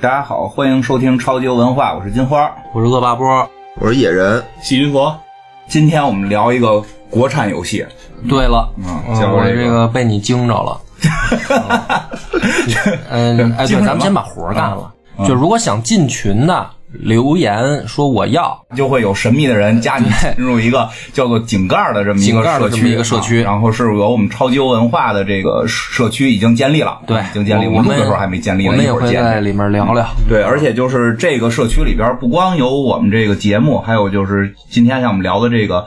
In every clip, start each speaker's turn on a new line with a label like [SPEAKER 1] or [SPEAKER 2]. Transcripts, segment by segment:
[SPEAKER 1] 大家好，欢迎收听超级文化，我是金花。
[SPEAKER 2] 我是恶霸波。
[SPEAKER 3] 我是野人，
[SPEAKER 4] 细菌佛，
[SPEAKER 1] 今天我们聊一个国产游戏，
[SPEAKER 2] 对了，
[SPEAKER 1] 嗯
[SPEAKER 2] 嗯
[SPEAKER 1] 小波
[SPEAKER 2] 我
[SPEAKER 1] 这个
[SPEAKER 2] 这个被你惊 着了。嗯，哎，
[SPEAKER 1] 惊嗯
[SPEAKER 2] 对，
[SPEAKER 1] 什么
[SPEAKER 2] 咱们先把活儿干了。就如果想进群的，留言说我要，
[SPEAKER 1] 就会有神秘的人加 你进入一个叫做井盖儿的这么一
[SPEAKER 2] 井
[SPEAKER 1] 个
[SPEAKER 2] 盖儿
[SPEAKER 1] 社
[SPEAKER 2] 的这么
[SPEAKER 1] 区，
[SPEAKER 2] 一个社区
[SPEAKER 1] 啊然后是由我们超级文化的这个社区已经建立了，
[SPEAKER 2] 对
[SPEAKER 1] 嗯已，经建立。
[SPEAKER 2] 我
[SPEAKER 1] 录
[SPEAKER 2] 们
[SPEAKER 1] 的时候还没建立呢，
[SPEAKER 2] 我们
[SPEAKER 1] 一
[SPEAKER 2] 也
[SPEAKER 1] 会儿
[SPEAKER 2] 会
[SPEAKER 1] 建立
[SPEAKER 2] 在里面聊聊。
[SPEAKER 1] 对，而且就是这个社区里边，不光有我们这个节目，还有就是今天像我们聊的这个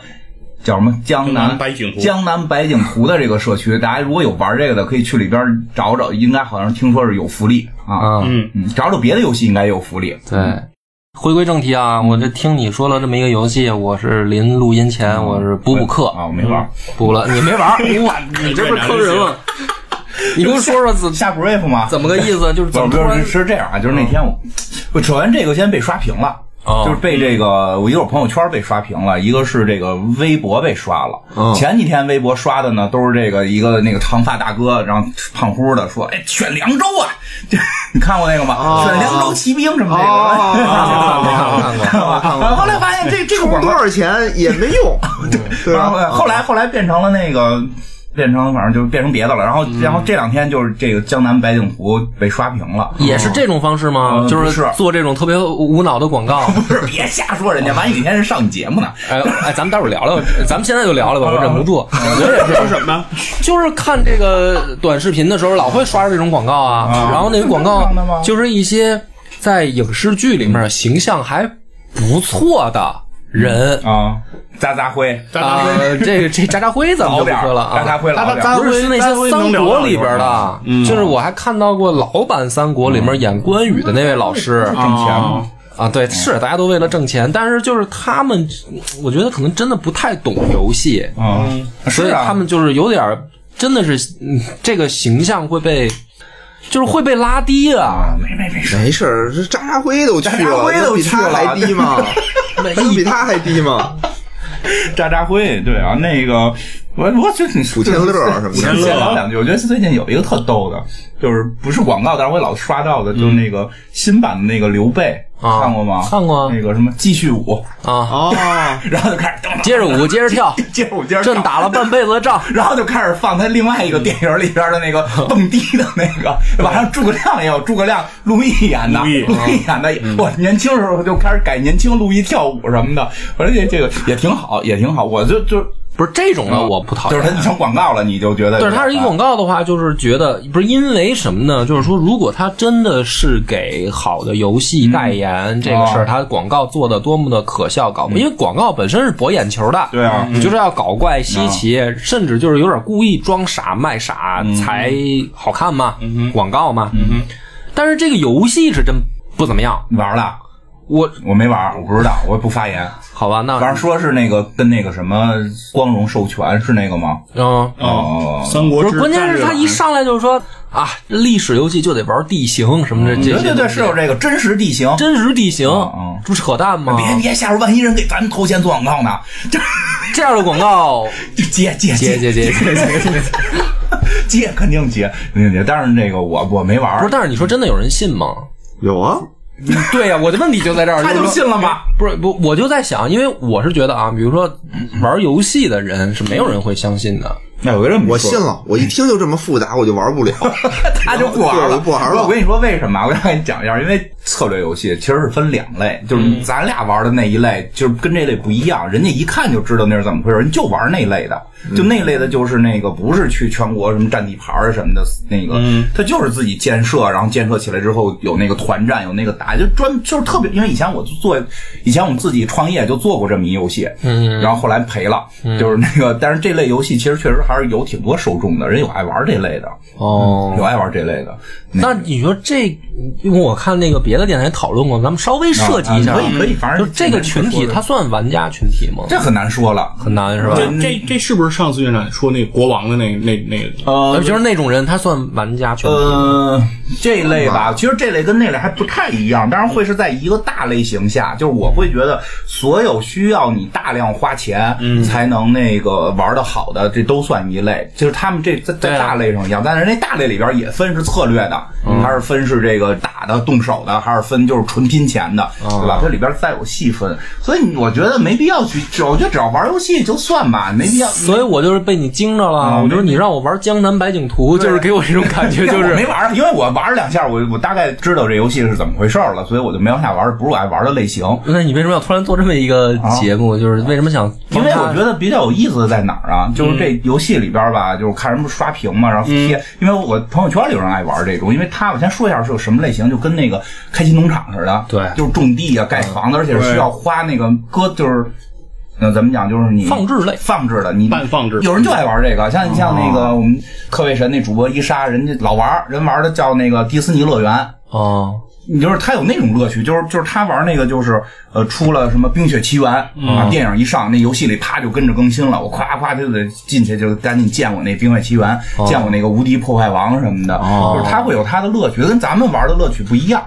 [SPEAKER 1] 叫什么江
[SPEAKER 4] 江
[SPEAKER 1] 南
[SPEAKER 4] 南百景图
[SPEAKER 1] 江南百景图的这个社区，大家如果有玩这个的，可以去里边找找，应该好像听说是有福利啊。
[SPEAKER 2] 嗯，
[SPEAKER 4] 嗯，
[SPEAKER 1] 嗯，找找别的游戏应该也有福利。
[SPEAKER 2] 对。回归正题啊，
[SPEAKER 1] 嗯
[SPEAKER 2] 我这听你说了这么一个游戏，我是临录音前我是补补课，嗯
[SPEAKER 1] 啊，我嗯没玩。
[SPEAKER 2] 补了你没 玩儿，哇，你这不是坑人 吗？你给我说说怎
[SPEAKER 1] 下 brief 吗？
[SPEAKER 2] 怎么个意思？就是怎
[SPEAKER 1] 不
[SPEAKER 2] 么
[SPEAKER 1] 是
[SPEAKER 2] 突
[SPEAKER 1] 不
[SPEAKER 2] 然
[SPEAKER 1] 是是这样啊，就是那天我，我扯完这个先被刷屏了，
[SPEAKER 2] 哦
[SPEAKER 1] 就是被这个我一会儿朋友圈被刷屏了，一个是这个微博被刷了。
[SPEAKER 3] 嗯
[SPEAKER 1] 前几天微博刷的呢都是这个一个那个长发大哥，然后胖乎的说：“哎，选凉州啊！” 你看过那个吗？
[SPEAKER 3] 哦
[SPEAKER 1] 选凉州骑兵什么这个。
[SPEAKER 3] 哦
[SPEAKER 2] 看过看过
[SPEAKER 1] 看过。后来发现这这个
[SPEAKER 3] 充
[SPEAKER 1] 广
[SPEAKER 3] 多
[SPEAKER 1] 告，
[SPEAKER 3] 少钱也没用，嗯对
[SPEAKER 1] 然后
[SPEAKER 3] 吧？
[SPEAKER 1] 后来后来变成了那个。变成反正就变成别的了，然后、然后这两天就是这个江南百景图被刷屏了，
[SPEAKER 2] 也是这种方式吗？
[SPEAKER 1] 嗯
[SPEAKER 2] 就
[SPEAKER 1] 不是
[SPEAKER 2] 做这种特别无脑的广告。
[SPEAKER 1] 不是，别瞎说人家，万一哪天人上你节目呢？
[SPEAKER 2] 哎哎，咱们待会儿聊聊，咱们现在就聊聊吧，我忍不住。我也
[SPEAKER 4] 说什么？
[SPEAKER 2] 是，就是看这个短视频的时候，老会刷着这种广告啊
[SPEAKER 1] 啊，
[SPEAKER 2] 然后那个广
[SPEAKER 1] 这
[SPEAKER 2] 告
[SPEAKER 1] 是正常的吗
[SPEAKER 2] 就是一些在影视剧里面形象还不错的人。
[SPEAKER 1] 啊，扎扎灰，
[SPEAKER 4] 咱
[SPEAKER 2] 啊
[SPEAKER 4] 当时，
[SPEAKER 2] 这这渣渣辉咱们
[SPEAKER 1] 老
[SPEAKER 2] 就不
[SPEAKER 1] 点
[SPEAKER 2] 说
[SPEAKER 1] 儿
[SPEAKER 2] 了啊，
[SPEAKER 1] 扎扎灰老点
[SPEAKER 3] 扎
[SPEAKER 1] 儿。
[SPEAKER 3] 扎
[SPEAKER 2] 不是是那些三国里边的，就是我还看到过老版三国里面演关羽的那位老师
[SPEAKER 1] 挣钱吗？
[SPEAKER 2] 啊，对，
[SPEAKER 1] 嗯
[SPEAKER 2] 是大家都为了挣钱，但是就是他们，我觉得可能真的不太懂游戏，
[SPEAKER 1] 啊，
[SPEAKER 2] 所
[SPEAKER 1] 是
[SPEAKER 2] 以
[SPEAKER 1] 啊，
[SPEAKER 2] 他们就是有点儿真的是嗯这个形象会被，就是会被拉低啊
[SPEAKER 1] 啊，，没没没事，
[SPEAKER 3] 没事儿，这渣渣辉都去
[SPEAKER 1] 渣渣
[SPEAKER 3] 了，
[SPEAKER 1] 辉
[SPEAKER 3] 那
[SPEAKER 1] 都
[SPEAKER 3] 比
[SPEAKER 1] 去
[SPEAKER 3] 他
[SPEAKER 1] 了
[SPEAKER 3] 还低吗？那比他还低吗？
[SPEAKER 1] 扎扎灰，对啊，那个我我最近
[SPEAKER 3] 古天乐什么的
[SPEAKER 1] 先聊两句。我觉得最近有一个特逗的，就是不是广告，但是我老刷到的，就是那个新版的那个刘备，
[SPEAKER 2] 嗯啊
[SPEAKER 1] 看过吗？
[SPEAKER 2] 看过啊
[SPEAKER 1] 那个什么继续舞，
[SPEAKER 2] 啊，
[SPEAKER 3] 哦，
[SPEAKER 1] 然后就开始噔噔
[SPEAKER 2] 接着舞，接着跳，
[SPEAKER 1] 接着舞接着
[SPEAKER 2] 朕
[SPEAKER 1] 唱
[SPEAKER 2] 打了半辈子的仗，
[SPEAKER 1] 然后就开始放他另外一
[SPEAKER 2] 嗯
[SPEAKER 1] 个电影里边的那 个蹦迪的那个，晚上诸葛亮也有诸葛亮陆毅演的，
[SPEAKER 4] 陆毅
[SPEAKER 1] 陆毅演
[SPEAKER 2] 嗯
[SPEAKER 1] 的，我年轻时候就开始改年轻陆毅跳舞什么的，我说这这个也挺好，也挺好，我就就
[SPEAKER 2] 不是这种的，我不讨
[SPEAKER 1] 就
[SPEAKER 2] 厌
[SPEAKER 1] 是。他成广告了，你就觉得啊
[SPEAKER 2] 对，它是一广告的话，就是觉得不是因为什么呢？就是说，如果它真的是给好的游戏代言、这个
[SPEAKER 1] 嗯哦
[SPEAKER 2] 事
[SPEAKER 1] 嗯
[SPEAKER 2] 儿，它广告做的多么的可笑搞，因为广告本身是博眼球的，
[SPEAKER 1] 对啊嗯
[SPEAKER 2] 你就是要搞怪稀奇，甚至就是有点故意装傻卖傻、
[SPEAKER 1] 嗯
[SPEAKER 2] 才好看嘛，广告嘛。但是这个游戏是真不怎么样，
[SPEAKER 1] 你玩了。
[SPEAKER 2] 我
[SPEAKER 1] 我没玩，我不知道，我也不发言。
[SPEAKER 2] 好吧，那
[SPEAKER 1] 反正说是那个跟那个什么光荣授权是那个吗？
[SPEAKER 2] 嗯。
[SPEAKER 1] 哦，
[SPEAKER 4] 三国
[SPEAKER 2] 不
[SPEAKER 4] 志
[SPEAKER 2] 是，关键
[SPEAKER 4] 战
[SPEAKER 2] 是
[SPEAKER 4] 略
[SPEAKER 2] 他
[SPEAKER 4] 版
[SPEAKER 1] 嗯
[SPEAKER 2] 一上来就是说啊，历史游戏就得玩地形什么的，这
[SPEAKER 1] 嗯对
[SPEAKER 2] 些
[SPEAKER 1] 对
[SPEAKER 2] 东
[SPEAKER 1] 对，
[SPEAKER 2] 西
[SPEAKER 1] 是有这个真实地形。
[SPEAKER 2] 真啊实地形
[SPEAKER 1] 嗯，
[SPEAKER 2] 这不扯淡吗？
[SPEAKER 1] 别别吓着，万一人给咱们投钱做广告呢？ 这
[SPEAKER 2] 这样的广告，
[SPEAKER 1] 就接接
[SPEAKER 2] 接接接接接接，
[SPEAKER 1] 接肯定接，肯定接。但是这个我我没玩儿
[SPEAKER 2] 不是，，但是你说真的有人信吗？
[SPEAKER 3] 有啊，
[SPEAKER 2] 嗯对呀、我的问题就在 这儿，
[SPEAKER 1] 他就是
[SPEAKER 2] 说
[SPEAKER 1] 信了吗？
[SPEAKER 2] 不是不，我就在想，因为我是觉得啊，比如说玩游戏的人是没有人会相信的，
[SPEAKER 1] 那有个人
[SPEAKER 3] 我信，了，我一听就这么复杂，我就玩不了。
[SPEAKER 1] 他就不玩
[SPEAKER 3] 对
[SPEAKER 1] 了，
[SPEAKER 3] 我不玩了
[SPEAKER 1] 我跟你说为什么？我跟你讲一下，因为策略游戏其实是分两类，就是咱俩玩的那一类，就是跟这类不一样。人家一看就知道那是怎么回事，人就玩那类的，
[SPEAKER 3] 嗯
[SPEAKER 1] 就那类的，就是那个不是去全国什么占地盘儿什么的，那个他就是自己建设，然后建设起来之后有那个团战，有那个打，就专就是特别。因为以前我就做，以前我们自己创业就做过这么一游戏，嗯，然后后来赔了，就是那个。但是这类游戏其实确实还是有挺多受众的，人有爱玩这类的。
[SPEAKER 2] 哦。
[SPEAKER 1] 有爱玩这类的，
[SPEAKER 2] 那你说这，因为我看那个别的电台讨论过，咱们稍微涉及一下，
[SPEAKER 1] 啊可以可以反正
[SPEAKER 2] 就这个群体，它算玩家群体吗？
[SPEAKER 1] 这很难说了。
[SPEAKER 2] 很难是吧？
[SPEAKER 4] 这这这是不是上次院长说那国王的那那那个？
[SPEAKER 2] 呃，就是那种人，他算玩家群体吗。
[SPEAKER 1] 呃，这类吧，其实这类跟那类还不太一样，当然会是在一个大类型下，就是我会觉得所有需要你大量花钱
[SPEAKER 2] 嗯
[SPEAKER 1] 才能那个玩的好的，这都算一类。就是他们这在
[SPEAKER 2] 对
[SPEAKER 1] 在
[SPEAKER 2] 啊嗯
[SPEAKER 1] 大类上一样，但是那大类里边也分是策略的，还是分是这个打打的、动手的，还是分就是纯拼钱的，
[SPEAKER 2] 嗯
[SPEAKER 1] 对吧？它里边再有细分，所以我觉得没必要去，只我觉得只要玩游戏就算吧，没必要。
[SPEAKER 2] 所以我就是被你惊着了，
[SPEAKER 1] 嗯
[SPEAKER 2] 我就是你让我玩《江南百景图》，就是给我这种感觉， 就
[SPEAKER 1] 因为我
[SPEAKER 2] 是
[SPEAKER 1] 没玩儿，因为我玩了两下，我我大概知道这游戏是怎么回事儿了，所以我就没往下玩儿，不是我爱玩的类型。
[SPEAKER 2] 那你为什么要突然做这么一个节目？就是为什么想
[SPEAKER 1] 啊因
[SPEAKER 2] 放大？
[SPEAKER 1] 为我觉得比较有意思的在哪儿啊？就是
[SPEAKER 2] 嗯
[SPEAKER 1] 这游戏里边儿吧，就是看人不是刷屏嘛，然后贴。因为我朋友圈里有人爱玩这种，因为它我先说一下是有什么类型，就跟那个开心农场似的，
[SPEAKER 2] 对嗯
[SPEAKER 1] 就是种地啊、盖房子，而且是需要花那个搁就是。那怎么讲？就是你
[SPEAKER 2] 放置类
[SPEAKER 1] 放置的，你
[SPEAKER 4] 半放置
[SPEAKER 1] 有人就爱玩这个。像
[SPEAKER 2] 哦
[SPEAKER 1] 你像那个我们特卫神那主播伊莎，人家老玩儿，人玩的叫那个迪士尼乐园，
[SPEAKER 2] 哦，
[SPEAKER 1] 你就是他有那种乐趣，就是就是他玩那个就是呃出了什么《冰雪奇缘》啊，电影一上，那游戏里啪就跟着更新了，我夸夸就得进去就赶紧见我那《冰雪奇缘》见我那个《无敌破坏王》什么的，
[SPEAKER 2] 哦
[SPEAKER 1] 就是他会有他的乐趣，跟咱们玩的乐趣不一样。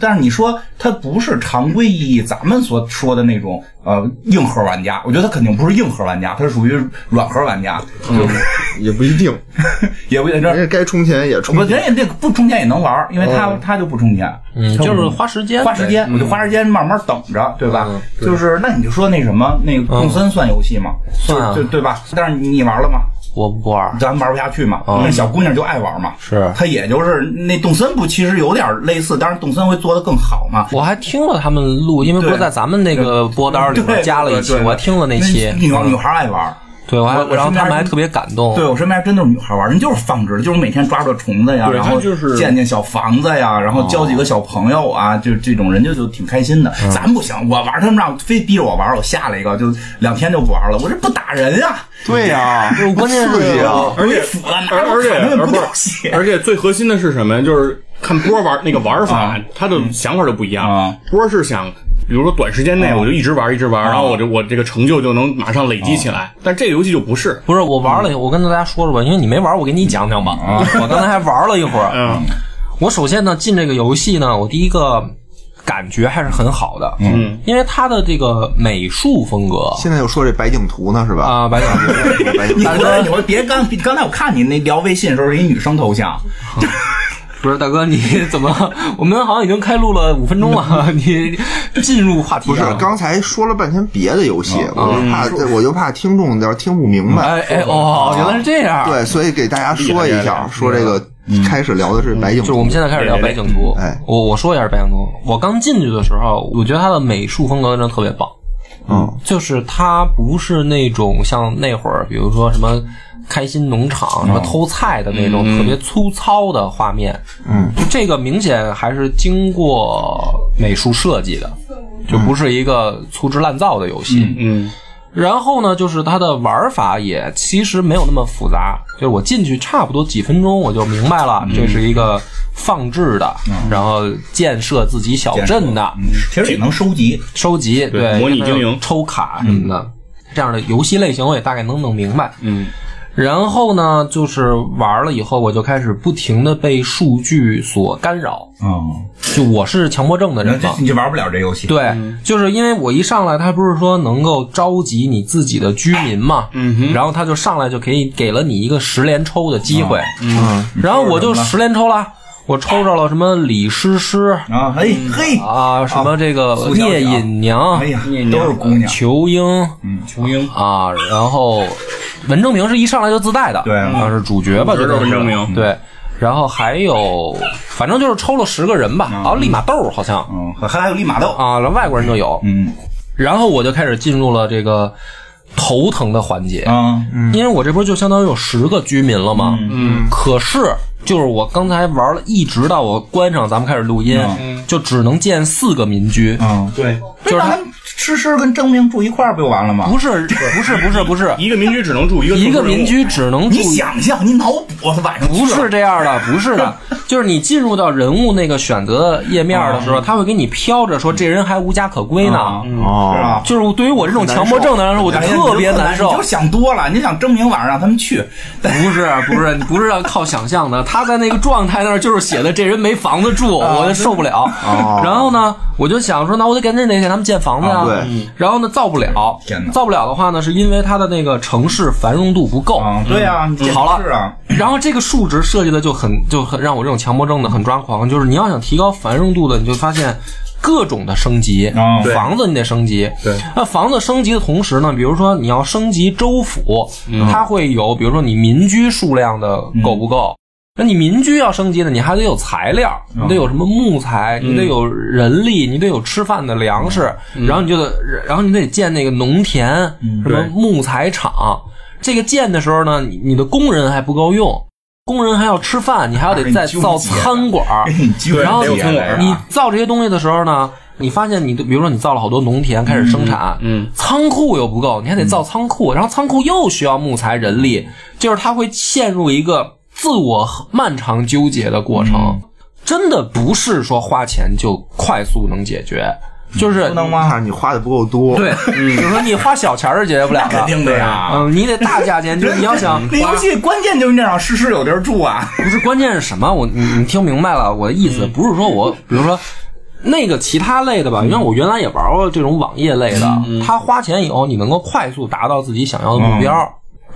[SPEAKER 1] 但是你说他不是常规意义咱们所说的那种呃硬核玩家，我觉得他肯定不是硬核玩家，他是属于软核玩家，就是、
[SPEAKER 3] 也不一定，
[SPEAKER 1] 也不也
[SPEAKER 3] 人
[SPEAKER 1] 这，
[SPEAKER 3] 家该充钱也充
[SPEAKER 1] 我。觉得人家那个不充钱也能玩，因为他、他就不充钱，
[SPEAKER 2] 嗯，
[SPEAKER 1] 他不
[SPEAKER 2] 就是花时间，嗯
[SPEAKER 1] 花时间，我就花时间慢慢等着，对吧？就是那你就说那什么，那个动森算游戏吗？
[SPEAKER 2] 算啊
[SPEAKER 1] 就对吧？但是你玩了吗？
[SPEAKER 2] 我不玩。
[SPEAKER 1] 咱玩不下去嘛。那小姑娘就爱玩嘛，
[SPEAKER 2] 嗯是
[SPEAKER 1] 她也就是那动森不，其实有点类似，当然动森会做得更好嘛。
[SPEAKER 2] 我还听了他们录，因为不是
[SPEAKER 1] 对
[SPEAKER 2] 在咱们那个播单里边
[SPEAKER 1] 对
[SPEAKER 2] 加了一期，
[SPEAKER 1] 对对对
[SPEAKER 2] 我还听了那期。嗯
[SPEAKER 1] 女女女孩爱玩。
[SPEAKER 2] 对，我还
[SPEAKER 1] 我我
[SPEAKER 2] 然后
[SPEAKER 1] 身边
[SPEAKER 2] 他们还
[SPEAKER 1] 人
[SPEAKER 2] 特别感
[SPEAKER 4] 哦
[SPEAKER 2] 动。
[SPEAKER 1] 对我身边真都是女孩玩，人就是放置的，就是每天抓抓虫子呀，
[SPEAKER 4] 对
[SPEAKER 1] 然后
[SPEAKER 4] 她就是哦
[SPEAKER 1] 建建小房子呀，然后交几个小朋友啊，就这种人家就挺开心的。
[SPEAKER 4] 嗯
[SPEAKER 1] 咱不行，我玩他们让非逼着我玩，我下了一个就两天就不玩了，我这不打人呀，
[SPEAKER 3] 对 呀，
[SPEAKER 2] 关键是
[SPEAKER 3] 刺激啊！
[SPEAKER 4] 而且
[SPEAKER 1] 腐了，拿
[SPEAKER 4] 而
[SPEAKER 1] 着
[SPEAKER 4] 而且
[SPEAKER 1] 砍他
[SPEAKER 4] 而
[SPEAKER 1] 们不
[SPEAKER 4] 不
[SPEAKER 1] 掉
[SPEAKER 4] 是，
[SPEAKER 1] 血。
[SPEAKER 4] 而且最核心的是什么？就是看波玩那个玩法，他的想法就不一样
[SPEAKER 1] 啊。
[SPEAKER 4] 波是想，比如说短时间内我就一直玩一直玩，然后我这我这个成就就能马上累积起来。但这个游戏就不是，
[SPEAKER 2] 不是我玩了，我跟大家说说吧，因为你没玩，我给你讲讲吧。
[SPEAKER 1] 嗯
[SPEAKER 2] 我刚才还玩了一会儿。
[SPEAKER 4] 嗯
[SPEAKER 2] 我首先呢进这个游戏呢，我第一个感觉还是很好的，
[SPEAKER 4] 嗯，
[SPEAKER 2] 因为它的这个美术风格
[SPEAKER 3] 现在又说这白景图呢，是吧？
[SPEAKER 2] 啊，白讲
[SPEAKER 3] 白景
[SPEAKER 1] 你回来，你回来别刚刚才我看你那聊微信的时候，是一女生头像，
[SPEAKER 2] 不是大哥，你 怎么？我们好像已经开录了五分钟 了，你进入话题啊
[SPEAKER 3] 不是
[SPEAKER 2] 了，
[SPEAKER 3] 刚才说了半天别的游戏，我就怕我就怕听众要是听不明白。
[SPEAKER 2] 哎哎哦，原来是这样。，
[SPEAKER 3] 对，所以给大家说一下，说这个开始聊的是白景
[SPEAKER 2] 嗯就是我
[SPEAKER 3] 图
[SPEAKER 2] 们，现在开始聊白景图。
[SPEAKER 3] 哎
[SPEAKER 2] 我我说一下白景图。我刚进去的时候，我觉得它的美术风格真的特别棒，
[SPEAKER 3] 嗯，
[SPEAKER 2] 就是它不是那种像那会儿，比如说什么。开心农场什么偷菜的那种特别粗糙的画面，
[SPEAKER 3] 嗯，
[SPEAKER 2] 这个明显还是经过美术设计的，就不是一个粗制滥造的游戏。
[SPEAKER 4] 嗯
[SPEAKER 2] 然后呢，就是它的玩法也其实没有那么复杂，就是我进去差不多几分钟我就明白了，
[SPEAKER 4] 嗯
[SPEAKER 2] 这是一个放置的，然后建设自己小镇的，
[SPEAKER 1] 其实也能收集。
[SPEAKER 2] 收集
[SPEAKER 4] 嗯对
[SPEAKER 2] 对
[SPEAKER 4] 模拟
[SPEAKER 2] 还有
[SPEAKER 4] 经营
[SPEAKER 2] 抽卡什么的、这样的游戏类型，我也大概能弄明白。
[SPEAKER 4] 嗯
[SPEAKER 2] 然后呢，就是玩了以后，我就开始不停的被数据所干扰，
[SPEAKER 1] 嗯，
[SPEAKER 2] 就我是强迫症的
[SPEAKER 1] 然
[SPEAKER 2] 人
[SPEAKER 1] 后
[SPEAKER 2] 嘛
[SPEAKER 1] 这。你就玩不了这游戏。，
[SPEAKER 2] 对，
[SPEAKER 4] 嗯
[SPEAKER 2] 就是因为我一上来，他不是说能够召集你自己的居民嘛，
[SPEAKER 4] 嗯哼，
[SPEAKER 2] 然后他就上来就可以给了你一个十连抽的机会，
[SPEAKER 3] 嗯，
[SPEAKER 2] 然后我就十连抽了，我抽着了什么李师师
[SPEAKER 1] 啊，嘿
[SPEAKER 4] 嗯
[SPEAKER 1] 嘿，
[SPEAKER 2] 啊，什么这个
[SPEAKER 1] 哦苏小姐
[SPEAKER 2] 聂隐娘
[SPEAKER 1] 哎、呀
[SPEAKER 4] 念，念
[SPEAKER 1] 都是姑娘。
[SPEAKER 2] 裘英
[SPEAKER 1] 嗯，
[SPEAKER 4] 琼英
[SPEAKER 2] 啊，然后文征明是一上来就自带的，
[SPEAKER 1] 对
[SPEAKER 2] 啊是主角吧，
[SPEAKER 4] 主角
[SPEAKER 2] 就是
[SPEAKER 4] 文征明
[SPEAKER 2] 对，然后还有反正就是抽了十个人吧，啊，利马豆好像
[SPEAKER 1] 嗯，还还有利马豆。
[SPEAKER 2] 啊，然后外国人就有，
[SPEAKER 1] 嗯
[SPEAKER 2] 然后我就开始进入了这个头疼的环节，
[SPEAKER 1] 啊，嗯
[SPEAKER 2] 因为我这不就相当于有十个居民了吗？嗯，可是就是我刚才玩了，一直到我关上咱们开始录音，就只能建四个民居。
[SPEAKER 1] 嗯，
[SPEAKER 4] 对，
[SPEAKER 2] 就是他
[SPEAKER 1] 那咱们诗诗跟征明住一块儿不就完了吗？
[SPEAKER 2] 不是，不是，不是，不是，
[SPEAKER 4] 一个民居只能住一个
[SPEAKER 2] 一个
[SPEAKER 4] 特殊人物
[SPEAKER 2] 民，居只能住
[SPEAKER 1] 你。想象，你脑补晚上
[SPEAKER 2] 不是这样的，不是的，就是你进入到人物那个选择页面的时候，他会给你飘着说这人还无家可归呢。
[SPEAKER 1] 是
[SPEAKER 3] 哦，
[SPEAKER 1] 吧？
[SPEAKER 2] 就是对于我这种强迫症的人来说，我就
[SPEAKER 1] 哎呀
[SPEAKER 2] 特别
[SPEAKER 1] 你就
[SPEAKER 2] 难受
[SPEAKER 1] 你就。想多了，你想征明晚上让他们去，
[SPEAKER 2] 不是不是不是要靠想象的，他在那个状态那儿就是写的这
[SPEAKER 1] 啊哦
[SPEAKER 2] 人没房子住，我就受不了。然后呢，我就想说，那我得赶紧得给他们建房子呀、
[SPEAKER 3] 啊对对，
[SPEAKER 2] 然后呢，造不了
[SPEAKER 1] 天，哪
[SPEAKER 2] 造不了的话呢，是因为它的那个城市繁荣度不够。
[SPEAKER 1] 啊，对啊，
[SPEAKER 2] 好了
[SPEAKER 1] 是啊，
[SPEAKER 2] 然后这个数值设计的就很就很让我这种强迫症的很抓狂，就是你要想提高繁荣度的，你就发现各种的升级，
[SPEAKER 1] 哦对
[SPEAKER 2] 房子你得升级。
[SPEAKER 1] 对，
[SPEAKER 2] 那房子升级的同时呢，比如说你要升级州府，它会有比如说你民居数量的够不够。那你民居要升级呢，你还得有材料，你得有什么木材，你得有人力，你得有吃饭的粮食，然后你就得，然后你得建那个农田，什么
[SPEAKER 4] 对
[SPEAKER 2] 木材厂。这个建的时候呢，你你的工人还不够用，工人还要吃饭，你还要得再造餐馆儿，
[SPEAKER 1] 给你机会
[SPEAKER 2] 然后
[SPEAKER 1] 得有钱人啊
[SPEAKER 2] 你造这些东西的时候呢，你发现你的，比如说你造了好多农田开始生产，
[SPEAKER 4] 嗯嗯
[SPEAKER 2] 仓库又不够，你还得造仓库，
[SPEAKER 1] 嗯
[SPEAKER 2] 然后仓库又需要木材、人力，就是它会陷入一个自我漫长纠结的过程，
[SPEAKER 1] 嗯
[SPEAKER 2] 真的不是说花钱就快速能解决，就是
[SPEAKER 1] 嗯不能
[SPEAKER 3] 但
[SPEAKER 1] 吗？
[SPEAKER 3] 是你花的不够多。
[SPEAKER 2] 对，比如说你花小钱儿是解决 不了的，
[SPEAKER 1] 定的呀。
[SPEAKER 2] 嗯，你得大价钱，就是你要想
[SPEAKER 1] 那游戏关键就是那让诗诗有地儿住啊，
[SPEAKER 2] 不是，关键是什么？我你你听明白了？我的意思不是说我，比如说那个其他类的吧，因为我原来也玩过这种网页类的，它花钱以后你能够快速达到自己想要的目标。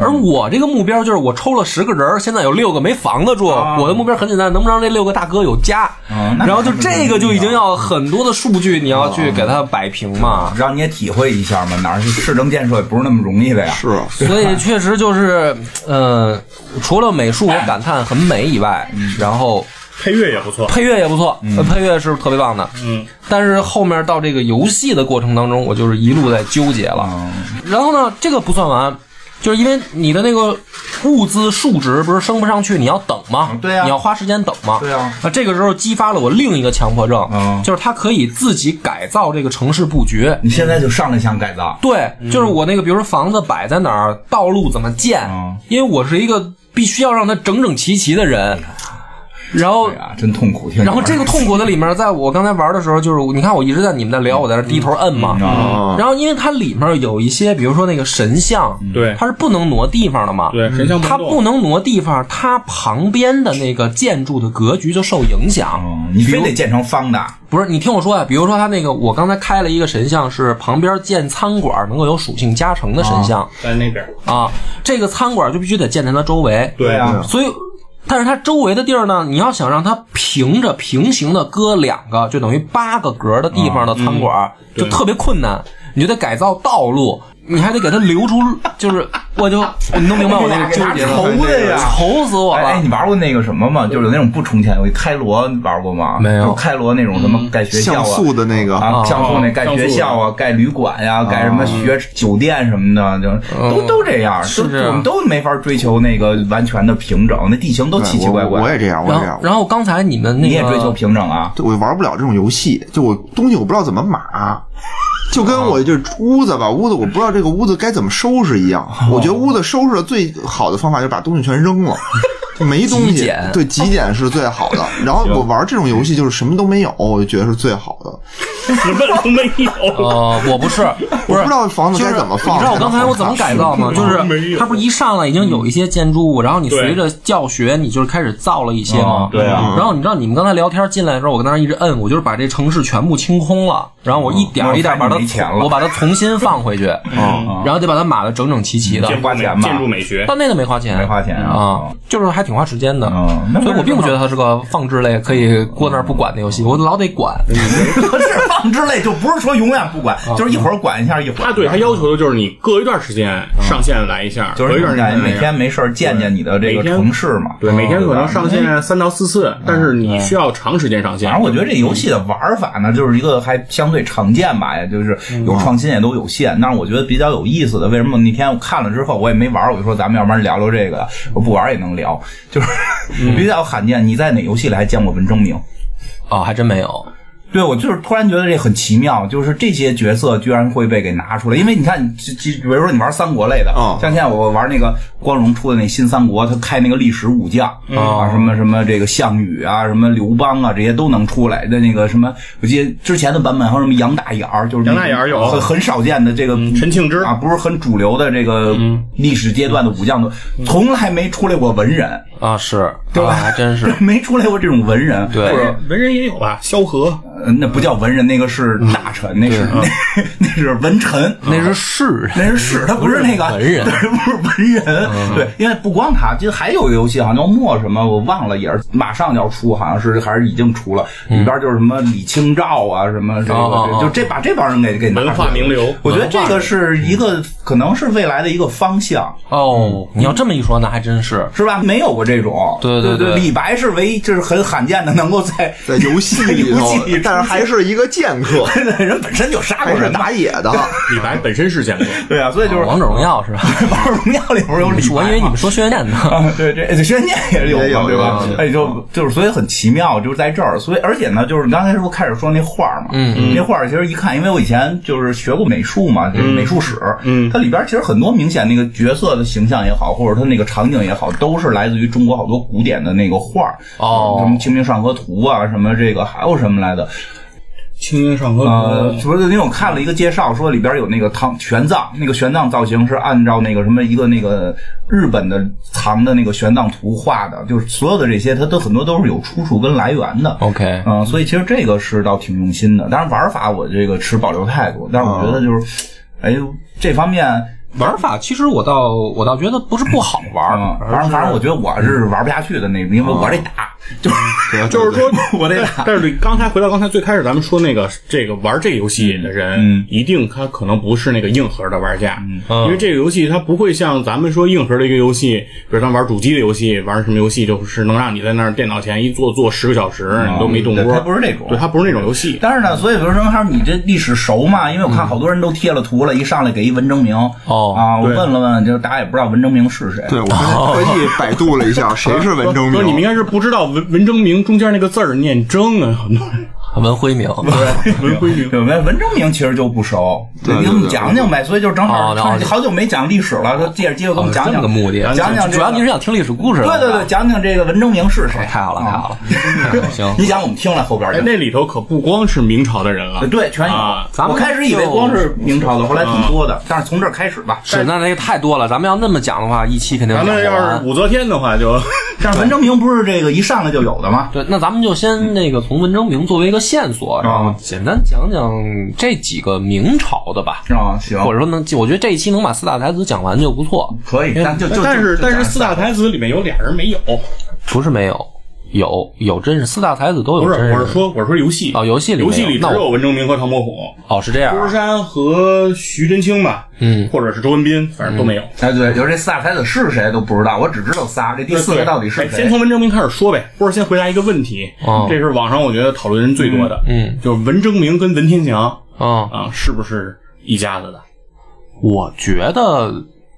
[SPEAKER 2] 而我这个目标就是我抽了十个人儿，现在有六个没房子住。我的目标很简单，能不能让这六个大哥有家？
[SPEAKER 1] 嗯那
[SPEAKER 2] 然后就这个就已经
[SPEAKER 1] 那
[SPEAKER 2] 要很多的数据，你要去给它摆平 嘛。
[SPEAKER 1] 让你也体会一下嘛，哪儿是市政建设也不是那么容易的呀。
[SPEAKER 3] 是啊，
[SPEAKER 2] 所以确实就是，呃，除了美术我感叹很美以外，然后
[SPEAKER 4] 配乐也不错。
[SPEAKER 2] 配乐也不错，
[SPEAKER 1] 嗯
[SPEAKER 2] 呃配乐是特别棒的。
[SPEAKER 4] 嗯，
[SPEAKER 2] 但是后面到这个游戏的过程当中，我就是一路在纠结了。
[SPEAKER 1] 嗯，
[SPEAKER 2] 然后呢，这个不算完，就是因为你的那个物资数值不是升不上去，你要等嘛，
[SPEAKER 1] 对啊
[SPEAKER 2] 你要花时间等嘛，
[SPEAKER 1] 对啊。
[SPEAKER 2] 这个时候激发了我另一个强迫症，
[SPEAKER 1] 嗯
[SPEAKER 2] 就是它可以自己改造这个城市布局。
[SPEAKER 1] 你现在就上来想改造，
[SPEAKER 2] 对，就是我那个，比如说房子摆在哪儿，道路怎么建，
[SPEAKER 1] 嗯
[SPEAKER 2] 因为我是一个必须要让它整整齐齐的
[SPEAKER 1] 嗯
[SPEAKER 2] 人。然后
[SPEAKER 1] 哎呀，真痛苦。听你
[SPEAKER 2] 然后
[SPEAKER 1] 玩
[SPEAKER 2] 这个痛苦的里面，在我刚才玩的时候，就是你看我一直在你们在聊，我在这低头摁嘛。
[SPEAKER 1] 嗯
[SPEAKER 2] 然后因为它里面有一些，比如说那个神像，
[SPEAKER 4] 对
[SPEAKER 2] 它是不能挪地方的嘛。
[SPEAKER 1] 嗯
[SPEAKER 4] 对，神像
[SPEAKER 2] 它
[SPEAKER 4] 动
[SPEAKER 2] 不能挪地方，它旁边的那个建筑的格局就受影响。
[SPEAKER 1] 嗯，你非得建成方的，
[SPEAKER 2] 不是，你听我说啊，比如说它那个，我刚才开了一个神像，是旁边建餐馆能够有属性加成的神像
[SPEAKER 4] 在那边，
[SPEAKER 1] 哦
[SPEAKER 2] 啊，这个餐馆就必须得建在它周围。
[SPEAKER 4] 对
[SPEAKER 1] 啊，
[SPEAKER 2] 所以，但是它周围的地儿呢，你要想让它平着平行的搁两个，就等于八个格的地方的餐馆
[SPEAKER 1] 嗯
[SPEAKER 2] 儿，就特别困难，你就得改造道路。你还得给它留出，就是我就你能明白我那个纠 结吗？
[SPEAKER 1] 愁的呀
[SPEAKER 2] 愁死我
[SPEAKER 1] 哎，哎
[SPEAKER 2] 了
[SPEAKER 1] 你！玩过那个什么吗？就是有那种不充钱游戏，开罗你玩过吗？
[SPEAKER 2] 没有
[SPEAKER 1] 就开罗那种什么盖学校
[SPEAKER 3] 像
[SPEAKER 1] 啊，
[SPEAKER 3] 素的那个，
[SPEAKER 1] 啊，像素那
[SPEAKER 4] 哦
[SPEAKER 1] 盖
[SPEAKER 4] 嗯像素
[SPEAKER 1] 学校啊，盖旅馆呀，盖什么学酒店什么的，就都都这样，
[SPEAKER 2] 是
[SPEAKER 1] 都
[SPEAKER 2] 这
[SPEAKER 4] 啊
[SPEAKER 2] 样
[SPEAKER 1] 我们都没法追求那个完全的平整，那地形都
[SPEAKER 3] 对
[SPEAKER 1] 奇奇怪
[SPEAKER 3] 我我
[SPEAKER 1] 怪。
[SPEAKER 3] 也这样，我
[SPEAKER 2] 然
[SPEAKER 3] 也
[SPEAKER 2] 后
[SPEAKER 3] 这样，，
[SPEAKER 2] 然后刚才你们那
[SPEAKER 1] 你
[SPEAKER 2] 个
[SPEAKER 1] 也追求平整啊？
[SPEAKER 3] 就我玩不了这种游戏，就我东西我不知道怎么码，就
[SPEAKER 1] 啊
[SPEAKER 3] 跟我就是屋子吧，屋子我不知道这个屋子该怎么收拾一样。
[SPEAKER 1] 哦
[SPEAKER 3] 我觉得屋子收拾的最好的方法就是把东西全 扔了，就没东
[SPEAKER 2] 极
[SPEAKER 3] 西
[SPEAKER 2] 简，
[SPEAKER 3] 对，极简是最好的。然后我玩这种游戏就是什么都没有，我就觉得是最好的。
[SPEAKER 4] 什么都没有。
[SPEAKER 2] 呃，我 不是，不
[SPEAKER 3] 我
[SPEAKER 2] 是
[SPEAKER 3] 不知道房子该怎么放。
[SPEAKER 2] 你知道我刚才我怎么改造 吗？就
[SPEAKER 4] 没
[SPEAKER 2] 是
[SPEAKER 4] 有
[SPEAKER 2] 它不是一上来已经有一些建筑物，然后你随着教学你就是开始造了一些吗
[SPEAKER 1] 哦？对啊。
[SPEAKER 2] 然后你知道你们刚才聊天进来的时候，我跟那儿一直摁，我就是把这城市全部清空了，然后我一点一点把
[SPEAKER 1] 哦那我
[SPEAKER 2] 它
[SPEAKER 1] 看你没钱了
[SPEAKER 2] 我把它重新放回去，
[SPEAKER 1] 嗯，
[SPEAKER 2] 然后得把它码的整整齐齐的。
[SPEAKER 4] 建筑
[SPEAKER 1] 花
[SPEAKER 4] 美
[SPEAKER 1] 钱吧
[SPEAKER 4] 建筑 美学，
[SPEAKER 2] 但那个没花钱，
[SPEAKER 1] 没花钱
[SPEAKER 2] 啊
[SPEAKER 1] 啊，
[SPEAKER 2] 就是还挺花时间的
[SPEAKER 1] 哦，那
[SPEAKER 2] 所以我并不
[SPEAKER 1] 那
[SPEAKER 2] 觉得它是个放置类可以搁那儿不管的游戏，我老得管。
[SPEAKER 1] 嗯可是放之类就不是说永远不管，就是一会儿管一下，一会儿
[SPEAKER 4] 他对他要求的就是你隔一段时间上线来一下，
[SPEAKER 1] 嗯就
[SPEAKER 4] 隔
[SPEAKER 1] 是
[SPEAKER 4] 一段时间
[SPEAKER 1] 你每天哦
[SPEAKER 4] 来一下
[SPEAKER 1] 没事儿见见你的这个
[SPEAKER 4] 每天
[SPEAKER 1] 城市嘛。
[SPEAKER 4] 对每天可能
[SPEAKER 1] 吧
[SPEAKER 4] 上线三到四次，
[SPEAKER 1] 嗯
[SPEAKER 4] 但是你需要长时间上线
[SPEAKER 1] 反。正我觉得这游戏的玩法呢，就是一个还相对常见吧，也就是有创新也都有限。但是我觉得比较有意思的，为什么那天我看了之后我也没玩儿，我就说咱们要不然聊聊这个，我不玩儿也能聊，就是比较罕见。你在哪游戏里还见过文征明？
[SPEAKER 2] 哦，还真没有。
[SPEAKER 1] 对，我就是突然觉得这很奇妙，就是这些角色居然会被给拿出来，因为你看，就就比如说你玩三国类的，
[SPEAKER 3] 嗯
[SPEAKER 1] 像现在我玩那个光荣出的那新三国，他开那个历史武将、
[SPEAKER 4] 嗯
[SPEAKER 1] 啊，什么什么这个项羽啊，什么刘邦啊，这些都能出来的那个什么，我记得之前的版本还有什么杨大眼儿，就是那
[SPEAKER 4] 杨大眼儿有嗯
[SPEAKER 1] 很很少见的这个、
[SPEAKER 4] 陈嗯庆之
[SPEAKER 1] 啊，不是很主流的这个历史阶段的武将，
[SPEAKER 4] 嗯
[SPEAKER 1] 从来没出来过文人，
[SPEAKER 2] 啊，是，对吧？还真是。
[SPEAKER 1] 没出来过这种文人，
[SPEAKER 2] 对嗯
[SPEAKER 1] 或者
[SPEAKER 4] 文人也有吧，萧何
[SPEAKER 1] 呃那不叫文人，那个是大臣，那是那 那是文臣，
[SPEAKER 2] 那是士，
[SPEAKER 1] 那是史，他不是那个
[SPEAKER 2] 嗯文人
[SPEAKER 1] 对， 不是文人。 对，因为不光他，就还有一个游戏好像叫墨什么，我忘了，也是马上就要出，好像是还是已经出了。里边就是什么李清照啊，什么这
[SPEAKER 2] 哦哦
[SPEAKER 1] 个，对
[SPEAKER 2] 哦
[SPEAKER 1] 就这把这帮人给给拿出来
[SPEAKER 4] 文化名流
[SPEAKER 1] 我觉得这个是一个可能是未来的一个方向。
[SPEAKER 2] 哦，你要这么一说，那还真是。
[SPEAKER 1] 是吧？没有过这种，
[SPEAKER 2] 对对
[SPEAKER 1] 对
[SPEAKER 2] 对
[SPEAKER 1] 李白是唯一，就是很罕见的能够在
[SPEAKER 3] 在游戏
[SPEAKER 1] 在
[SPEAKER 3] 里
[SPEAKER 1] 游
[SPEAKER 3] 头
[SPEAKER 1] 戏里，
[SPEAKER 3] 但是还是一个剑客，
[SPEAKER 1] 人本身就杀过
[SPEAKER 3] 还是
[SPEAKER 1] 人的，
[SPEAKER 3] 打野 的。
[SPEAKER 4] 李白本身是见过，
[SPEAKER 1] 对啊，所以就是
[SPEAKER 2] 王者荣耀 是吧？
[SPEAKER 1] 《王者荣耀》里边有李白嘛，
[SPEAKER 2] 我以为你们说轩辕剑呢。
[SPEAKER 1] 啊，对，这这轩辕剑也是有
[SPEAKER 3] 也有
[SPEAKER 1] 嘛，对吧
[SPEAKER 3] 有有？
[SPEAKER 1] 哎，就就是所以很奇妙，就是在这儿，所以而且呢，就是你刚才说开始说那画儿嘛，嗯，那画儿其实一看，因为我以前就是学过美术嘛，就是美术史，嗯，它里边其实很多明显那个角色的形象也好，或者它那个场景也好，都是来自于中国好多古典的那个画儿，
[SPEAKER 2] 哦
[SPEAKER 1] 什么《清明上河图》啊，什么这个还有什么来的，
[SPEAKER 4] 清明上河
[SPEAKER 2] 啊
[SPEAKER 1] 呃，不是，因为我看了一个介绍，说里边有那个唐玄奘，那个玄奘造型是按照那个什么一个那个日本的藏的那个玄奘图画的，就是所有的这些，它都很多都是有出处跟来源的。
[SPEAKER 2] OK，
[SPEAKER 1] 嗯、所以其实这个是倒挺用心的，当然玩法我这个持保留态度，但是我觉得就是，哎，这方面，
[SPEAKER 2] 玩法其实我倒我倒觉得不是不好玩
[SPEAKER 1] 嗯，
[SPEAKER 2] 儿，
[SPEAKER 1] 反正反正我觉得我是哦玩不下去的那种，因为我这打就是
[SPEAKER 3] 对
[SPEAKER 4] 就是说，
[SPEAKER 1] 我得打
[SPEAKER 4] 但是刚才回到刚才最开始咱们说那个这个玩这个游戏的人，
[SPEAKER 1] 嗯
[SPEAKER 4] 一定他可能不是那个硬核的玩家，因为这个游戏它不会像咱们说硬核的一个游戏，比如咱玩主机的游戏，玩什么游戏就是能让你在那儿电脑前一坐坐十个小时，你都没动
[SPEAKER 1] 嗯对
[SPEAKER 4] 过，
[SPEAKER 1] 它不是那种
[SPEAKER 4] 对，它不是那种游戏。
[SPEAKER 1] 但是呢，所以比如说，还是你这历史熟嘛？因为我看好多人都贴了图了，一上来给一文征明。
[SPEAKER 2] 嗯哦
[SPEAKER 1] 啊，我问了问，就是大家也不知道文征明是谁。
[SPEAKER 3] 对，我刚才特意百度了一下，谁是文征
[SPEAKER 4] 哥，你们应
[SPEAKER 3] 明？
[SPEAKER 4] 该是不知道文文征明中间那个字儿念征啊，很多人
[SPEAKER 2] 文辉明。
[SPEAKER 4] 文辉明。
[SPEAKER 1] 对，文文征明其实就不熟，
[SPEAKER 3] 对
[SPEAKER 1] 你
[SPEAKER 3] 对
[SPEAKER 1] 给我们
[SPEAKER 3] 对
[SPEAKER 1] 讲讲呗。所以就正好
[SPEAKER 2] 哦那好
[SPEAKER 1] 好久没讲历史了，说借着机会给我们讲
[SPEAKER 2] 这么
[SPEAKER 1] 讲
[SPEAKER 2] 个目的，啊
[SPEAKER 1] 讲讲这个
[SPEAKER 2] 主要你是想听历史故事，嗯
[SPEAKER 1] 对对对，，讲讲这个文征明是谁？
[SPEAKER 2] 哦太好了，太好
[SPEAKER 1] 了！
[SPEAKER 2] 了，嗯行。
[SPEAKER 1] 你讲我们听了后边
[SPEAKER 4] 哎，
[SPEAKER 1] 就。呃
[SPEAKER 4] 那里头可不光是明朝的人了，
[SPEAKER 1] 对，全有
[SPEAKER 4] 啊。
[SPEAKER 2] 咱们嗯
[SPEAKER 1] 我开始以为光是明朝的，后来挺多的。但是从这儿开始吧。
[SPEAKER 2] 是，那那个太多了，咱们要那么讲的话，一期肯定
[SPEAKER 4] 咱
[SPEAKER 2] 讲
[SPEAKER 4] 们
[SPEAKER 2] 不
[SPEAKER 4] 要
[SPEAKER 2] 完
[SPEAKER 1] 啊
[SPEAKER 4] 是。武则天的话就。
[SPEAKER 1] 但是文征明不是这个一上来就有的吗？
[SPEAKER 2] 对，那咱们就先那个从文征明作为一个线索，然
[SPEAKER 4] 啊
[SPEAKER 2] 后简单讲讲这几个明朝的吧，
[SPEAKER 1] 啊，行，
[SPEAKER 2] 或者说能，我觉得这一期能把四大台词讲完就不错。
[SPEAKER 1] 可以。但就就
[SPEAKER 4] 呃但是
[SPEAKER 1] 就
[SPEAKER 4] 但
[SPEAKER 1] 讲
[SPEAKER 4] 是四大台词里面有俩人没有，
[SPEAKER 2] 哦不是没有，有有真是四大台子都
[SPEAKER 4] 不
[SPEAKER 2] 有
[SPEAKER 4] 是
[SPEAKER 2] 真人。
[SPEAKER 4] 我是说我是说游戏
[SPEAKER 2] 哦游戏里
[SPEAKER 4] 游戏
[SPEAKER 2] 没有
[SPEAKER 4] 里只
[SPEAKER 2] 那我
[SPEAKER 4] 有文征明和唐伯虎，
[SPEAKER 2] 哦，是这样啊。
[SPEAKER 4] 郭山和徐真卿吧，
[SPEAKER 2] 嗯，
[SPEAKER 4] 或者是周文斌，反正都没有。
[SPEAKER 1] 哎，对，就是这仨才子是谁都不知道，我只知道仨，这第四个到底是
[SPEAKER 4] 哎先
[SPEAKER 1] 谁？
[SPEAKER 4] 从文征明开始说呗，或者先回答一个问题，
[SPEAKER 2] 哦
[SPEAKER 4] 这是网上我觉得讨论人最多的，
[SPEAKER 2] 嗯嗯
[SPEAKER 4] 就是文征明跟文天祥
[SPEAKER 2] 嗯，
[SPEAKER 4] 啊是不是一家子的？
[SPEAKER 2] 我觉得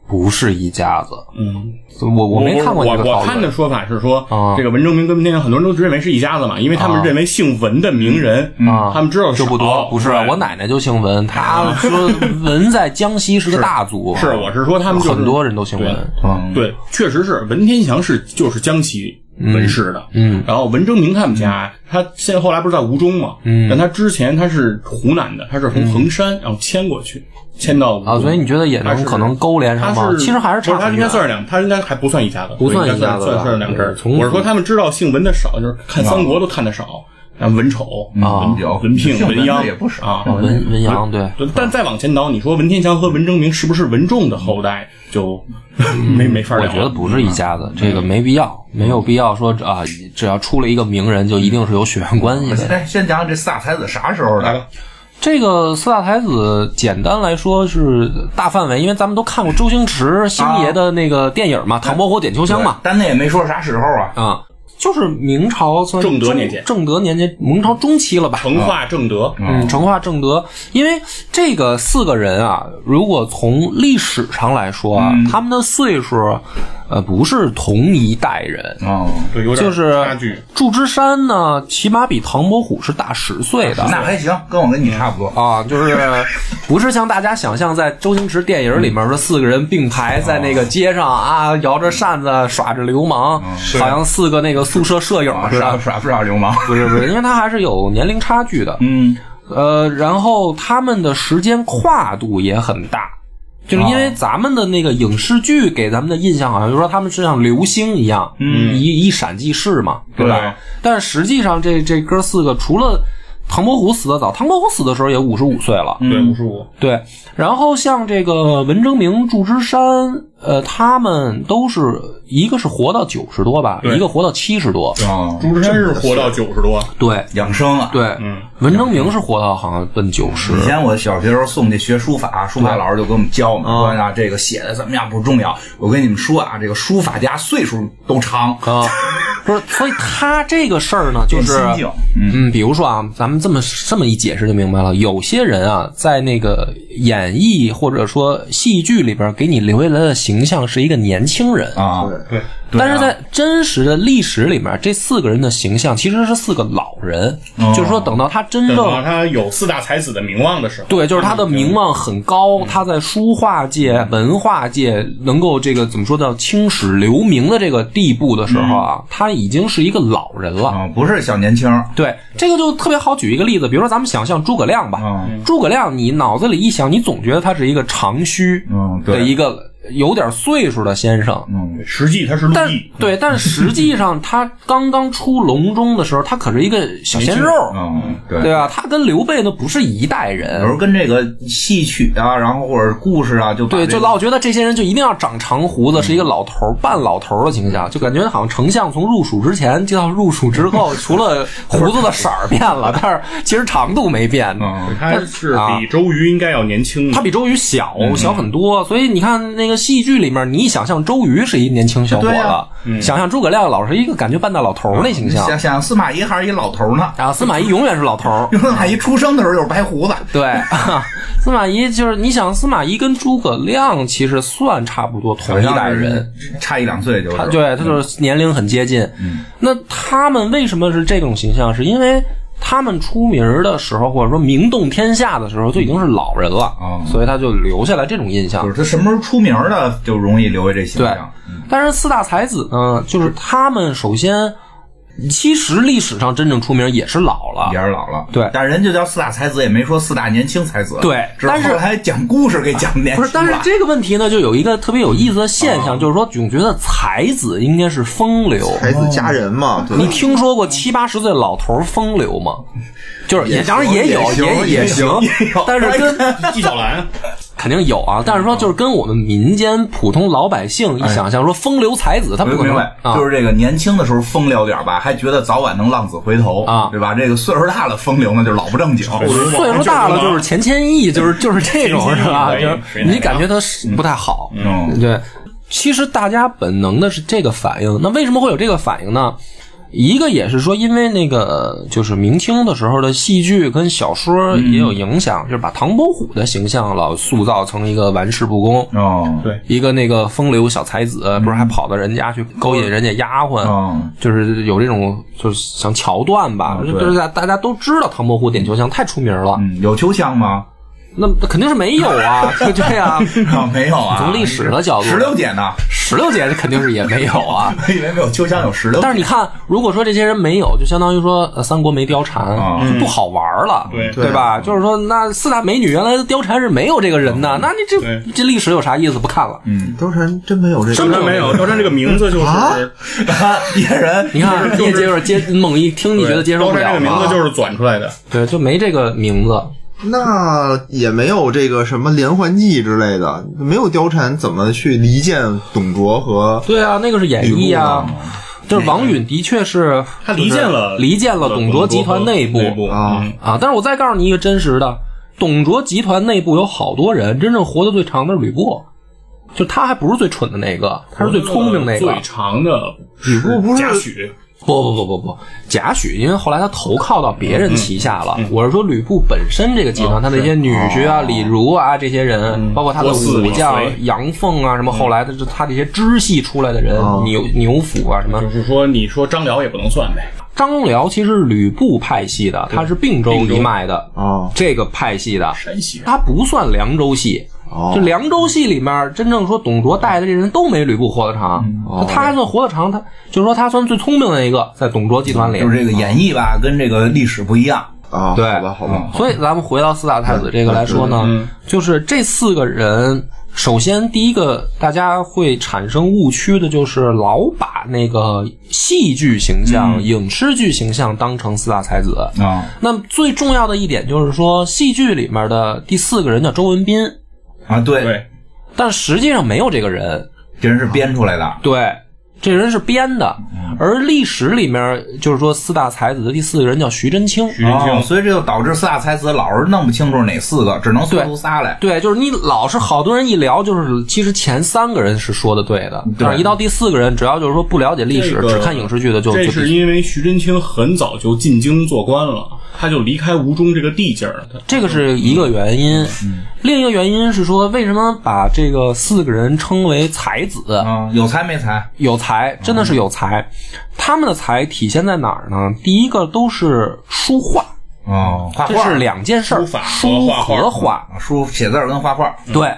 [SPEAKER 2] 不是一家子，
[SPEAKER 4] 嗯，
[SPEAKER 2] 我我没看过
[SPEAKER 4] 我
[SPEAKER 2] 这个
[SPEAKER 4] 我
[SPEAKER 2] 讨
[SPEAKER 4] 看的
[SPEAKER 2] 论。
[SPEAKER 4] 说法是说
[SPEAKER 2] 啊，
[SPEAKER 4] 这个文征明跟文天祥很多人都认为是一家子嘛，因为他们
[SPEAKER 2] 啊
[SPEAKER 4] 认为姓文的名人
[SPEAKER 2] 啊，
[SPEAKER 4] 他们知道
[SPEAKER 2] 就不
[SPEAKER 4] 少
[SPEAKER 2] 多，不是
[SPEAKER 4] 对嗯
[SPEAKER 2] 我奶奶就姓文，她说文在江西是个大族，
[SPEAKER 4] 是我是说他们就是
[SPEAKER 2] 很多人都姓文，
[SPEAKER 1] 嗯，
[SPEAKER 4] 对，确实是文天祥是就是江西文氏的，
[SPEAKER 2] 嗯，
[SPEAKER 4] 然后文征明他们家，他现在后来不是在吴中嘛，
[SPEAKER 2] 嗯
[SPEAKER 4] 但他之前他是湖南的，他是从衡山然后迁过去，迁到吴
[SPEAKER 2] 啊，所以你觉得也
[SPEAKER 4] 他
[SPEAKER 2] 能
[SPEAKER 4] 是
[SPEAKER 2] 可能勾连上
[SPEAKER 4] 他
[SPEAKER 2] 吗？
[SPEAKER 4] 是
[SPEAKER 2] 其实还是
[SPEAKER 4] 不
[SPEAKER 2] 差啊
[SPEAKER 4] 他
[SPEAKER 2] 很
[SPEAKER 4] 应
[SPEAKER 2] 远
[SPEAKER 4] 该。算是两，他应该还不算一家子，
[SPEAKER 2] 不算
[SPEAKER 4] 对应
[SPEAKER 2] 一
[SPEAKER 4] 该
[SPEAKER 2] 家子
[SPEAKER 4] 算
[SPEAKER 2] 吧
[SPEAKER 4] 算是两支儿。
[SPEAKER 2] 从
[SPEAKER 4] 我是说他们知道姓文的少，就是看
[SPEAKER 1] 啊
[SPEAKER 4] 三国都看得少，然后文丑
[SPEAKER 2] 啊
[SPEAKER 4] 文
[SPEAKER 1] 有
[SPEAKER 4] 文聘
[SPEAKER 1] 姓文的
[SPEAKER 4] 鞅
[SPEAKER 1] 也不少
[SPEAKER 4] 啊，
[SPEAKER 2] 文文阳对，
[SPEAKER 4] 对但再往前倒，你说文天祥和文征明是不是文仲的后代，就没没法
[SPEAKER 2] 嗯我
[SPEAKER 4] 聊了。
[SPEAKER 2] 觉得不是一家子，这个没必要，没有必要说啊，只要出了一个名人，就一定是有血缘关系的。
[SPEAKER 1] 哎，先讲讲这仨才子啥时候
[SPEAKER 4] 来
[SPEAKER 1] 的？
[SPEAKER 4] 吧，
[SPEAKER 2] 这个四大才子，简单来说是大范围，因为咱们都看过周星驰、星爷的那个电影嘛，唐伯虎点秋香》嘛，
[SPEAKER 1] 对但那也没说啥时候啊。
[SPEAKER 2] 啊，就是明朝算
[SPEAKER 4] 正德年间
[SPEAKER 2] 正德年间，明朝中期了吧？
[SPEAKER 4] 成化正德，
[SPEAKER 2] 嗯，成化正德，因为这个四个人啊，如果从历史上来说啊，他们的岁数，呃，不是同一代人，
[SPEAKER 1] 哦，
[SPEAKER 4] 对，有点
[SPEAKER 2] 就是
[SPEAKER 4] 差距。
[SPEAKER 2] 祝枝山呢，起码比唐伯虎是大十岁的，
[SPEAKER 1] 那还行，跟我跟你差不
[SPEAKER 4] 嗯
[SPEAKER 1] 多。
[SPEAKER 2] 啊，就是不是像大家想象在周星驰电影里面说四个人并排在那个街上啊，摇着扇子耍着流氓，好像四个那个宿舍舍友
[SPEAKER 1] 啊
[SPEAKER 2] 似
[SPEAKER 1] 耍
[SPEAKER 2] 的。
[SPEAKER 1] 耍不耍流氓？
[SPEAKER 2] 不是不是，因为他还是有年龄差距的。
[SPEAKER 1] 嗯，
[SPEAKER 2] 呃，然后他们的时间跨度也很大。就是因为咱们的那个影视剧给咱们的印象，好像就是说他们是像流星一样，嗯，一一闪即逝嘛，对吧？但是实际上这这哥四个除了唐伯虎死的早，唐伯虎死的时候也五十五岁了。
[SPEAKER 4] 对，五十五，
[SPEAKER 2] 对，然后像这个文征明、祝枝山，呃，他们都是一个是活到九十多吧，
[SPEAKER 4] 对
[SPEAKER 2] 一个活到七十多。
[SPEAKER 4] 嗯
[SPEAKER 1] 啊，
[SPEAKER 4] 朱之山是活到九十多，
[SPEAKER 2] 对
[SPEAKER 1] 养生啊。
[SPEAKER 2] 对，文征明是活到好像奔九十。
[SPEAKER 1] 以前我小学时候送去学书法，书法老师就给我们教我们说啊，这个写的怎么样不重要。我跟你们说啊，这个书法家岁数都长，
[SPEAKER 2] 啊，不是，所以他这个事儿呢，就是
[SPEAKER 1] 心境
[SPEAKER 2] 嗯，比如说啊，咱们这么这么一解释就明白了。有些人啊，在那个演艺或者说戏剧里边，给你留下来的形象是一个年轻人，
[SPEAKER 1] 啊，
[SPEAKER 4] 对，
[SPEAKER 2] 但是在真实的历史里面，这四个人的形象其实是四个老人，就是说等到他真
[SPEAKER 4] 等
[SPEAKER 2] 正
[SPEAKER 4] 到他有四大才子的名望的时候，
[SPEAKER 2] 对，就是他的名望很高，他在书画界、文化界能够这个怎么说到青史留名的这个地步的时候啊，他已经是一个老人了。
[SPEAKER 1] 啊，不是小年轻，
[SPEAKER 2] 对，这个就特别好举一个例子，比如说咱们想象诸葛亮吧，
[SPEAKER 1] 嗯
[SPEAKER 2] 诸葛亮你脑子里一想，你总觉得他是一个长须
[SPEAKER 1] 嗯对
[SPEAKER 2] 的一个有点岁数的先生，
[SPEAKER 1] 嗯，
[SPEAKER 4] 实际他是陆
[SPEAKER 2] 但
[SPEAKER 4] 毅，
[SPEAKER 2] 对，但实际上他刚刚出笼中的时候，他可是一个小鲜肉，
[SPEAKER 1] 嗯，对。嗯
[SPEAKER 2] 对吧？啊他跟刘备那不是一代
[SPEAKER 1] 有时
[SPEAKER 2] 人。
[SPEAKER 1] 候跟这个戏曲啊，然后或者故事啊，就把
[SPEAKER 2] 对，
[SPEAKER 1] 这
[SPEAKER 2] 就
[SPEAKER 1] 个嗯
[SPEAKER 2] 老觉得这些人就一定要长长胡子，是一个老头儿、半老头儿的形象，就感觉好像丞相从入蜀之前就到入蜀之 后，除了胡子的色儿变了，但是其实长度没变。
[SPEAKER 1] 嗯
[SPEAKER 4] 他是
[SPEAKER 2] 啊
[SPEAKER 4] 比周瑜应该要年轻的
[SPEAKER 2] 他。比周瑜小
[SPEAKER 1] 嗯
[SPEAKER 2] 小很多，所以你看那个戏剧里面，你一想象周瑜是一年轻小伙
[SPEAKER 1] 对啊嗯
[SPEAKER 2] 子，想象诸葛亮老是一个感觉半大老头儿那形象，
[SPEAKER 1] 想想司马懿还是一老头呢，
[SPEAKER 2] 然后司马懿永远是老头儿，
[SPEAKER 1] 司马懿出生的时候就是白胡子，
[SPEAKER 2] 对， 司马懿就是你想，司马懿跟诸葛亮其实算差不多同一代人，
[SPEAKER 1] 差一两岁就是。嗯
[SPEAKER 2] 他对他就是年龄很接近。那他们为什么是这种形象？是因为他们出名儿的时候，或者说名动天下的时候，就已经是老人了，
[SPEAKER 1] 哦
[SPEAKER 2] 所以他就留下来这种印象
[SPEAKER 1] 就。是他什么时候出名的，就容易留下这形
[SPEAKER 2] 对
[SPEAKER 1] 象。，嗯
[SPEAKER 2] 但是四大才子呢，就是他们首先，其实历史上真正出名也是老了
[SPEAKER 1] 也。是老了，
[SPEAKER 2] 对
[SPEAKER 1] 但人就叫四大才子，也没说四大年轻才子，
[SPEAKER 2] 对
[SPEAKER 1] 只是
[SPEAKER 2] 但是
[SPEAKER 1] 后来讲故事给讲年轻
[SPEAKER 2] 不是，但是
[SPEAKER 1] 了
[SPEAKER 2] 这个问题呢，就有一个特别有意思的现
[SPEAKER 1] 啊
[SPEAKER 2] 象，就是说总觉得才子应该是风流。
[SPEAKER 3] 才子佳人嘛，对吧
[SPEAKER 2] 你听说过七八十岁老头儿风流吗？就是也当然也有
[SPEAKER 1] 也行
[SPEAKER 2] 也
[SPEAKER 1] 也
[SPEAKER 2] 行
[SPEAKER 1] 行也有，
[SPEAKER 2] 但是跟
[SPEAKER 4] 纪晓岚，
[SPEAKER 2] 肯定有啊，但是说就是跟我们民间普通老百姓一想象说风流才子，他
[SPEAKER 1] 我
[SPEAKER 2] 不
[SPEAKER 1] 就
[SPEAKER 2] 可
[SPEAKER 1] 哎明
[SPEAKER 2] 能
[SPEAKER 1] 白，
[SPEAKER 2] 啊
[SPEAKER 1] 就是这个年轻的时候风流点吧，还觉得早晚能浪子回头
[SPEAKER 2] 啊
[SPEAKER 1] 对吧？这个岁数大了风流呢，就老不正经。
[SPEAKER 2] 岁数大了就是钱谦益，就是就是这种是吧？
[SPEAKER 4] 钱谦益
[SPEAKER 2] 就是
[SPEAKER 4] 谁来着
[SPEAKER 2] 你感觉他是不太好，
[SPEAKER 1] 嗯
[SPEAKER 2] 对。其实大家本能的是这个反应，那为什么会有这个反应呢？一个也是说，因为那个就是明清的时候的戏剧跟小说
[SPEAKER 1] 嗯
[SPEAKER 2] 也有影响，就是把唐伯虎的形象老塑造成一个玩世不恭，
[SPEAKER 1] 哦，
[SPEAKER 4] 对
[SPEAKER 2] 一个那个风流小才子，不是还跑到人家去勾引人家丫鬟，
[SPEAKER 1] 嗯
[SPEAKER 2] 就是有这种就是像桥段吧，
[SPEAKER 1] 嗯
[SPEAKER 2] 就
[SPEAKER 1] 对
[SPEAKER 2] 就是大大家都知道唐伯虎点秋香太出名了，
[SPEAKER 1] 嗯，有秋香吗？
[SPEAKER 2] 那那肯定是没有 啊，就这样。
[SPEAKER 1] 啊，没有啊。
[SPEAKER 2] 从历史的角度，
[SPEAKER 1] 石榴姐呢？
[SPEAKER 2] 石榴姐肯定是也没有啊。
[SPEAKER 1] 我以为没有秋香有石榴姐。
[SPEAKER 2] 但是你看，如果说这些人没有，就相当于说呃三国没貂蝉，
[SPEAKER 1] 啊
[SPEAKER 2] 就不好玩了，
[SPEAKER 4] 嗯对嗯
[SPEAKER 2] 对吧？就是说，那四大美女原来貂蝉是没有这个人的，那你
[SPEAKER 4] 对嗯
[SPEAKER 2] 这这历史有啥意思？不看了。
[SPEAKER 3] 貂蝉真没有这
[SPEAKER 4] 貂
[SPEAKER 3] 个
[SPEAKER 4] 蝉没有，�蝉这个名字就是
[SPEAKER 3] 啊
[SPEAKER 1] 别人
[SPEAKER 2] 你看，你也接受接 猛一听，你觉得接受
[SPEAKER 4] 貂
[SPEAKER 2] 不
[SPEAKER 4] 蝉这
[SPEAKER 2] 了
[SPEAKER 4] 个名
[SPEAKER 2] 吗
[SPEAKER 4] 字？就是转出来的，
[SPEAKER 2] 对，就没这个名字。
[SPEAKER 3] 那也没有这个什么连环计之类的，没有貂蝉怎么去离间董卓和
[SPEAKER 2] 对啊，那个是演绎啊。就是王允的确是
[SPEAKER 4] 他离间了
[SPEAKER 2] 离间了董卓集团内
[SPEAKER 4] 内
[SPEAKER 2] 部
[SPEAKER 3] 啊
[SPEAKER 4] 嗯
[SPEAKER 2] 啊。但是我再告诉你一个真实的，董卓集团内部有好多人，真正活得最长的是吕布，就他还不是最蠢的那个，他是最聪明那个
[SPEAKER 4] 最。长的
[SPEAKER 3] 吕布不是
[SPEAKER 4] 贾诩，
[SPEAKER 2] 不不不不不，贾诩因为后来他投靠到别人旗下
[SPEAKER 4] 嗯
[SPEAKER 2] 了。我是说吕布本身这个集
[SPEAKER 4] 哦
[SPEAKER 2] 团，他那些女婿啊、李儒啊这些人，包括他的
[SPEAKER 4] 郭汜
[SPEAKER 2] 武
[SPEAKER 4] 嗯李
[SPEAKER 2] 将
[SPEAKER 4] 逵嗯
[SPEAKER 2] 杨奉啊，什么后来的这他这些支系出来的人，牛牛辅啊什么
[SPEAKER 4] 就，哦是说你说张辽也不能算呗，
[SPEAKER 2] 张辽其实是吕布派系的，他是并州一脉的
[SPEAKER 4] 哦
[SPEAKER 3] 啊
[SPEAKER 2] 这个派系的，
[SPEAKER 4] 山西人
[SPEAKER 2] 他不算凉州系。
[SPEAKER 3] 哦
[SPEAKER 2] 就凉州系里面，真正说董卓带的这人都没吕布活得长，
[SPEAKER 1] 嗯哦
[SPEAKER 2] 他还算活得长，他就是说他算最聪明的一个，在董卓集团里。
[SPEAKER 1] 就是这个演绎吧，跟这个历史不一样。
[SPEAKER 3] 啊？
[SPEAKER 2] 对
[SPEAKER 3] 好吧，好吧，
[SPEAKER 1] 嗯
[SPEAKER 2] 所以咱们回到四大太子这个来说呢，就是这四个人首先，第一个大家会产生误区的，就是老把那个戏剧形象、影视剧形象当成四大才子。
[SPEAKER 1] 嗯啊，
[SPEAKER 2] 那么最重要的一点就是说，戏剧里面的第四个人叫周文斌，
[SPEAKER 1] 啊，对，
[SPEAKER 4] 对，
[SPEAKER 2] 但实际上没有这个人。
[SPEAKER 1] 这人是编出来的，
[SPEAKER 2] 对，嗯这人是编的。而历史里面就是说四大才子的第四个人叫徐真卿。啊
[SPEAKER 4] 徐真
[SPEAKER 1] 哦
[SPEAKER 4] 卿
[SPEAKER 1] 所以这就导致四大才子老是弄不清楚哪四个，只能算出仨来。
[SPEAKER 2] 对，就是你老是好多人一聊，就是其实前三个人是说的对的，但是一到第四个人，只要就是说不了解历史，
[SPEAKER 4] 这个
[SPEAKER 2] 只看影视剧的就
[SPEAKER 4] 这
[SPEAKER 2] 就是
[SPEAKER 4] 因为徐真卿很早就进京做官了，他就离开吴中这个地界儿了。他
[SPEAKER 2] 这个是一个原因，
[SPEAKER 4] 嗯
[SPEAKER 2] 另一个原因是说，为什么把这个四个人称为才子？
[SPEAKER 4] 嗯
[SPEAKER 1] 啊，有才没才？
[SPEAKER 2] 有才，真的是有才。他们的才体现在哪儿呢？第一个都是书画，
[SPEAKER 1] 哦，画
[SPEAKER 2] 这
[SPEAKER 1] 画
[SPEAKER 2] 是两件事儿，
[SPEAKER 4] 书法
[SPEAKER 2] 书
[SPEAKER 4] 和画画
[SPEAKER 2] 和画。
[SPEAKER 1] 啊书写字儿跟画画，
[SPEAKER 2] 对，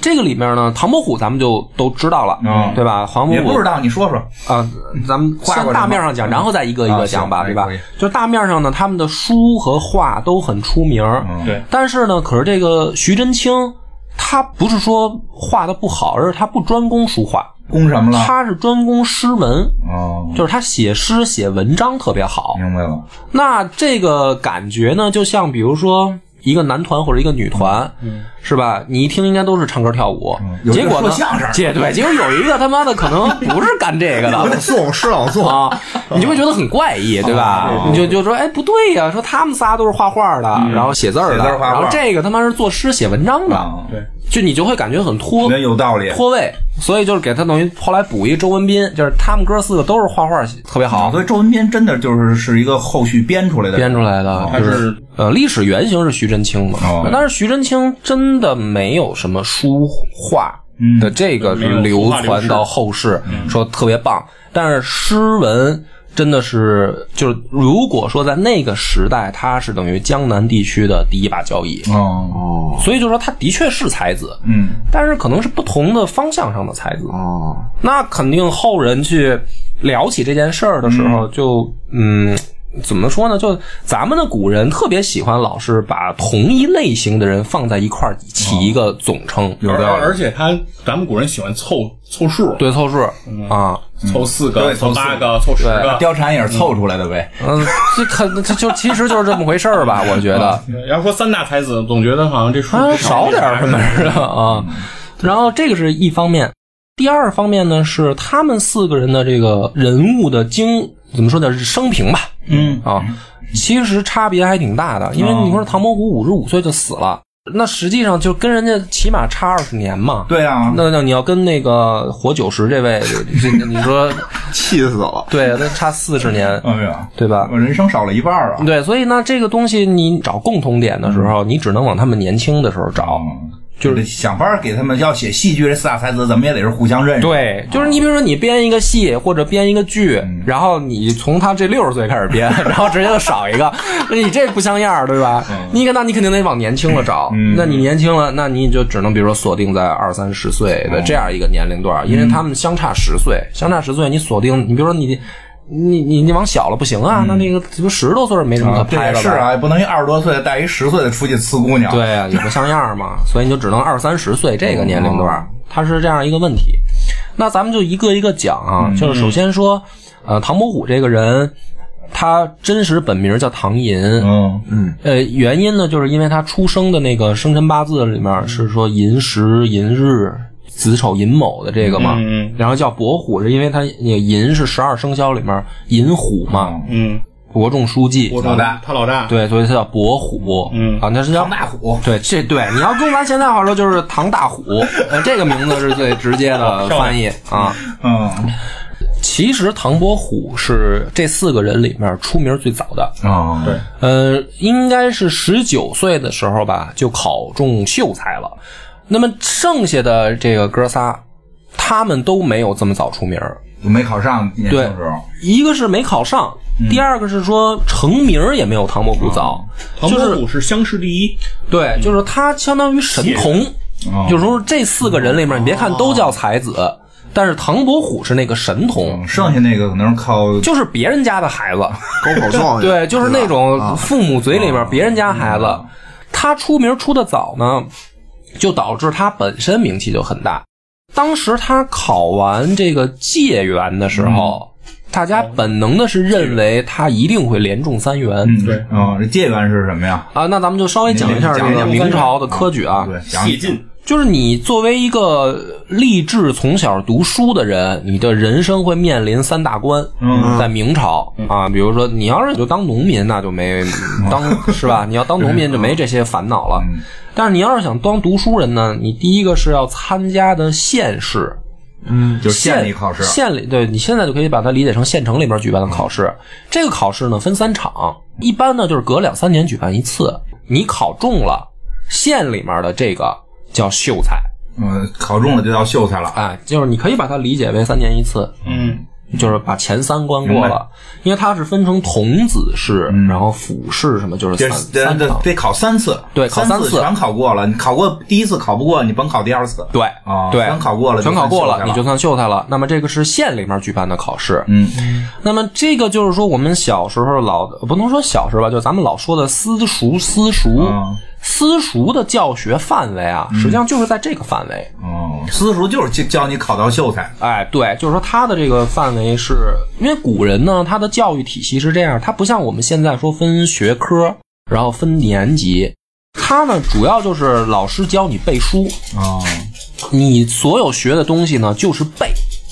[SPEAKER 2] 这个里面呢，唐伯虎咱们就都知道了，
[SPEAKER 1] 嗯
[SPEAKER 2] 对吧？黄伯
[SPEAKER 1] 也
[SPEAKER 2] 虎
[SPEAKER 1] 不知道，你说说。
[SPEAKER 2] 啊，咱们
[SPEAKER 1] 画
[SPEAKER 2] 先
[SPEAKER 1] 过
[SPEAKER 2] 大
[SPEAKER 1] 什么
[SPEAKER 2] 面上讲，然后再一个一
[SPEAKER 1] 啊
[SPEAKER 2] 个
[SPEAKER 1] 行
[SPEAKER 2] 讲吧，
[SPEAKER 1] 可以
[SPEAKER 2] 对吧
[SPEAKER 1] 可以？
[SPEAKER 2] 就大面上呢，他们的书和画都很出名儿，
[SPEAKER 1] 嗯
[SPEAKER 4] 对
[SPEAKER 2] 但是呢，可是这个徐真卿，他不是说画的不好，而是他不专攻书画，
[SPEAKER 1] 攻什么了？
[SPEAKER 2] 他是专攻诗文，
[SPEAKER 1] 哦，
[SPEAKER 2] 就是他写诗写文章特别好。
[SPEAKER 1] 明白了。
[SPEAKER 2] 那这个感觉呢，就像比如说。一个男团或者一个女团，是吧？你一听应该都是唱歌跳舞，
[SPEAKER 1] 嗯有一
[SPEAKER 2] 结
[SPEAKER 1] 个
[SPEAKER 2] 果呢？
[SPEAKER 1] 说相声
[SPEAKER 2] 结对，结果有一个他妈的可能不是干这个的，
[SPEAKER 3] 朗诵诗朗诵，
[SPEAKER 2] 啊，你就会觉得很怪异，
[SPEAKER 1] 啊
[SPEAKER 2] 对吧？你就就说，哎，不对呀、说他们仨都是画画的，然后写字儿的，
[SPEAKER 1] 嗯写字儿画画
[SPEAKER 2] 然后这个他妈是作诗写文章的，
[SPEAKER 1] 啊，
[SPEAKER 4] 对，
[SPEAKER 2] 就你就会感觉很
[SPEAKER 1] 我
[SPEAKER 2] 脱
[SPEAKER 1] 觉得有道理。
[SPEAKER 2] 脱位，所以就是给他等于后来补一周文斌，就是他们哥四个都是画画特别好
[SPEAKER 1] 啊所以周文斌真的就是是一个后续编出来的，
[SPEAKER 2] 编出来的，
[SPEAKER 4] 他
[SPEAKER 2] 就是呃，历史原型是徐真卿嘛，
[SPEAKER 1] 哦
[SPEAKER 2] 但是徐真卿真的没有什么书画的这个
[SPEAKER 4] 没有
[SPEAKER 2] 流
[SPEAKER 4] 书画流
[SPEAKER 2] 传
[SPEAKER 4] 逝
[SPEAKER 2] 到后世，说特别棒，但是诗文。真的是，就是如果说在那个时代，他是等于江南地区的第一把交椅，
[SPEAKER 1] 哦，
[SPEAKER 3] 哦
[SPEAKER 2] 所以就说他的确是才子，
[SPEAKER 1] 嗯，
[SPEAKER 2] 但是可能是不同的方向上的才子。
[SPEAKER 3] 哦，
[SPEAKER 2] 那肯定后人去聊起这件事儿的时候，就嗯。怎么说呢？就咱们的古人特别喜欢老是把同一类型的人放在一块儿起一个总称，
[SPEAKER 4] 而而且他咱们古人喜欢凑凑数，
[SPEAKER 2] 对凑数啊，
[SPEAKER 4] 凑四
[SPEAKER 1] 对
[SPEAKER 4] 个、
[SPEAKER 1] 凑四个
[SPEAKER 4] 凑八个、凑十个。
[SPEAKER 1] 貂蝉也是凑出来的呗。
[SPEAKER 2] 嗯，这可这就其实就是这么回事儿吧？我觉得，
[SPEAKER 4] 然后呃说三大才子，总觉得好像这数
[SPEAKER 2] 啊，
[SPEAKER 4] 字
[SPEAKER 1] 嗯
[SPEAKER 2] 少点儿什么似的啊。然后这个是一方面，第二方面呢是他们四个人的这个人物的经怎么说呢？生平吧，
[SPEAKER 1] 嗯，哦
[SPEAKER 2] 啊，其实差别还挺大的，因为你说唐伯虎五十五岁就死了，那实际上就跟人家起码差二十年嘛。。
[SPEAKER 1] 对啊，
[SPEAKER 2] 那那你要跟那个活九十这位，这你说
[SPEAKER 3] 气死了！
[SPEAKER 2] 对，那差四十年，
[SPEAKER 1] 哎呀，
[SPEAKER 2] 对吧？
[SPEAKER 1] 我人生少了一半儿啊。
[SPEAKER 2] 对，所以呢，这个东西你找共同点的时候，你只能往他们年轻的时候找。
[SPEAKER 1] 嗯，
[SPEAKER 2] 就是
[SPEAKER 1] 得想法儿给他们要写戏剧，这四大才子怎么也得是互相认识。
[SPEAKER 2] 对，就是你比如说你编一个戏或者编一个剧，
[SPEAKER 1] 嗯
[SPEAKER 2] 然后你从他这六十岁开始编，然后直接就 少一个，那你这不像样儿，对吧？
[SPEAKER 1] 嗯
[SPEAKER 2] 你那你肯定得往年轻了找，那你年轻了，那你就只能比如说锁定在二三十岁
[SPEAKER 1] 哦
[SPEAKER 2] 的这样一个年龄段儿，
[SPEAKER 1] 嗯
[SPEAKER 2] 因为他们相差十岁，相差十岁，你锁定，你比如说你。你你你往小了不行啊，那那个这不十多岁儿没什么可
[SPEAKER 1] 嗯啊，这
[SPEAKER 2] 拍
[SPEAKER 1] 也
[SPEAKER 2] 了吧？
[SPEAKER 1] 是啊，也不能一二十多岁的带一十岁的出去呲姑娘。，
[SPEAKER 2] 对啊，也不像样儿嘛，所以你就只能二三十岁这个年龄段
[SPEAKER 4] 哦
[SPEAKER 2] 儿，它是这样一个问题。那咱们就一个一个讲啊，
[SPEAKER 4] 嗯
[SPEAKER 2] 就是首先说，呃，唐伯虎这个人，他真实本名叫唐寅，
[SPEAKER 1] 嗯嗯
[SPEAKER 2] 呃，原因呢，就是因为他出生的那个生辰八字里面是说寅时、寅日、子丑、寅卯的这个嘛，
[SPEAKER 4] 嗯嗯
[SPEAKER 2] 然后叫伯虎，是因为他那个寅是十二生肖里面寅虎嘛，
[SPEAKER 4] 嗯，
[SPEAKER 2] 伯仲书记，
[SPEAKER 4] 我
[SPEAKER 1] 老大
[SPEAKER 4] 他老大，
[SPEAKER 2] 对，所以他叫伯虎，
[SPEAKER 4] 嗯
[SPEAKER 2] 啊，那是叫
[SPEAKER 1] 唐大虎，
[SPEAKER 2] 对，这对你要用咱现在话说就是唐大虎，呃，这个名字是最直接的翻译啊。
[SPEAKER 1] 嗯
[SPEAKER 2] 其实唐伯虎是这四个人里面出名最早的，
[SPEAKER 1] 啊，
[SPEAKER 4] 对
[SPEAKER 2] 呃，应该是十九岁的时候吧，就考中秀才了。那么剩下的这个哥仨，他们都没有这么早出名儿。
[SPEAKER 1] 就没考上年轻时候。
[SPEAKER 2] 一个是没考上，第二个是说成名儿也没有唐伯虎早，
[SPEAKER 4] 唐伯虎是乡试第一，
[SPEAKER 1] 嗯
[SPEAKER 2] 对，就是他相当于神童，就是说这四个人里面，你别看都叫才子，
[SPEAKER 1] 哦
[SPEAKER 2] 但是唐伯虎是那个神童，
[SPEAKER 1] 嗯剩下那个可能是靠
[SPEAKER 2] 就是别人家的孩
[SPEAKER 1] 哦
[SPEAKER 2] 子，
[SPEAKER 3] 高考状 元，
[SPEAKER 2] 对，就是那
[SPEAKER 3] 吧
[SPEAKER 1] 嗯
[SPEAKER 2] 种父母嘴里面别人家孩子。他出名出的早呢，就导致他本身名气就很大。当时他考完这个解元的时
[SPEAKER 1] 嗯
[SPEAKER 2] 候，大家本能的是认为他一定会连中三元。
[SPEAKER 1] 哦嗯，
[SPEAKER 4] 对
[SPEAKER 1] 啊，这解元是什么呀？
[SPEAKER 2] 啊，那咱们就稍微讲一下这
[SPEAKER 1] 讲一
[SPEAKER 2] 个
[SPEAKER 1] 下
[SPEAKER 2] 明朝的科举啊，
[SPEAKER 1] 对，讲
[SPEAKER 5] 谢晋
[SPEAKER 2] 就是你作为一个立志从小读书的人，你的人生会面临三大关。
[SPEAKER 1] 嗯
[SPEAKER 2] 在明朝啊，比如说你要是就当农民，那就没当是
[SPEAKER 1] 嗯
[SPEAKER 2] 吧？你要当农民就没这些烦恼了。但是你要是想当读书人呢，你第一个是要参加的县试，
[SPEAKER 1] 就是县里考试，
[SPEAKER 2] 县里对你现在就可以把它理解成县城里边举办的考试。
[SPEAKER 1] 嗯
[SPEAKER 2] 这个考试呢分三场，一般呢就是隔两三年举办一次。你考中了，县里面的这个叫秀才，
[SPEAKER 1] 嗯，考中了就叫秀才了。
[SPEAKER 2] 哎，就是你可以把它理解为三年一次，
[SPEAKER 4] 嗯，
[SPEAKER 2] 就是把前三关过
[SPEAKER 1] 明嗯
[SPEAKER 2] 了，因为它是分成童子试，然后府试什么，就是
[SPEAKER 1] 就
[SPEAKER 2] 三
[SPEAKER 1] 是得
[SPEAKER 2] 三
[SPEAKER 1] 得
[SPEAKER 2] 场。
[SPEAKER 1] 得考三次，
[SPEAKER 2] 对考
[SPEAKER 1] 三
[SPEAKER 2] 三次
[SPEAKER 1] 全考过了。你考过第一次考不过，你甭考第二次。
[SPEAKER 2] 对，
[SPEAKER 1] 啊
[SPEAKER 2] 对，
[SPEAKER 1] 全考过了就
[SPEAKER 2] 全考过了，
[SPEAKER 1] 算秀才了
[SPEAKER 2] 你就算秀才了。那么这个是县里面举办的考试，
[SPEAKER 1] 嗯，
[SPEAKER 2] 那么这个就是说我们小时候老不能说小时候吧，就咱们老说的私塾，私塾
[SPEAKER 1] 嗯，
[SPEAKER 2] 私塾的教学范围啊，实际上就是在这个范围。
[SPEAKER 1] 哦，私塾就是教教你考到秀才，
[SPEAKER 2] 哎，对，就是说它的这个范围是，因为古人呢，他的教育体系是这样，它不像我们现在说分学科，然后分年级，它呢主要就是老师教你背书，
[SPEAKER 1] 哦
[SPEAKER 2] 你所有学的东西呢就是背，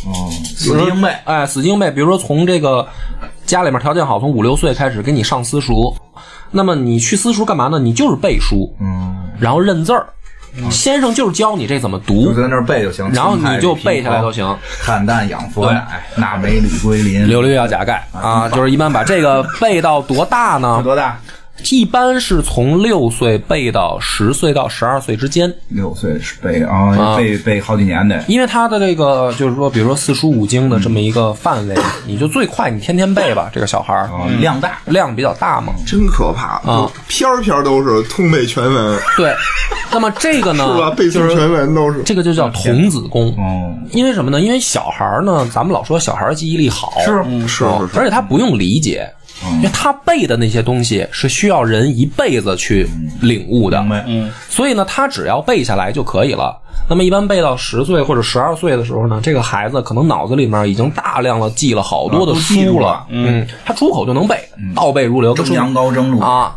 [SPEAKER 1] 哦，死记硬背，
[SPEAKER 2] 哎，死记硬背。比如说从这个家里面条件好，从五六岁开始给你上私塾，那么你去私塾干嘛呢？你就是背书，
[SPEAKER 1] 嗯，
[SPEAKER 2] 然后认字儿，先生就是教你这怎么
[SPEAKER 1] 就
[SPEAKER 2] 读，
[SPEAKER 1] 在那儿背就行。
[SPEAKER 2] 然后你就
[SPEAKER 1] 青菜
[SPEAKER 2] 背下来就。
[SPEAKER 1] 皮
[SPEAKER 2] 行。
[SPEAKER 1] 袍看淡养佛乃，纳美吕归林。
[SPEAKER 2] 柳绿要甲盖啊，就是一般把这个背到多大呢？
[SPEAKER 1] 多大？
[SPEAKER 2] 一般是从六岁背到十岁到十二岁之间，
[SPEAKER 1] 六岁是背啊，
[SPEAKER 2] 啊
[SPEAKER 1] 背背好几年得。
[SPEAKER 2] 因为它的这个就是说，比如说四书五经的这么一个范围，你就最快你天天背吧，这个小孩儿
[SPEAKER 1] 嗯哦，量大，嗯
[SPEAKER 2] 量比较大嘛。
[SPEAKER 3] 真可怕
[SPEAKER 2] 啊！
[SPEAKER 3] 篇儿篇儿都是通背全文，是
[SPEAKER 2] 对，那么这个呢，
[SPEAKER 3] 吧？背诵全文啊都是。
[SPEAKER 2] 这个就叫童子功。
[SPEAKER 1] 哦，
[SPEAKER 2] 因为什么呢？因为小孩儿呢，咱们老说小孩儿记忆力好，
[SPEAKER 1] 是嗯
[SPEAKER 3] 是是是，
[SPEAKER 2] 而且他不用理解，因为他背的那些东西是需要人一辈子去领悟的
[SPEAKER 1] 嗯明。白。嗯，
[SPEAKER 2] 所以呢，他只要背下来就可以了。那么一般背到十岁或者十二岁的时候呢，这个孩子可能脑子里面已经大量的记了好多的
[SPEAKER 1] 啊都记住
[SPEAKER 2] 书
[SPEAKER 1] 了嗯
[SPEAKER 2] 嗯，他出口就能背，倒背如流，跟
[SPEAKER 1] 蒸羊羔蒸鹿，
[SPEAKER 2] 啊，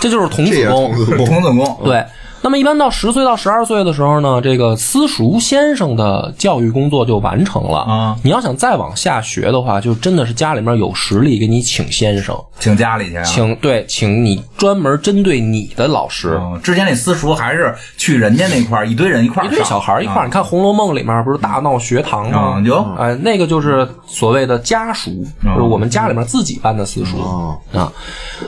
[SPEAKER 2] 这就是童
[SPEAKER 3] 这
[SPEAKER 2] 子
[SPEAKER 3] 也是
[SPEAKER 2] 功
[SPEAKER 3] 童。子功。
[SPEAKER 1] 童子功。
[SPEAKER 2] 对。那么一般到十岁到十二岁的时候呢，这个私塾先生的教育工作就完成了
[SPEAKER 1] 啊
[SPEAKER 2] 你要想再往下学的话，就真的是家里面有实力给你请先生，
[SPEAKER 1] 请家里去啊。
[SPEAKER 2] 请对，请你专门针对你的老师。
[SPEAKER 1] 哦，之前那私塾还是去人家那块儿，一堆人一块儿
[SPEAKER 2] 一
[SPEAKER 1] 上，
[SPEAKER 2] 堆小孩儿一块儿，你看《红楼梦》里面不是大闹学堂吗？
[SPEAKER 1] 啊有
[SPEAKER 2] 哎，那个就是所谓的家塾，就是我们家里面自己办的私塾啊。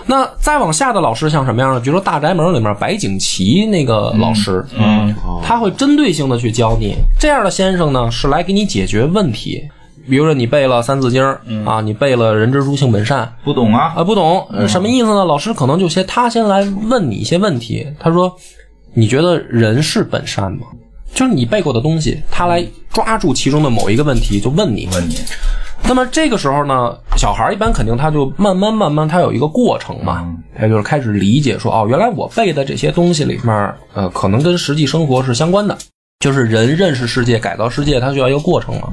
[SPEAKER 2] 那再往下的老师像什么样呢？比如说《大宅门》里面白景琦那个老师，嗯，他会针对性的去教你。这样的先生呢，是来给你解决问题。比如说你背了《三字经》啊，你背了“人之初，性本善”，
[SPEAKER 1] 不懂啊。
[SPEAKER 2] 啊，不懂呃什么意思呢？老师可能就先他先来问你一些问题，他说：“你觉得人是本善吗？”就是你背过的东西，他来抓住其中的某一个问题就问你。
[SPEAKER 1] 问你，
[SPEAKER 2] 那么这个时候呢，小孩儿一般肯定他就慢慢慢慢，他有一个过程嘛，他就是开始理解说，哦，原来我背的这些东西里面，呃，可能跟实际生活是相关的，就是人认识世界、改造世界，它需要一个过程嘛。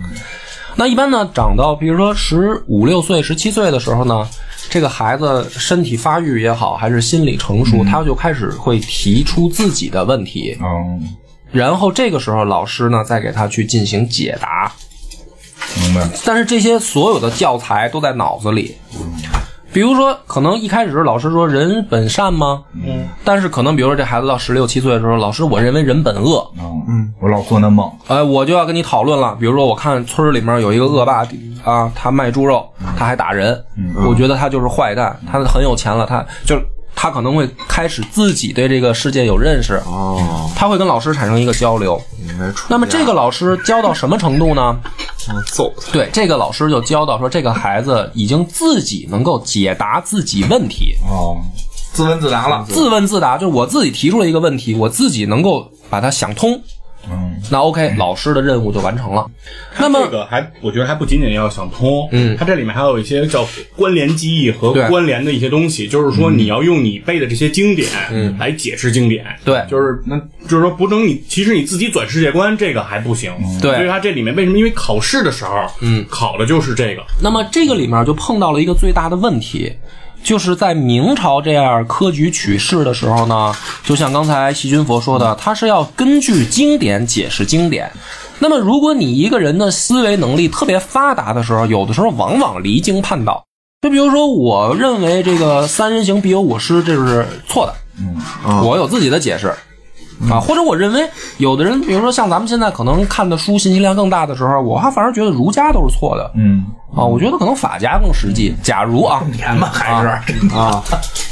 [SPEAKER 2] 那一般呢，长到比如说十五六岁、十七岁的时候呢，这个孩子身体发育也好，还是心理成熟，他就开始会提出自己的问题，
[SPEAKER 1] 哦，
[SPEAKER 2] 然后这个时候老师呢再给他去进行解答。
[SPEAKER 1] 明白。啊
[SPEAKER 2] 但是这些所有的教材都在脑子里。比如说，可能一开始老师说人本善吗？嗯，但是可能比如说这孩子到十六七岁的时候，老师我认为人本恶，
[SPEAKER 1] 哦，嗯，我老做那梦，
[SPEAKER 2] 哎，我就要跟你讨论了。比如说，我看村儿里面有一个恶霸啊，他卖猪肉，他还打人，我觉得他就是坏蛋，他很有钱了，他就是他可能会开始自己对这个世界有认识，
[SPEAKER 3] 哦，
[SPEAKER 2] 他会跟老师产生一个交流。
[SPEAKER 3] 应该出家。
[SPEAKER 2] 那么这个老师教到什么程度呢？
[SPEAKER 3] 嗯揍他，
[SPEAKER 2] 对，这个老师就教到说，这个孩子已经自己能够解答自己问题，
[SPEAKER 1] 哦，自问自答了，
[SPEAKER 2] 自问自答，就是我自己提出了一个问题，我自己能够把它想通。那 OK，老师的任务就完成了。那么
[SPEAKER 4] 这个还我觉得还不仅仅要想通，
[SPEAKER 2] 嗯
[SPEAKER 4] 它这里面还有一些叫关联记忆和
[SPEAKER 2] 对嗯
[SPEAKER 4] 关联的一些东西，就是说你要用你背的这些经典来解释经典，
[SPEAKER 2] 对
[SPEAKER 4] 就是那就是说不能你其实你自己转世界观这个还不行，
[SPEAKER 2] 嗯对
[SPEAKER 4] 所以它这里面为什么因为考试的时候，嗯，考的就是这个，
[SPEAKER 2] 那么这个里面就碰到了一个最大的问题，就是在明朝这样科举取士的时候呢，就像刚才席君佛说的，他是要根据经典解释经典。那么，如果你一个人的思维能力特别发达的时候，有的时候往往离经叛道。就比如说，我认为这个“三人行必有我师”这是错的，嗯，我有自己的解释。啊，或者我认为有的人，比如说像咱们现在可能看的书信息量更大的时候，我还反而觉得儒家都是错的，
[SPEAKER 1] 嗯，
[SPEAKER 2] 啊，我觉得可能法家更实际。假如啊，
[SPEAKER 1] 年嘛还是
[SPEAKER 2] 啊，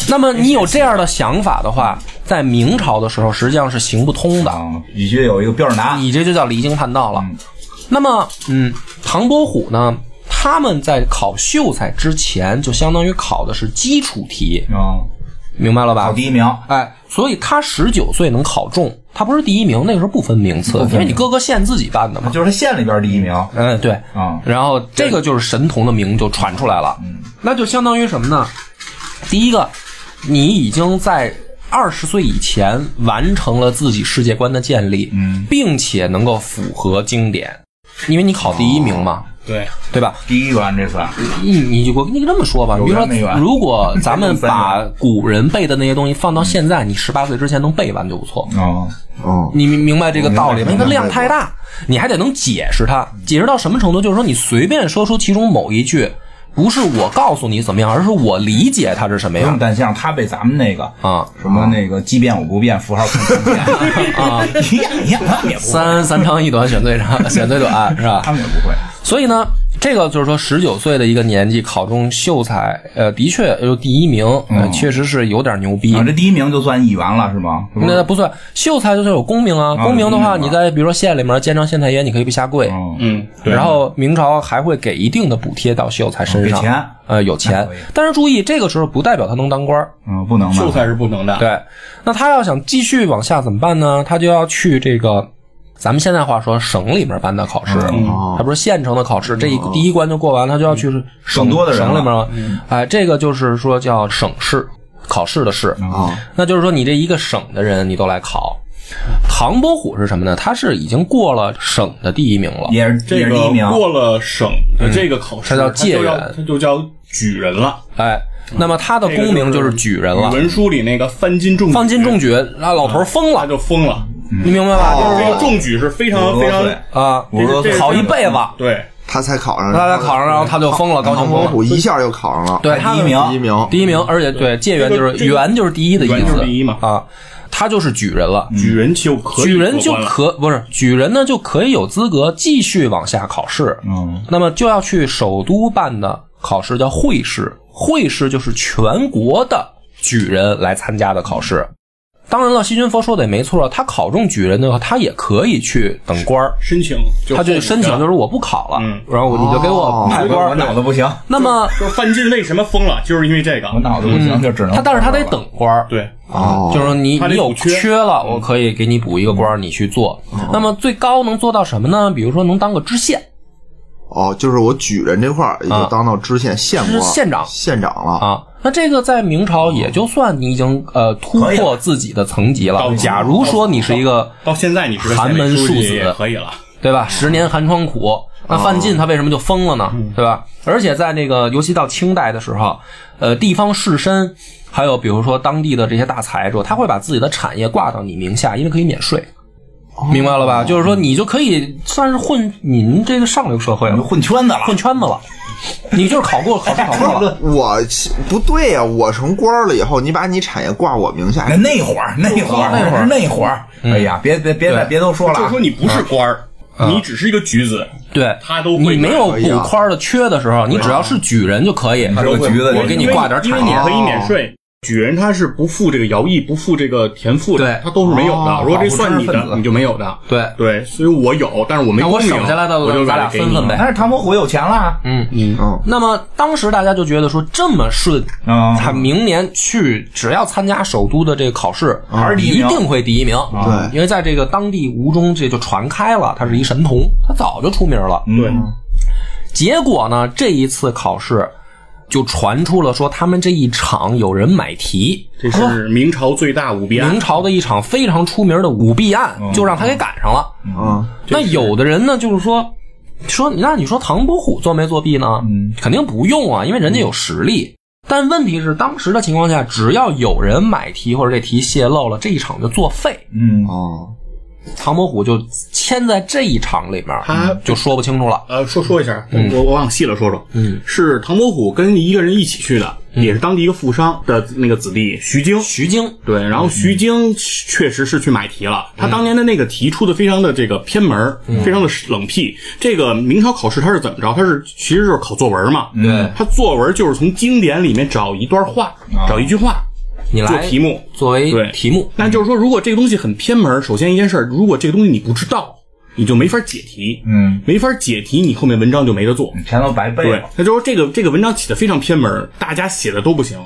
[SPEAKER 2] 那么你有这样的想法的话，在明朝的时候实际上是行不通的，
[SPEAKER 1] 啊，必须有一个标准答案。
[SPEAKER 2] 你这就叫离经叛道了。那么，嗯，唐伯虎呢，他们在考秀才之前，就相当于考的是基础题，
[SPEAKER 1] 啊，
[SPEAKER 2] 明白了吧？
[SPEAKER 1] 考啊第一名，
[SPEAKER 2] 哎，所以他十九岁能考中，他不是第一名，那个时候不分名次，因为你各个县自己办的嘛。
[SPEAKER 1] 就是他县里边第一名。
[SPEAKER 2] 嗯，对，
[SPEAKER 1] 啊嗯
[SPEAKER 2] 然后这个就是神童的名就传出来了，那就相当于什么呢？第一个，你已经在二十岁以前完成了自己世界观的建立，
[SPEAKER 1] 嗯
[SPEAKER 2] 并且能够符合经典，因为你考第一名
[SPEAKER 1] 哦
[SPEAKER 2] 嘛，
[SPEAKER 4] 对，
[SPEAKER 2] 对吧？
[SPEAKER 1] 第一元这算，
[SPEAKER 2] 你你就我你这么说吧，你比如
[SPEAKER 1] 有缘没
[SPEAKER 2] 说，
[SPEAKER 1] 缘
[SPEAKER 2] 如果 咱们
[SPEAKER 1] 真分
[SPEAKER 2] 把古人背的那些东西放到现在，你十八岁之前能背完就不错。
[SPEAKER 1] 哦，
[SPEAKER 3] 哦，
[SPEAKER 2] 你明明白这个道理吗？因为
[SPEAKER 3] 明白
[SPEAKER 2] 它量太大，你还得能解释它。解释到什么程度？就是说你随便说出其中某一句，不是我告诉你怎么样，而是我理解它是什么
[SPEAKER 1] 不用
[SPEAKER 2] 样
[SPEAKER 1] 担心，他被咱们那个
[SPEAKER 2] 啊。
[SPEAKER 1] 什么那个即变我不变，符号看不见
[SPEAKER 3] 啊
[SPEAKER 1] 一样一样，他们也不会，
[SPEAKER 2] 三三长一短，选最长，选最短，是吧？
[SPEAKER 1] 他们也不会。啊
[SPEAKER 2] 所以呢，这个就是说，十九岁的一个年纪考中秀才，呃，的确有第一名，呃，确实是有点牛逼
[SPEAKER 1] 嗯啊，。这第一名就算一元了是吗？是不是
[SPEAKER 2] 那不算秀才，就是有功名啊。
[SPEAKER 1] 啊
[SPEAKER 2] 功名的
[SPEAKER 1] 有
[SPEAKER 2] 话，
[SPEAKER 1] 功名
[SPEAKER 2] 你
[SPEAKER 1] 啊
[SPEAKER 2] 在比如说县里面监上县太爷，你可以不下跪。
[SPEAKER 1] 哦
[SPEAKER 4] 嗯，对，
[SPEAKER 2] 然后明朝还会给一定的补贴到秀才身上，
[SPEAKER 1] 给钱
[SPEAKER 2] 呃，有
[SPEAKER 1] 那
[SPEAKER 2] 钱
[SPEAKER 1] 可以，
[SPEAKER 2] 但是注意，这个时候不代表他能当官儿。
[SPEAKER 1] 嗯，不能吧？
[SPEAKER 4] 秀才是不能的，
[SPEAKER 2] 对，那他要想继续往下怎么办呢？他就要去这个，咱们现在话说省里面办的考试，
[SPEAKER 1] 嗯
[SPEAKER 2] 他不是县城的考试，这一第一关就过完，他就要去省
[SPEAKER 1] 更多的人
[SPEAKER 2] 省里面
[SPEAKER 1] 了嗯
[SPEAKER 2] 了。哎，这个就是说叫省试考试的试
[SPEAKER 1] 嗯
[SPEAKER 2] 啊
[SPEAKER 3] 哦，
[SPEAKER 2] 那就是说你这一个省的人你都来考。唐伯虎是什么呢？他是已经过了省的第一名了，
[SPEAKER 1] 也是也
[SPEAKER 4] 这
[SPEAKER 1] 是
[SPEAKER 4] 个
[SPEAKER 1] 第一名，
[SPEAKER 4] 过了省的这个考试，
[SPEAKER 2] 嗯它叫
[SPEAKER 4] 它就
[SPEAKER 2] 解
[SPEAKER 4] 要
[SPEAKER 2] 元
[SPEAKER 4] 它就叫举人了。
[SPEAKER 2] 哎，那么他的功名就是举人了
[SPEAKER 4] 语，文书里那个翻金中举，嗯
[SPEAKER 2] 放进中举，那老头儿疯
[SPEAKER 4] 他
[SPEAKER 2] 了，
[SPEAKER 4] 就疯了。
[SPEAKER 2] 你明白吧？
[SPEAKER 4] 这
[SPEAKER 2] 就
[SPEAKER 4] 个中举是非常
[SPEAKER 1] 五
[SPEAKER 4] 非
[SPEAKER 1] 十
[SPEAKER 4] 常
[SPEAKER 1] 多岁，
[SPEAKER 2] 啊，
[SPEAKER 1] 五十多
[SPEAKER 4] 这
[SPEAKER 1] 岁
[SPEAKER 4] 是
[SPEAKER 2] 考一辈子，
[SPEAKER 4] 对，
[SPEAKER 3] 他才考上，
[SPEAKER 2] 他在考上，然后他就疯了，高兴
[SPEAKER 3] 唐
[SPEAKER 2] 疯
[SPEAKER 3] 伯
[SPEAKER 2] 了。
[SPEAKER 3] 虎一下就考上了，
[SPEAKER 2] 对他
[SPEAKER 1] 啊第一
[SPEAKER 2] 们
[SPEAKER 1] 名嗯
[SPEAKER 3] 第一名，
[SPEAKER 2] 第一名，而且对解元就是
[SPEAKER 4] 这个这个
[SPEAKER 2] 元就是第一的意
[SPEAKER 4] 元就
[SPEAKER 2] 思，
[SPEAKER 4] 是第一嘛
[SPEAKER 2] 啊，他就是举人了。
[SPEAKER 4] 举人就可以
[SPEAKER 2] 举人
[SPEAKER 4] 过
[SPEAKER 2] 就
[SPEAKER 4] 关了
[SPEAKER 2] 可不是举人呢，就可以有资格继续往下考试。
[SPEAKER 1] 嗯，
[SPEAKER 2] 那么就要去首都办的考试叫会试，会试就是全国的举人来参加的考试。当然了，西君佛说的也没错，他考中举人的话，他也可以去等官儿，
[SPEAKER 4] 申请，
[SPEAKER 2] 他就申请就是是我不考了，
[SPEAKER 4] 嗯
[SPEAKER 2] 然后我你就给我
[SPEAKER 3] 哦
[SPEAKER 2] 派
[SPEAKER 1] 我
[SPEAKER 2] 官
[SPEAKER 1] 我
[SPEAKER 2] 儿。
[SPEAKER 1] 脑子不行，
[SPEAKER 2] 那么
[SPEAKER 4] 就是范进为什么疯了，就是因为这个
[SPEAKER 1] 我。脑子不
[SPEAKER 3] 嗯
[SPEAKER 1] 行，就只能
[SPEAKER 2] 他但是他得等官儿，
[SPEAKER 4] 对，
[SPEAKER 3] 哦，
[SPEAKER 2] 就是说你
[SPEAKER 4] 他得
[SPEAKER 2] 你有
[SPEAKER 4] 补缺
[SPEAKER 2] 缺了，我可以给你补一个官儿，你去做。那么最高能做到什么呢？比如说能当个知县，
[SPEAKER 3] 哦，就是我举人这块儿也
[SPEAKER 4] 啊
[SPEAKER 3] 就当到知县、县
[SPEAKER 2] 知
[SPEAKER 3] 官、
[SPEAKER 2] 县长
[SPEAKER 3] 县长了。
[SPEAKER 2] 啊。那这个在明朝也就算你已经呃突
[SPEAKER 1] 可以
[SPEAKER 2] 破自己的层级
[SPEAKER 4] 到
[SPEAKER 2] 了。假如说你是一个
[SPEAKER 4] 到现在你是个
[SPEAKER 2] 寒门
[SPEAKER 4] 县里书
[SPEAKER 2] 庶
[SPEAKER 4] 记
[SPEAKER 2] 子
[SPEAKER 4] 也可以了，
[SPEAKER 2] 对吧？十年寒窗苦，那范进他为什么就疯了呢？对吧？而且在那个，尤其到清代的时候，呃，地方士绅，还有比如说当地的这些大财主，他会把自己的产业挂到你名下，因为可以免税，明白了吧？就是说，你就可以算是混您这个上流社会了，
[SPEAKER 1] 混圈子了，
[SPEAKER 2] 混圈子了，你就是考过考试考
[SPEAKER 4] 啊
[SPEAKER 2] 过了。
[SPEAKER 3] 我其不对呀、我成官儿了以后，你把你产业挂我名下
[SPEAKER 4] 哎
[SPEAKER 1] 那，那会儿，那会儿，
[SPEAKER 2] 那会儿
[SPEAKER 1] 那会儿，
[SPEAKER 3] 嗯
[SPEAKER 1] 哎呀，别别别
[SPEAKER 2] 对
[SPEAKER 1] 别都说了
[SPEAKER 4] 就
[SPEAKER 1] 啊
[SPEAKER 4] 说，你不是官儿，你只是一个举子，
[SPEAKER 2] 对，
[SPEAKER 4] 他都
[SPEAKER 2] 你
[SPEAKER 4] 会
[SPEAKER 2] 没
[SPEAKER 4] 免
[SPEAKER 2] 有
[SPEAKER 3] 可以啊
[SPEAKER 2] 补宽的缺的时候，你只要是举人就可以。
[SPEAKER 1] 这个橘子
[SPEAKER 2] 我给你挂点
[SPEAKER 4] 因为
[SPEAKER 2] 产
[SPEAKER 4] 你
[SPEAKER 2] 业
[SPEAKER 4] 可以免税，举人他是不付这个徭役，不付这个田赋的，
[SPEAKER 2] 对
[SPEAKER 4] 他都是没有的。
[SPEAKER 1] 哦
[SPEAKER 4] 如果这算你
[SPEAKER 1] 保护知识分子
[SPEAKER 4] 的，你就没有的。
[SPEAKER 2] 对
[SPEAKER 4] 对，所以我有，但是我没
[SPEAKER 2] 那我
[SPEAKER 4] 公平，
[SPEAKER 2] 省下来的
[SPEAKER 4] 我就
[SPEAKER 2] 咱俩
[SPEAKER 4] 给你
[SPEAKER 2] 分分呗
[SPEAKER 1] 但是唐伯虎有钱了，啊
[SPEAKER 3] 嗯，
[SPEAKER 2] 那么当时大家就觉得说这么顺，
[SPEAKER 1] 嗯
[SPEAKER 2] 他明年去只要参加首都的这个考试，
[SPEAKER 1] 还是第一
[SPEAKER 2] 一
[SPEAKER 1] 名嗯
[SPEAKER 2] 定会第一名。
[SPEAKER 1] 啊
[SPEAKER 3] 对
[SPEAKER 2] 因为在这个当地吴中这就传开了，他是一神童，他早就出名了。
[SPEAKER 1] 嗯
[SPEAKER 4] 对，
[SPEAKER 2] 结果呢，这一次考试就传出了说他们这一场有人买题，
[SPEAKER 4] 这是明朝最大舞弊案
[SPEAKER 2] 明。朝的一场非常出名的舞弊案，就让他给赶上了。
[SPEAKER 3] 嗯，
[SPEAKER 2] 那有的人呢，就是说。说，那你说唐伯虎作没作弊呢？
[SPEAKER 4] 嗯
[SPEAKER 2] 肯定不用啊，因为人家有实力。但问题是，当时的情况下，只要有人买题或者这题泄露了，这一场就作废。
[SPEAKER 1] 嗯，
[SPEAKER 3] 哦，
[SPEAKER 2] 唐伯虎就牵在这一场里面，嗯
[SPEAKER 4] 他
[SPEAKER 2] 就说不清楚了。
[SPEAKER 4] 呃，说说一下，我我往细了说说，
[SPEAKER 2] 嗯，
[SPEAKER 4] 是唐伯虎跟一个人一起去的，也是当地一个富商的那个子弟嗯徐嗯经。
[SPEAKER 2] 徐经，
[SPEAKER 4] 对，然后徐经确实是去买题了，他当年的那个题出的非常的这个偏门儿，非常的冷僻。这个明朝考试他是怎么着？他是其实就是考作文嘛，
[SPEAKER 1] 对，
[SPEAKER 4] 他作文就是从经典里面找一段话，找一句话
[SPEAKER 2] 你
[SPEAKER 4] 做
[SPEAKER 2] 来
[SPEAKER 4] 题目。
[SPEAKER 2] 作为
[SPEAKER 4] 对
[SPEAKER 2] 题目，
[SPEAKER 4] 那就是说，如果这个东西很偏门儿，首先一件事儿，如果这个东西你不知道，你就没法解题，
[SPEAKER 1] 嗯，
[SPEAKER 4] 没法解题，你后面文章就没得做。
[SPEAKER 1] 钱都白背
[SPEAKER 4] 对
[SPEAKER 1] 了，，
[SPEAKER 4] 他就说这个这个文章起的非常偏门，大家写的都不
[SPEAKER 1] 哦
[SPEAKER 4] 行，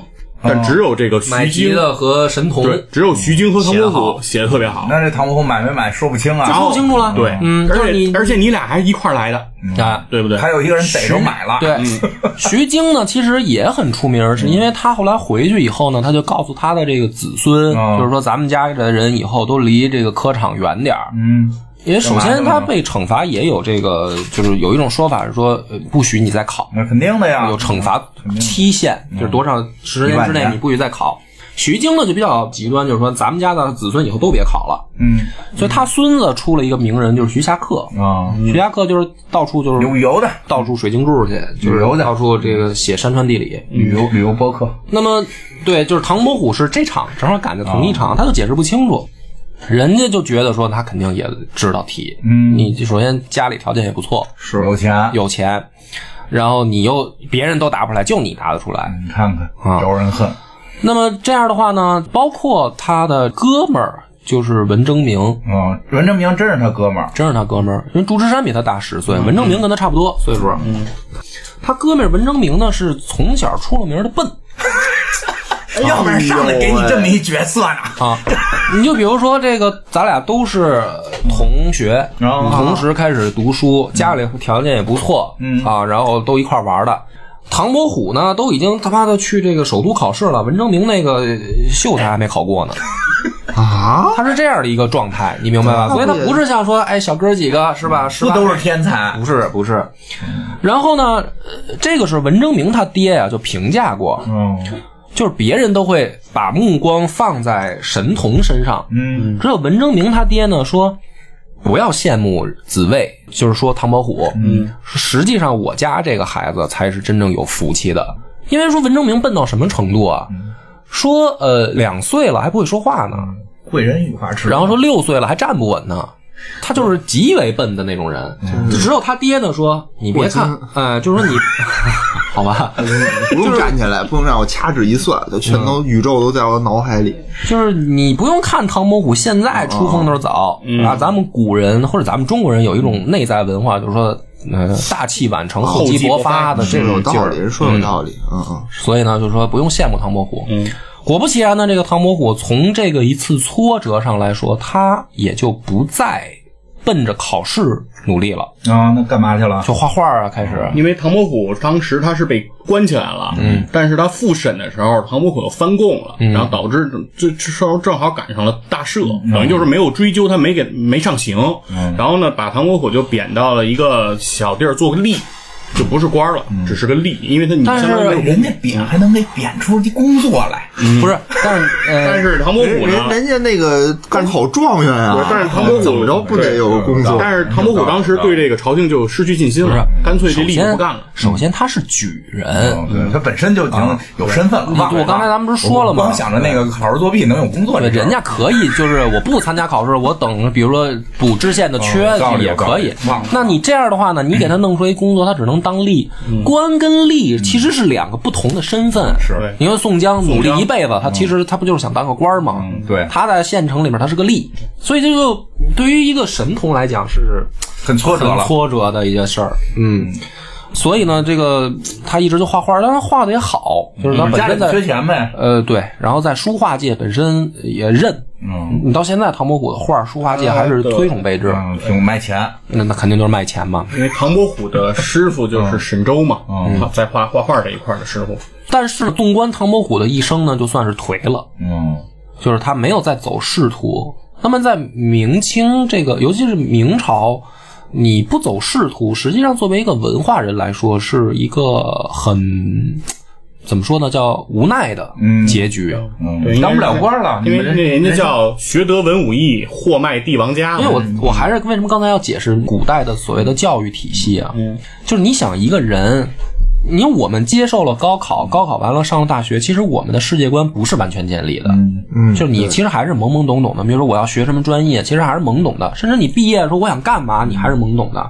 [SPEAKER 4] 但只有这个
[SPEAKER 2] 买
[SPEAKER 4] 徐
[SPEAKER 2] 题
[SPEAKER 4] 经，
[SPEAKER 2] 的和神童
[SPEAKER 4] 对，只有徐经和唐伯
[SPEAKER 2] 写得
[SPEAKER 4] 虎写的特别好。
[SPEAKER 1] 那这唐伯虎买没买说不清
[SPEAKER 4] 然
[SPEAKER 1] 啊，
[SPEAKER 4] 后
[SPEAKER 2] 说清楚了
[SPEAKER 4] 对，
[SPEAKER 2] 嗯
[SPEAKER 4] 而
[SPEAKER 2] 就是你
[SPEAKER 4] 且而且你俩还一块儿来的，
[SPEAKER 2] 啊，
[SPEAKER 4] 对不对？
[SPEAKER 1] 嗯还有一个人逮着买了，
[SPEAKER 2] 对， 徐经呢，其实也很出名，是因为他后来回去以后呢，他就告诉他的这个子孙，
[SPEAKER 1] 嗯
[SPEAKER 2] 就是说咱们家的人以后都离这个科场远点儿。
[SPEAKER 1] 嗯，
[SPEAKER 2] 因为首
[SPEAKER 1] 干嘛
[SPEAKER 2] 先
[SPEAKER 1] 呢
[SPEAKER 2] 他被惩罚也有这个，就是有一种说法是说，呃不许你再考，
[SPEAKER 1] 那肯定的呀
[SPEAKER 2] 有，惩罚期限，就是多少嗯十年之
[SPEAKER 1] 一万
[SPEAKER 2] 内
[SPEAKER 1] 年
[SPEAKER 2] 你不许再考。徐经呢就比较极端，就是说咱们家的子孙以后都别考了，
[SPEAKER 1] 嗯
[SPEAKER 2] 所以他孙子出了一个名人，就是徐霞客。
[SPEAKER 1] 啊，
[SPEAKER 2] 徐霞客就是到处就是
[SPEAKER 1] 旅游的
[SPEAKER 2] 到处水晶柱去，就是
[SPEAKER 1] 旅游的
[SPEAKER 2] 到处这个写山川地理。
[SPEAKER 1] 旅游旅游播客，
[SPEAKER 2] 那么，对，就是唐伯虎是这场正好赶在同一场，他就解释不清楚。人家就觉得说他肯定也知道题，
[SPEAKER 1] 嗯
[SPEAKER 2] 你首先家里条件也不错，
[SPEAKER 1] 是有钱，
[SPEAKER 2] 有钱，然后你又别人都答不出来，就你答得出来。
[SPEAKER 1] 你看看
[SPEAKER 2] 啊
[SPEAKER 1] 招人恨，
[SPEAKER 2] 那么这样的话呢，包括他的哥们儿就是文征明，
[SPEAKER 1] 嗯，文征明真是他哥们儿，
[SPEAKER 2] 真是他哥们儿，因为朱之山比他大十岁，文征明跟他差不多岁数。嗯，他哥们儿文征明呢是从小出了名儿的笨
[SPEAKER 1] 哎要不然上来给你这么一角色呢，
[SPEAKER 2] 啊，你就比如说这个，咱俩都是同学，
[SPEAKER 1] 哦
[SPEAKER 2] 同时开始读书，家里条件也不错，
[SPEAKER 1] 嗯
[SPEAKER 2] 啊，然后都一块儿玩儿的。唐伯虎呢，都已经他妈的去这个首都考试了，文征明那个呃秀才还没 考过呢。
[SPEAKER 3] 啊，
[SPEAKER 2] 他是这样的一个状态，你明白吧？所以他不是像说，哎，小哥几个是吧？是
[SPEAKER 1] 不
[SPEAKER 2] 吧？
[SPEAKER 1] 都是嗯天才？
[SPEAKER 2] 不是不是。然后呢，呃这个是文征明他爹呀、就评价过，
[SPEAKER 1] 嗯
[SPEAKER 2] 就是别人都会把目光放在神童身上，
[SPEAKER 1] 嗯
[SPEAKER 2] 只有文征明他爹呢说。不要羡慕子卫，就是说唐伯虎。嗯，实际上我家这个孩子才是真正有福气的，因为说文征明笨到什么程度啊？说呃两岁了还不会说话呢，
[SPEAKER 1] 贵人语法吃，
[SPEAKER 2] 然后说六岁了还站不稳呢，他就是极为笨的那种人。只有他爹呢说，你别看，呃，就是说你， 好吧，
[SPEAKER 3] 不用站起来，不用站，我掐指一算，就
[SPEAKER 4] 嗯
[SPEAKER 3] 全都宇宙都在我脑海里。
[SPEAKER 2] 就是你不用看唐伯虎现在出风头早
[SPEAKER 4] 嗯
[SPEAKER 2] 啊，咱们古人或者咱们中国人有一种内在文化，就是说。呃，大器晚成，厚积薄发的这
[SPEAKER 3] 有
[SPEAKER 2] 种劲
[SPEAKER 3] 道
[SPEAKER 2] 儿
[SPEAKER 3] 理，，人说有道理，嗯嗯，
[SPEAKER 2] 所以呢，就是说不用羡慕唐伯虎。嗯，果不其然呢，这个唐伯虎从这个一次挫折上来说，他也就不再奔着考试努力了，
[SPEAKER 1] 啊，那干嘛去了？
[SPEAKER 2] 就画画啊，开始。
[SPEAKER 4] 因为唐伯虎当时他是被关起来了，嗯，但是他复审的时候，唐伯虎又翻供了，
[SPEAKER 3] 嗯
[SPEAKER 4] 然后导致这这时候正好赶上了大赦，等于就是没有追究他，没给没上刑，
[SPEAKER 3] 嗯
[SPEAKER 4] 然后呢，把唐伯虎就贬到了一个小地儿做个吏，就不是官儿了，
[SPEAKER 3] 嗯
[SPEAKER 4] 只是个吏，因为他你
[SPEAKER 2] 但是
[SPEAKER 4] 相当于没有
[SPEAKER 1] 人家贬还能给贬出一工作来，
[SPEAKER 4] 嗯
[SPEAKER 2] 不是，但是
[SPEAKER 4] 但
[SPEAKER 2] 呃，
[SPEAKER 4] 是唐伯
[SPEAKER 3] 人
[SPEAKER 4] 虎呢
[SPEAKER 3] 人。人家那个高考状元啊
[SPEAKER 4] 对，但是唐伯 虎
[SPEAKER 3] 怎么着不得有个工作？
[SPEAKER 4] 但是唐伯虎当时对这个朝廷就失去信心了，干脆这
[SPEAKER 2] 首
[SPEAKER 4] 吏就
[SPEAKER 2] 先
[SPEAKER 4] 不干了。哦
[SPEAKER 2] 首先他是举人，
[SPEAKER 1] 对，他本身就已经有身份了。
[SPEAKER 2] 你
[SPEAKER 1] 忘了
[SPEAKER 2] 啊我刚才咱们不是说了吗
[SPEAKER 1] 我光想着那个考试作弊能有工作这
[SPEAKER 2] 对，
[SPEAKER 1] 事儿，
[SPEAKER 2] 人家可以就是我不参加考试，我等比如说补知县的缺
[SPEAKER 1] 嗯道理
[SPEAKER 2] 也
[SPEAKER 1] 有道
[SPEAKER 2] 可
[SPEAKER 1] 理
[SPEAKER 2] 以
[SPEAKER 1] 忘了。
[SPEAKER 2] 那你这样的话呢，你给他弄出一工作，他只能当吏。官跟吏其实是两个不同的身份。
[SPEAKER 1] 嗯是
[SPEAKER 2] 你看宋江努力
[SPEAKER 4] 江
[SPEAKER 2] 一辈子，他其实他不就是想当个官儿吗？
[SPEAKER 1] 嗯对
[SPEAKER 2] 他在县城里面他是个吏，所以这就对于一个神童来讲是
[SPEAKER 1] 很挫折了
[SPEAKER 2] 很。挫折的一件事儿。嗯，所以呢，这个他一直就画画，但是他画的也好，就是他
[SPEAKER 1] 你们
[SPEAKER 2] 本
[SPEAKER 1] 啊嗯家里
[SPEAKER 2] 身在
[SPEAKER 1] 缺钱呗，
[SPEAKER 2] 呃，对，然后在书画界本身也认，
[SPEAKER 1] 嗯，
[SPEAKER 2] 你到现在唐伯虎的画，书画界还是推崇备至，
[SPEAKER 1] 嗯，挺卖钱，
[SPEAKER 2] 那那肯定就是卖钱嘛。
[SPEAKER 4] 因为唐伯虎的师傅
[SPEAKER 3] 嗯
[SPEAKER 4] 就是沈周嘛，他在画画画这一块的师傅。
[SPEAKER 2] 但是纵观唐伯虎的一生呢，就算是颓了，
[SPEAKER 1] 嗯，
[SPEAKER 2] 就是他没有再走仕途。那么在明清这个，尤其是明朝，你不走仕途，实际上作为一个文化人来说，是一个很怎么说呢，叫无奈的结局。
[SPEAKER 1] 嗯
[SPEAKER 4] 对，
[SPEAKER 1] 当不了官了，
[SPEAKER 4] 因为
[SPEAKER 1] 你
[SPEAKER 4] 那
[SPEAKER 1] 们这
[SPEAKER 4] 人家叫学得文武艺，货卖帝王家嘛。
[SPEAKER 2] 因为我我还是为什么刚才要解释古代的所谓的教育体系啊？
[SPEAKER 4] 嗯
[SPEAKER 2] 就是你想一个人，你看我们接受了高考，高考完了上了大学，其实我们的世界观不是完全建立的，嗯，就是你其实还是懵懵懂懂的。比如说我要学什么专业，其实还是懵懂的，甚至你毕业的时候我想干嘛，你还是懵懂的。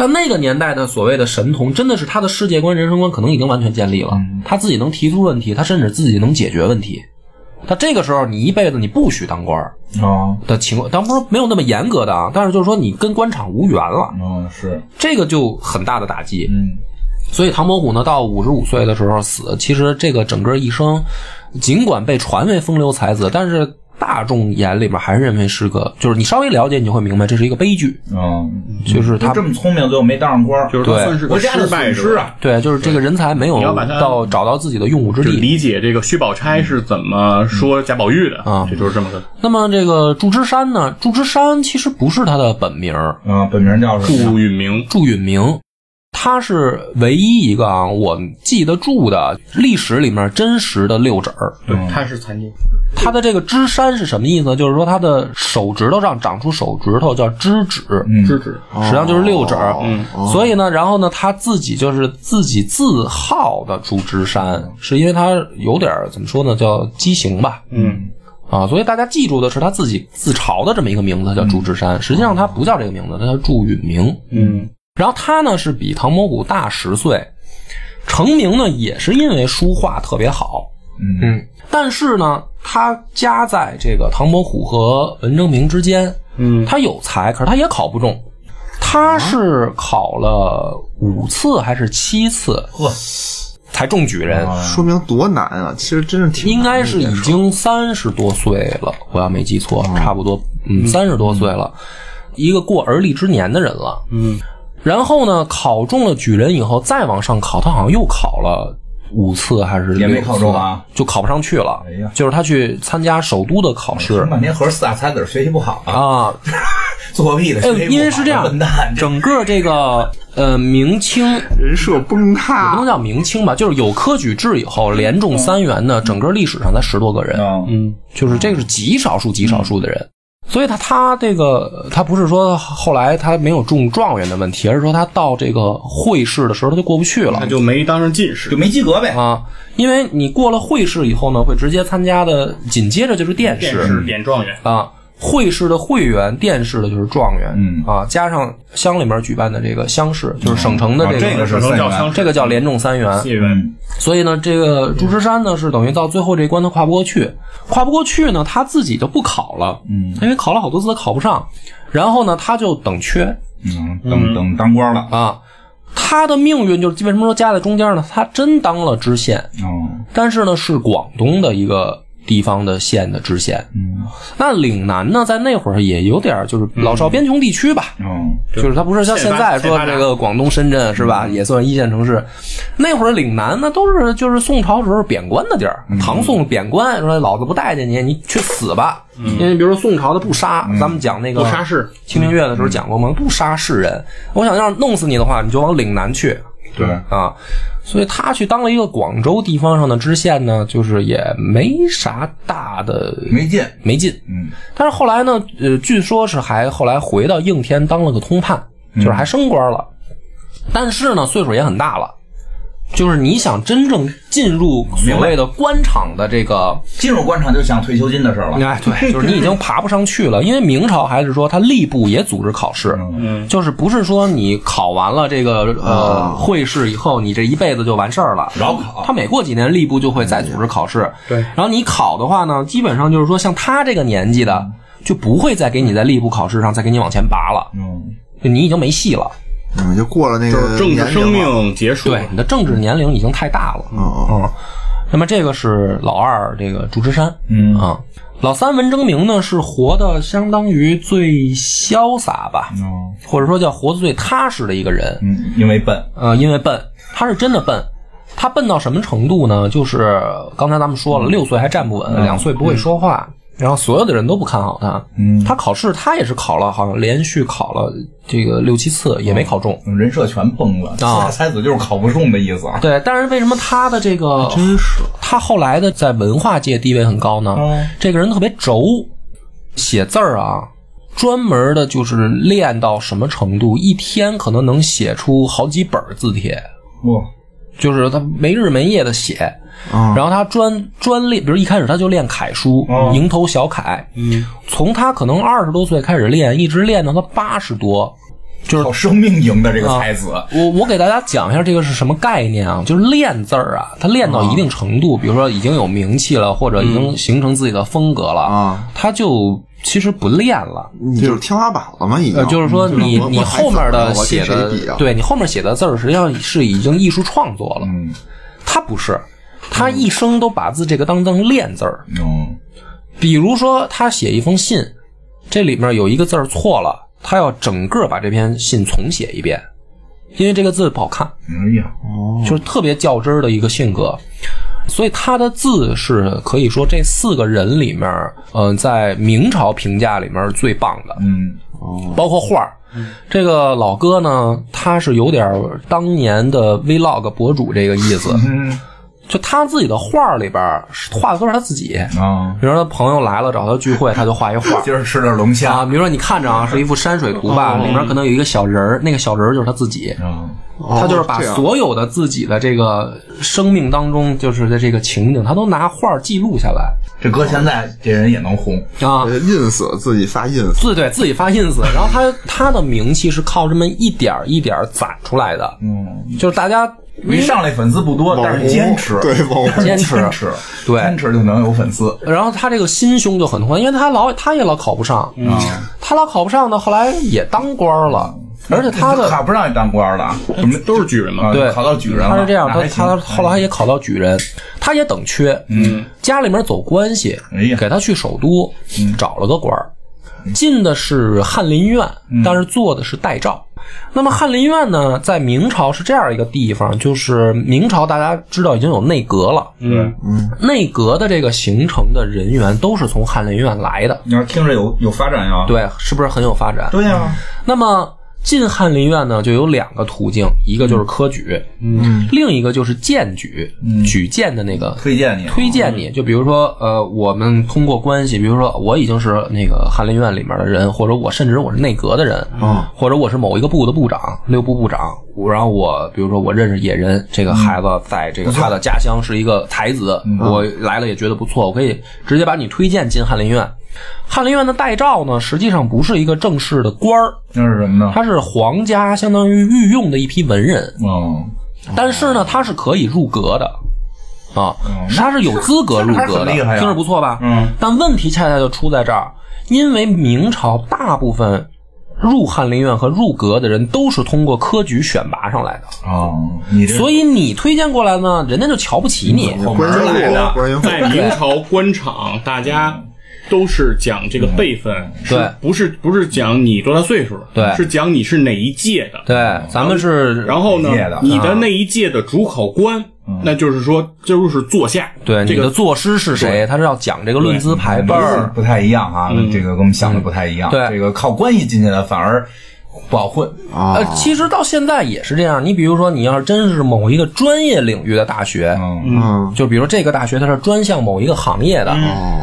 [SPEAKER 2] 但那个年代的所谓的神童，真的是他的世界观、人生观可能已经完全建立了，
[SPEAKER 4] 嗯
[SPEAKER 2] 他自己能提出问题，他甚至自己能解决问题。他这个时候，你一辈子你不许当官儿，
[SPEAKER 1] 哦，
[SPEAKER 2] 的情况，当然不是没有那么严格的啊，但是就是说你跟官场无缘了，
[SPEAKER 1] 嗯是，
[SPEAKER 2] 这个就很大的打击。
[SPEAKER 1] 嗯
[SPEAKER 2] 所以唐伯虎呢，到五十五岁的时候死，其实这个整个一生，尽管被传为风流才子，但是大众眼里面还是认为是个，就是你稍微了解，你就会明白这是一个悲剧，
[SPEAKER 1] 嗯，
[SPEAKER 2] 就是他
[SPEAKER 1] 就这么聪明，最后没当上官，
[SPEAKER 4] 就是他算是
[SPEAKER 1] 国
[SPEAKER 4] 个
[SPEAKER 1] 家的
[SPEAKER 4] 失败
[SPEAKER 1] 损失
[SPEAKER 4] 者。
[SPEAKER 1] 啊，
[SPEAKER 2] 对，就是这个人才没有
[SPEAKER 4] 你要把他
[SPEAKER 2] 到找到自己的用武之
[SPEAKER 4] 就
[SPEAKER 2] 地。
[SPEAKER 4] 理解这个薛宝钗是怎么说贾宝玉的
[SPEAKER 2] 啊
[SPEAKER 4] 这就是这么个
[SPEAKER 2] 那么这个祝枝山呢？祝枝山其实不是他的本名儿，
[SPEAKER 1] 嗯，本名叫什么呀？
[SPEAKER 4] 祝允明。
[SPEAKER 2] 祝允明，他是唯一一个啊，我记得住的历史里面真实的六指儿。
[SPEAKER 4] 对，他是残疾，
[SPEAKER 2] 他的这个枝山是什么意思呢？就是说他的手指头上长出手指头叫枝指，
[SPEAKER 1] 嗯
[SPEAKER 4] 知止。
[SPEAKER 2] 实际上就是六指儿。
[SPEAKER 4] 嗯
[SPEAKER 2] 所以呢，然后呢，他自己就是自己自号的祝枝山，是因为他有点儿怎么说呢，叫畸形吧。
[SPEAKER 4] 嗯，
[SPEAKER 2] 啊，所以大家记住的是他自己自嘲的这么一个名字叫祝枝山，实际上他不叫这个名字，他叫祝允明。
[SPEAKER 4] 嗯，
[SPEAKER 2] 然后他呢是比唐伯虎大十岁，成名呢也是因为书画特别好，
[SPEAKER 1] 嗯
[SPEAKER 2] 但是呢他夹在这个唐伯虎和文征明之间，
[SPEAKER 4] 嗯，
[SPEAKER 2] 他有才，可是他也考不中，他是考了五次还是七次
[SPEAKER 1] 呵，
[SPEAKER 2] 才中举人，
[SPEAKER 3] 说明多难啊！其实真是挺
[SPEAKER 2] 应该是已经三十多岁了，我要没记错，差不多，嗯，三十多岁了，一个过而立之年的人了，
[SPEAKER 4] 嗯。
[SPEAKER 2] 然后呢，考中了举人以后，再往上考，他好像又考了五次还是
[SPEAKER 1] 也没
[SPEAKER 2] 六次
[SPEAKER 1] 考中啊，
[SPEAKER 2] 就考不上去了。
[SPEAKER 1] 哎呀
[SPEAKER 2] 就是他去参加首都的考试
[SPEAKER 1] 半天合着四大才子学习不好啊，
[SPEAKER 2] 啊，
[SPEAKER 1] 作弊的，
[SPEAKER 2] 呃
[SPEAKER 1] 学习不好
[SPEAKER 2] 因为是这样
[SPEAKER 1] 混蛋，，这
[SPEAKER 2] 整个这个呃明清
[SPEAKER 3] 人设崩
[SPEAKER 2] 也不
[SPEAKER 3] 塌啊
[SPEAKER 2] 能，叫明清吧，就是有科举制以后，连中三元呢，整个历史上才十多个人，
[SPEAKER 1] 嗯
[SPEAKER 2] 就是这是极少数极少数的人。所以他他这个他不是说后来他没有中状元的问题，而是说他到这个会试的时候他就过不去了
[SPEAKER 4] 他，就没当上进士
[SPEAKER 1] 就。没及格呗，
[SPEAKER 2] 啊，因为你过了会试以后呢，会直接参加的，紧接着就是殿
[SPEAKER 4] 殿
[SPEAKER 2] 试
[SPEAKER 4] 试点状元，
[SPEAKER 2] 啊。会试的会员，殿试的就是状元，
[SPEAKER 1] 嗯
[SPEAKER 2] 啊，加上乡里面举办的这个乡试，就是省城的
[SPEAKER 1] 哦
[SPEAKER 2] 这个，
[SPEAKER 1] 这个是
[SPEAKER 4] 省城
[SPEAKER 1] 三
[SPEAKER 4] 叫
[SPEAKER 1] 元
[SPEAKER 4] 乡试
[SPEAKER 2] 这个叫连中三元，
[SPEAKER 4] 解元。
[SPEAKER 1] 嗯
[SPEAKER 2] 所以呢，这个朱之山呢是等于到最后这一关他跨不过去，跨不过去呢，他自己就不考了，嗯，因为考了好多次他考不上，然后呢他就等缺
[SPEAKER 1] 嗯，等等当官了，
[SPEAKER 2] 啊，他的命运就是为什么说夹在中间呢？他真当了知县，
[SPEAKER 1] 嗯
[SPEAKER 2] 但是呢是广东的一个地方的县的知县。
[SPEAKER 1] 嗯
[SPEAKER 2] 那岭南呢，在那会儿也有点儿就是老少边穷地区吧。
[SPEAKER 1] 嗯
[SPEAKER 2] 就是它不是像
[SPEAKER 4] 县
[SPEAKER 2] 现
[SPEAKER 4] 发
[SPEAKER 2] 在
[SPEAKER 4] 县
[SPEAKER 2] 说
[SPEAKER 4] 发达
[SPEAKER 2] 这个广东深圳是吧，
[SPEAKER 4] 嗯
[SPEAKER 2] 也算一线城市。那会儿岭南那都是就是宋朝时候贬官的地儿，
[SPEAKER 4] 嗯
[SPEAKER 2] 唐宋贬官说老子不待见你，你去死吧。因为比如说宋朝的不杀，咱们讲那个
[SPEAKER 4] 嗯不杀士，嗯
[SPEAKER 2] 清明月的时候讲过吗？不杀士人，我想要是弄死你的话，你就往岭南去。
[SPEAKER 1] 对，
[SPEAKER 2] 啊，所以他去当了一个广州地方上的知县呢，就是也没啥大的
[SPEAKER 1] 没劲，
[SPEAKER 2] 没劲。
[SPEAKER 1] 嗯
[SPEAKER 2] 但是后来呢，呃，据说是还后来回到应嗯天当了个通判，就是还升官了，但是呢，岁数也很大了。就是你想真正进入所谓的官场的这个，
[SPEAKER 1] 进入官场就想退休金的事儿了。
[SPEAKER 2] 哎，对，就是你已经爬不上去了，因为明朝还是说他吏部也组织考试，
[SPEAKER 4] 嗯
[SPEAKER 2] 就是不是说你考完了这个呃会试以后，你这一辈子就完事儿了。
[SPEAKER 1] 啊饶考
[SPEAKER 2] 他每过几年吏部就会再组织考试，
[SPEAKER 4] 对
[SPEAKER 2] 然后你考的话呢，基本上就是说像他这个年纪的，就不会再给你在吏部考试上再给你往前拔了，
[SPEAKER 1] 嗯，
[SPEAKER 2] 就你已经没戏了。
[SPEAKER 3] 嗯，就过了那
[SPEAKER 4] 就
[SPEAKER 3] 个
[SPEAKER 4] 是政治
[SPEAKER 3] 年
[SPEAKER 4] 生
[SPEAKER 3] 龄了。
[SPEAKER 4] 命结束了
[SPEAKER 2] 对，，你的政治年龄已经太大了。
[SPEAKER 1] 哦
[SPEAKER 3] 嗯
[SPEAKER 2] 嗯，那么这个是老二这个祝枝山，
[SPEAKER 1] 嗯
[SPEAKER 2] 啊，老三文征明呢是活的相当于最潇洒吧，
[SPEAKER 1] 哦
[SPEAKER 2] 或者说叫活得最踏实的一个人。
[SPEAKER 1] 嗯，因为笨，
[SPEAKER 2] 呃，因为笨，他是真的笨。他笨到什么程度呢？就是刚才咱们说了，六岁还站不稳，两岁不会说话，然后所有的人都不看好他。
[SPEAKER 1] 嗯
[SPEAKER 2] 他考试他也是考了，好像连续考了这个六七次也没考中。
[SPEAKER 1] 人设全崩了。四
[SPEAKER 2] 啊
[SPEAKER 1] 大才子就是考不中的意思啊。
[SPEAKER 2] 对，但是为什么他的这个真是他后来的在文化界地位很高呢？
[SPEAKER 1] 嗯
[SPEAKER 2] 这个人特别轴，写字儿啊，专门的就是练到什么程度，一天可能能写出好几本儿字帖，
[SPEAKER 1] 哇，
[SPEAKER 2] 就是他没日没夜的写。
[SPEAKER 3] 嗯
[SPEAKER 2] 然后他专专练，比如一开始他就练楷书，
[SPEAKER 1] 嗯
[SPEAKER 2] 蝇头小楷。
[SPEAKER 4] 嗯，
[SPEAKER 2] 从他可能二十多岁开始练，一直练到他八十多，
[SPEAKER 1] 靠生命赢的这
[SPEAKER 2] 啊
[SPEAKER 1] 个才子，
[SPEAKER 2] 我我给大家讲一下这个是什么概念啊？就是练字儿啊，他练到一定程度，比如说已经有名气了，或者已经形成自己的风格了，
[SPEAKER 3] 啊
[SPEAKER 2] 他就其实不练了。
[SPEAKER 3] 你就是天花板了嘛，已
[SPEAKER 2] 呃，
[SPEAKER 3] 经。
[SPEAKER 2] 就是说
[SPEAKER 3] 嗯
[SPEAKER 2] 你
[SPEAKER 3] 我
[SPEAKER 2] 你
[SPEAKER 3] 我还
[SPEAKER 2] 后面
[SPEAKER 3] 怎么
[SPEAKER 2] 的
[SPEAKER 3] 了我
[SPEAKER 2] 写
[SPEAKER 3] 跟
[SPEAKER 2] 的
[SPEAKER 3] 谁比啊？，
[SPEAKER 2] 对你后面写的字儿，实际上是已经艺术创作了。
[SPEAKER 1] 嗯
[SPEAKER 2] 他不是，
[SPEAKER 3] 嗯
[SPEAKER 2] 他一生都把字这个当成练字儿。
[SPEAKER 1] 嗯
[SPEAKER 2] 比如说他写一封信，这里面有一个字儿错了，他要整个把这篇信重写一遍，因为这个字不好看。
[SPEAKER 1] 哎呀，
[SPEAKER 3] 哦
[SPEAKER 2] 就是特别较真儿的一个性格。所以他的字是可以说这四个人里面，嗯、在明朝评价里面最棒的，
[SPEAKER 1] 嗯
[SPEAKER 2] 包括画儿。这个老哥呢，他是有点儿当年的 vlog 博主这个意思，
[SPEAKER 1] 嗯
[SPEAKER 2] 就他自己的画儿里边儿画的都是他自己。
[SPEAKER 1] 啊，
[SPEAKER 2] 比如说他朋友来了找他聚会，他就画一画儿。
[SPEAKER 1] 今儿吃点龙虾
[SPEAKER 2] 啊，比如说你看着啊，是一幅山水图吧，里面可能有一个小人儿，那个小人儿就是他自己。
[SPEAKER 1] 啊，
[SPEAKER 3] 哦
[SPEAKER 2] 他就是把
[SPEAKER 3] 这样
[SPEAKER 2] 所有的自己的这个生命当中，就是的这个情景，他都拿画儿记录下来
[SPEAKER 1] 这哥现在这人也能红，
[SPEAKER 2] 啊，
[SPEAKER 3] 呃 ins 自己发 ins，
[SPEAKER 2] 自对自己发 ins，然后他他的名气是靠这么一点儿一点儿攒出来的，
[SPEAKER 1] 嗯，
[SPEAKER 2] 就是大家
[SPEAKER 1] 一上来粉丝不多，但是坚持，
[SPEAKER 3] 对网红
[SPEAKER 2] 坚持
[SPEAKER 1] 坚持，
[SPEAKER 2] 对
[SPEAKER 1] 坚持就能有粉丝。
[SPEAKER 2] 然后他这个心胸就很宽，因为他老他也老考不上，他老考不上呢，后来也当官了，而且他的
[SPEAKER 1] 考不让你当官了，什么
[SPEAKER 4] 都是举人嘛
[SPEAKER 1] 啊，
[SPEAKER 2] 对
[SPEAKER 1] 考到举人了，
[SPEAKER 2] 他是这样，
[SPEAKER 1] 那
[SPEAKER 2] 他
[SPEAKER 1] 还行
[SPEAKER 2] 他后来也考到举人，他也等缺，嗯，家里面走关系，
[SPEAKER 1] 哎呀嗯
[SPEAKER 2] 给他去首都找了个官儿，进的是翰林院，
[SPEAKER 1] 嗯
[SPEAKER 2] 但是做的是代诏。那么翰林院呢，在明朝是这样一个地方，就是明朝大家知道已经有内阁了，
[SPEAKER 4] 嗯，
[SPEAKER 2] 内阁的这个形成的人员都是从翰林院来的，
[SPEAKER 1] 你要听着有有发展呀，
[SPEAKER 2] 对，是不是很有发展？
[SPEAKER 1] 对呀，
[SPEAKER 2] 那么进翰林院呢，就有两个途径，一个就是科举，嗯，另一个就是荐举，举荐的那个
[SPEAKER 1] 嗯推荐你，
[SPEAKER 2] 推荐你，就比如说，呃，我们通过关系，比如说我已经是那个翰林院里面的人，或者我甚至我是内阁的人，
[SPEAKER 1] 哦
[SPEAKER 2] 或者我是某一个部的部长，六部部长，我然后我比如说我认识野人这个孩子，在这个他的家乡是一个才子，
[SPEAKER 1] 嗯
[SPEAKER 2] 我来了也觉得不错，我可以直接把你推荐进翰林院。翰林院的代诏呢，实际上不是一个正式的官儿，
[SPEAKER 1] 那是什么呢？
[SPEAKER 2] 啊他是皇家相当于御用的一批文人，
[SPEAKER 1] 嗯，
[SPEAKER 2] 但是呢，他是可以入阁的。啊，他是有资格入
[SPEAKER 1] 那还
[SPEAKER 2] 阁的，
[SPEAKER 1] 很厉害呀
[SPEAKER 2] 听着不错吧？
[SPEAKER 1] 嗯。
[SPEAKER 2] 但问题恰恰就出在这儿，因为明朝大部分入翰林院和入阁的人都是通过科举选拔上来的，
[SPEAKER 1] 哦，你这
[SPEAKER 2] 所以你推荐过来呢，人家就瞧不起你。
[SPEAKER 3] 官员
[SPEAKER 1] 来的
[SPEAKER 3] 户，官员户，
[SPEAKER 4] 在明朝官场，大家都是讲这个辈分，
[SPEAKER 2] 嗯
[SPEAKER 4] 是
[SPEAKER 2] 对
[SPEAKER 4] 不是不是讲你多大岁数，
[SPEAKER 2] 对
[SPEAKER 4] 是讲你是哪一届的。
[SPEAKER 2] 对，咱们是，
[SPEAKER 4] 然后呢
[SPEAKER 1] 哪一届的，
[SPEAKER 4] 你
[SPEAKER 2] 嗯
[SPEAKER 4] 的那一届的主考官，那就是说就是座下，
[SPEAKER 2] 对
[SPEAKER 4] 这
[SPEAKER 2] 你的
[SPEAKER 4] 个
[SPEAKER 2] 作诗是谁，他是要讲这个论资排辈
[SPEAKER 1] 辈儿
[SPEAKER 2] 儿。
[SPEAKER 1] 不太一样啊，这个跟我们想的不太一样。
[SPEAKER 2] 嗯对
[SPEAKER 1] 这个靠关系进去的反而不好混。
[SPEAKER 3] 啊
[SPEAKER 2] 呃，其实到现在也是这样。你比如说，你要是真是某一个专业领域的大学，
[SPEAKER 1] 嗯，
[SPEAKER 3] 嗯，
[SPEAKER 2] 就比如这个大学它是专项某一个行业的，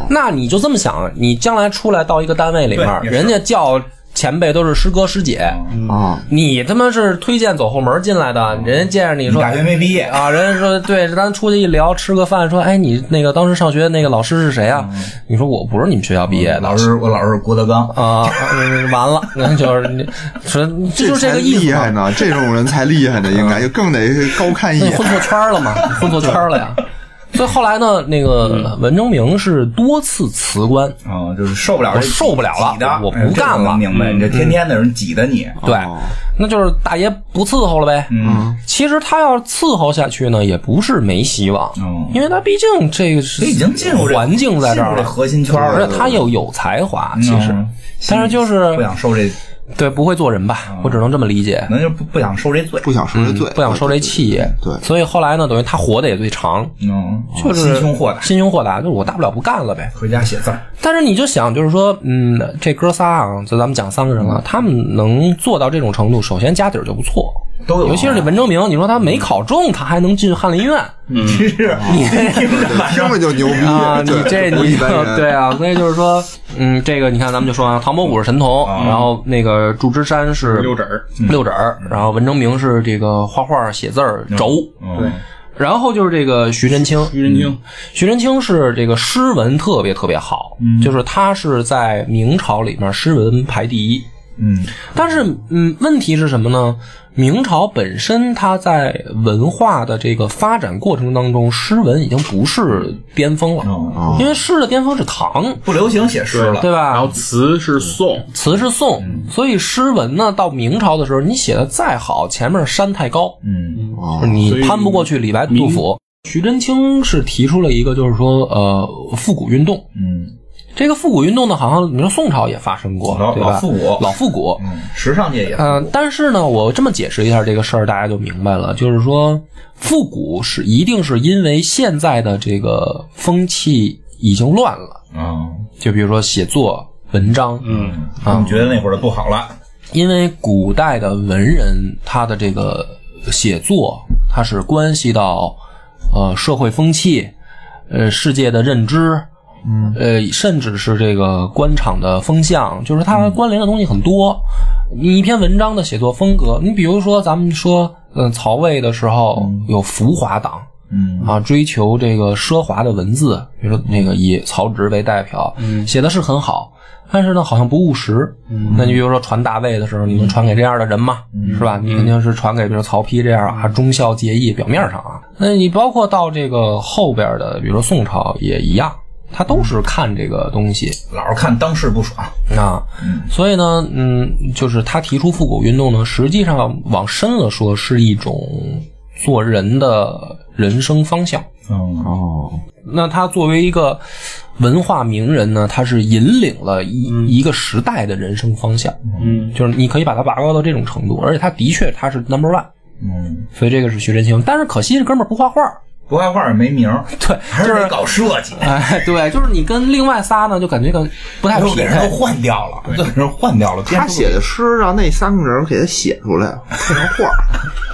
[SPEAKER 2] 那你就这么想，你将来出来到一个单位里面，
[SPEAKER 1] 哦对也是嗯
[SPEAKER 2] 人家叫前辈都是师哥师姐，
[SPEAKER 3] 啊，
[SPEAKER 2] 你他妈是推荐走后门进来的，人家见着你说
[SPEAKER 1] 大学没毕业，
[SPEAKER 2] 啊，人家说对，咱出去一聊，吃个饭，说哎，你那个当时上学那个老师是谁啊？你说我不是你们学校毕业的。
[SPEAKER 1] 嗯老师我老师郭德纲，
[SPEAKER 2] 啊， 嗯完了，那就是你说，这就是这
[SPEAKER 3] 才
[SPEAKER 2] 个意
[SPEAKER 3] 厉
[SPEAKER 2] 思嘛
[SPEAKER 3] 害，呢，这种人才厉害呢，应该就更得高看一
[SPEAKER 2] 那你
[SPEAKER 3] 眼
[SPEAKER 2] 混错圈儿了嘛？你混错圈儿了呀。 所以后来呢，那个文征明是多次辞官，
[SPEAKER 1] 嗯，就是受不了，
[SPEAKER 2] 我受不了了
[SPEAKER 1] 挤的
[SPEAKER 2] 我不干
[SPEAKER 1] 哎这我
[SPEAKER 2] 了嗯
[SPEAKER 1] 能明白，你这天天的人挤得你，
[SPEAKER 2] 对，那就是大爷不伺候了呗。
[SPEAKER 1] 哦嗯，
[SPEAKER 2] 其实他要伺候下去呢，也不是没希望，
[SPEAKER 1] 嗯
[SPEAKER 2] 因为他毕竟这个是
[SPEAKER 1] 这已经进入这
[SPEAKER 2] 环境在这
[SPEAKER 1] 进
[SPEAKER 2] 儿
[SPEAKER 1] 入这
[SPEAKER 2] 了，
[SPEAKER 1] 核心圈了，
[SPEAKER 2] 而且他又有才华，其实，
[SPEAKER 1] 嗯
[SPEAKER 2] 但是就是
[SPEAKER 1] 不想受哦这，
[SPEAKER 2] 对不会做人吧，我只能这么理解
[SPEAKER 1] 可，能就不不想受这罪，
[SPEAKER 3] 不想受这罪，
[SPEAKER 2] 嗯不想受这气也。
[SPEAKER 3] 对对
[SPEAKER 2] 所以后来呢，等于他活得也最长，
[SPEAKER 1] 嗯，
[SPEAKER 2] 就是
[SPEAKER 1] 心胸豁达，
[SPEAKER 2] 心胸豁达，就是我大不了不干 了呗。
[SPEAKER 1] 回家写字儿，
[SPEAKER 2] 但是你就想，就是说，嗯，这哥仨啊，就咱们讲三个人了，他们能做到这种程度，首先家底儿就不错，
[SPEAKER 1] 都有
[SPEAKER 2] 尤其是这文征明，你说他没考中，他还能进翰林院
[SPEAKER 1] 其实
[SPEAKER 2] 嗯
[SPEAKER 1] 你
[SPEAKER 3] 听着就牛逼
[SPEAKER 2] 啊？你这
[SPEAKER 3] 对不
[SPEAKER 2] 你
[SPEAKER 3] 一般人
[SPEAKER 2] 对啊，所以就是说，嗯，这个你看，咱们就说啊，唐伯虎是神童，然后那个祝枝山是
[SPEAKER 4] 溜指儿，
[SPEAKER 2] 六指儿，然后文征明是这个画画写字儿轴，
[SPEAKER 1] 对，
[SPEAKER 2] 然后就是这个徐祯卿，
[SPEAKER 4] 徐仁清，
[SPEAKER 2] 徐祯卿是这个诗文特别特别好，就是他是在明朝里面诗文排第一。
[SPEAKER 1] 嗯，
[SPEAKER 2] 但是，嗯，问题是什么呢？明朝本身它在文化的这个发展过程当中，诗文已经不是巅峰了，
[SPEAKER 1] 哦
[SPEAKER 2] 因为诗的巅峰是唐，
[SPEAKER 1] 不流行写诗了，
[SPEAKER 2] 对吧？
[SPEAKER 4] 然后词是宋，
[SPEAKER 2] 词是宋，
[SPEAKER 1] 嗯
[SPEAKER 2] 所以诗文呢，到明朝的时候，你写的再好，前面山太高，
[SPEAKER 1] 嗯，
[SPEAKER 3] 哦
[SPEAKER 2] 就是
[SPEAKER 4] 所
[SPEAKER 2] 你
[SPEAKER 4] 以
[SPEAKER 2] 攀不过去李白、杜甫。徐祯卿是提出了一个，就是说，呃，复古运动。
[SPEAKER 1] 嗯，
[SPEAKER 2] 这个复古运动呢，好像你说宋朝也发生过，
[SPEAKER 1] 老
[SPEAKER 2] 对吧？
[SPEAKER 1] 老复古
[SPEAKER 2] 老复古。
[SPEAKER 1] 嗯，时尚界也，
[SPEAKER 2] 呃，但是呢，我这么解释一下这个事儿，大家就明白了。就是说，复古是一定是因为现在的这个风气已经乱了，
[SPEAKER 1] 嗯，
[SPEAKER 2] 就比如说写作、文章，
[SPEAKER 4] 嗯，
[SPEAKER 1] 他们觉得那会儿不好了，
[SPEAKER 2] 因为古代的文人他的这个写作，它是关系到呃社会风气、呃世界的认知，嗯，呃甚至是这个官场的风向，就是它关联的东西很多。你一篇文章的写作风格，你比如说咱们说，嗯、曹魏的时候有浮华党，
[SPEAKER 1] 嗯
[SPEAKER 2] 啊，追求这个奢华的文字，比如说那个以曹植为代表，写的是很好，但是呢，好像不务实。那你比如说传大卫的时候，你能传给这样的人吗？是吧？你肯定是传给比如曹丕这样啊，忠孝节义，表面上啊，那你包括到这个后边的，比如说宋朝也一样，他都是看这个东西。
[SPEAKER 1] 老是看当世不爽，
[SPEAKER 2] 啊，所以呢，嗯，就是他提出复古运动呢，实际上往深了说，是一种做人的人生方向。
[SPEAKER 1] 嗯
[SPEAKER 3] 哦，
[SPEAKER 2] 那他作为一个文化名人呢，他是引领了一、一个时代的人生方向，
[SPEAKER 4] 嗯，
[SPEAKER 2] 就是你可以把他拔高到这种程度，而且他的确他是 number one，
[SPEAKER 1] 嗯，
[SPEAKER 2] 所以这个是徐振清。但是可惜这哥们儿不画画，
[SPEAKER 1] 不画画也没名儿，
[SPEAKER 2] 对，
[SPEAKER 1] 还是得搞设计，
[SPEAKER 2] 哎， 对，就是你跟另外仨呢，就感觉个不太
[SPEAKER 1] 又
[SPEAKER 2] 匹
[SPEAKER 1] 给人
[SPEAKER 2] 配
[SPEAKER 1] 都。换掉了，又给人换掉了，
[SPEAKER 3] 他写的诗让那三个人给他写出来，配上 画儿，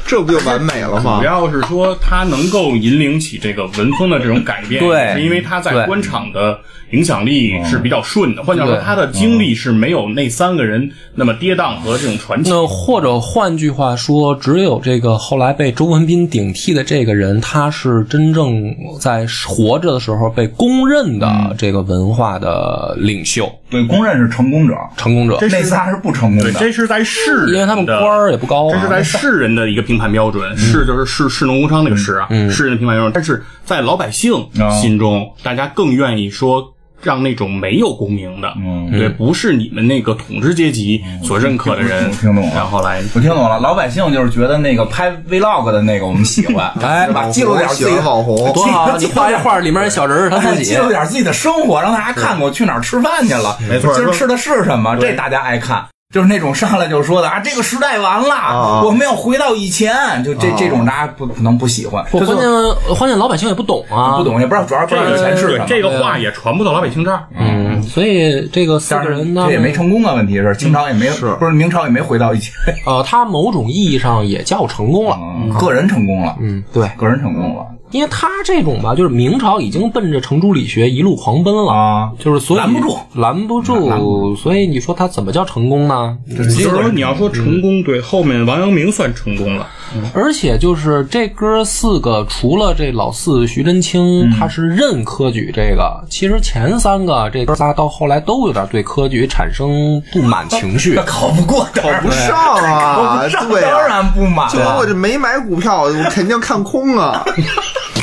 [SPEAKER 3] 这不就完美了吗
[SPEAKER 4] 主？要是说他能够引领起这个文风的这种改变，
[SPEAKER 2] 对
[SPEAKER 4] 是因为他在
[SPEAKER 2] 对嗯
[SPEAKER 4] 官场的影响力是比较顺的。换句话说，
[SPEAKER 2] 对嗯
[SPEAKER 4] 他的经历是没有那三个人那么跌宕和这种传奇。
[SPEAKER 2] 那或者换句话说，只有这个后来被周文斌顶替的这个人，他是真正在活着的时候被公认的这个文化的领袖、
[SPEAKER 1] 对公认是成功者，
[SPEAKER 2] 成功者。
[SPEAKER 1] 那仨是不成功
[SPEAKER 4] 对，
[SPEAKER 1] 的，
[SPEAKER 4] 这是在世人的，
[SPEAKER 2] 因为他们官儿也不高、啊，
[SPEAKER 4] 这是在世人的一个评判标准，士就是士士农工商那个士啊，世人的评判标准。但是在老百姓心中，大家更愿意说。让那种没有功名的，
[SPEAKER 1] 嗯
[SPEAKER 4] 对，不是你们那个统治阶级所认可的人，
[SPEAKER 1] 我听懂了
[SPEAKER 4] 然后来
[SPEAKER 1] 我听懂了，老百姓就是觉得那个拍 vlog 的那个我们喜欢，
[SPEAKER 2] 哎
[SPEAKER 1] 把记录点自
[SPEAKER 3] 喜
[SPEAKER 1] 己
[SPEAKER 3] 欢网红，
[SPEAKER 2] 多 好！啊你画一画，里面小人儿是他
[SPEAKER 1] 哎
[SPEAKER 2] 自己
[SPEAKER 1] 记。 录点自己的生活，让大家看我去哪儿吃饭去了，
[SPEAKER 4] 没错
[SPEAKER 1] 今儿
[SPEAKER 4] 说
[SPEAKER 1] 吃的是什么，这大家爱看。就是那种上来就说的啊，这个时代完了，
[SPEAKER 3] 啊
[SPEAKER 1] 我们要回到以前，就这、这种大家不可能不喜欢，
[SPEAKER 2] 我
[SPEAKER 1] 这就
[SPEAKER 2] 关键关键老百姓也不懂啊，
[SPEAKER 1] 不。懂，也不知道主要不知道以前是什
[SPEAKER 4] 对
[SPEAKER 1] 么。
[SPEAKER 4] 这个话也传不到老百姓这儿。
[SPEAKER 2] 嗯，所以这个四
[SPEAKER 1] 但
[SPEAKER 2] 个
[SPEAKER 1] 是
[SPEAKER 2] 人呢
[SPEAKER 1] 这，也没成功啊，问题是清朝也没有，不是明朝也没回到以前，
[SPEAKER 2] 呃，他某种意义上也叫成功了。
[SPEAKER 1] 嗯个人成功了，
[SPEAKER 2] 嗯，对，
[SPEAKER 1] 个人成功了，
[SPEAKER 2] 因为他这种吧，就是明朝已经奔着程朱理学一路狂奔了，
[SPEAKER 1] 啊，
[SPEAKER 2] 就是所以
[SPEAKER 1] 拦不住嗯
[SPEAKER 2] 拦不住，所以你说他怎么叫成功呢？
[SPEAKER 4] 就是说你要说成功，对后面王阳明算成功了，
[SPEAKER 2] 而且就是这哥四个，除了这老四徐祯清，他是认科举这个，其实前三个这哥仨到后来都有点对科举产生不满情 绪
[SPEAKER 1] 那。考不过，考
[SPEAKER 3] 不上啊，
[SPEAKER 1] 上
[SPEAKER 3] 对
[SPEAKER 1] 当
[SPEAKER 3] 啊，
[SPEAKER 1] 然不满
[SPEAKER 3] 就跟我
[SPEAKER 1] 了。
[SPEAKER 3] 这没买股票，我肯定看空啊。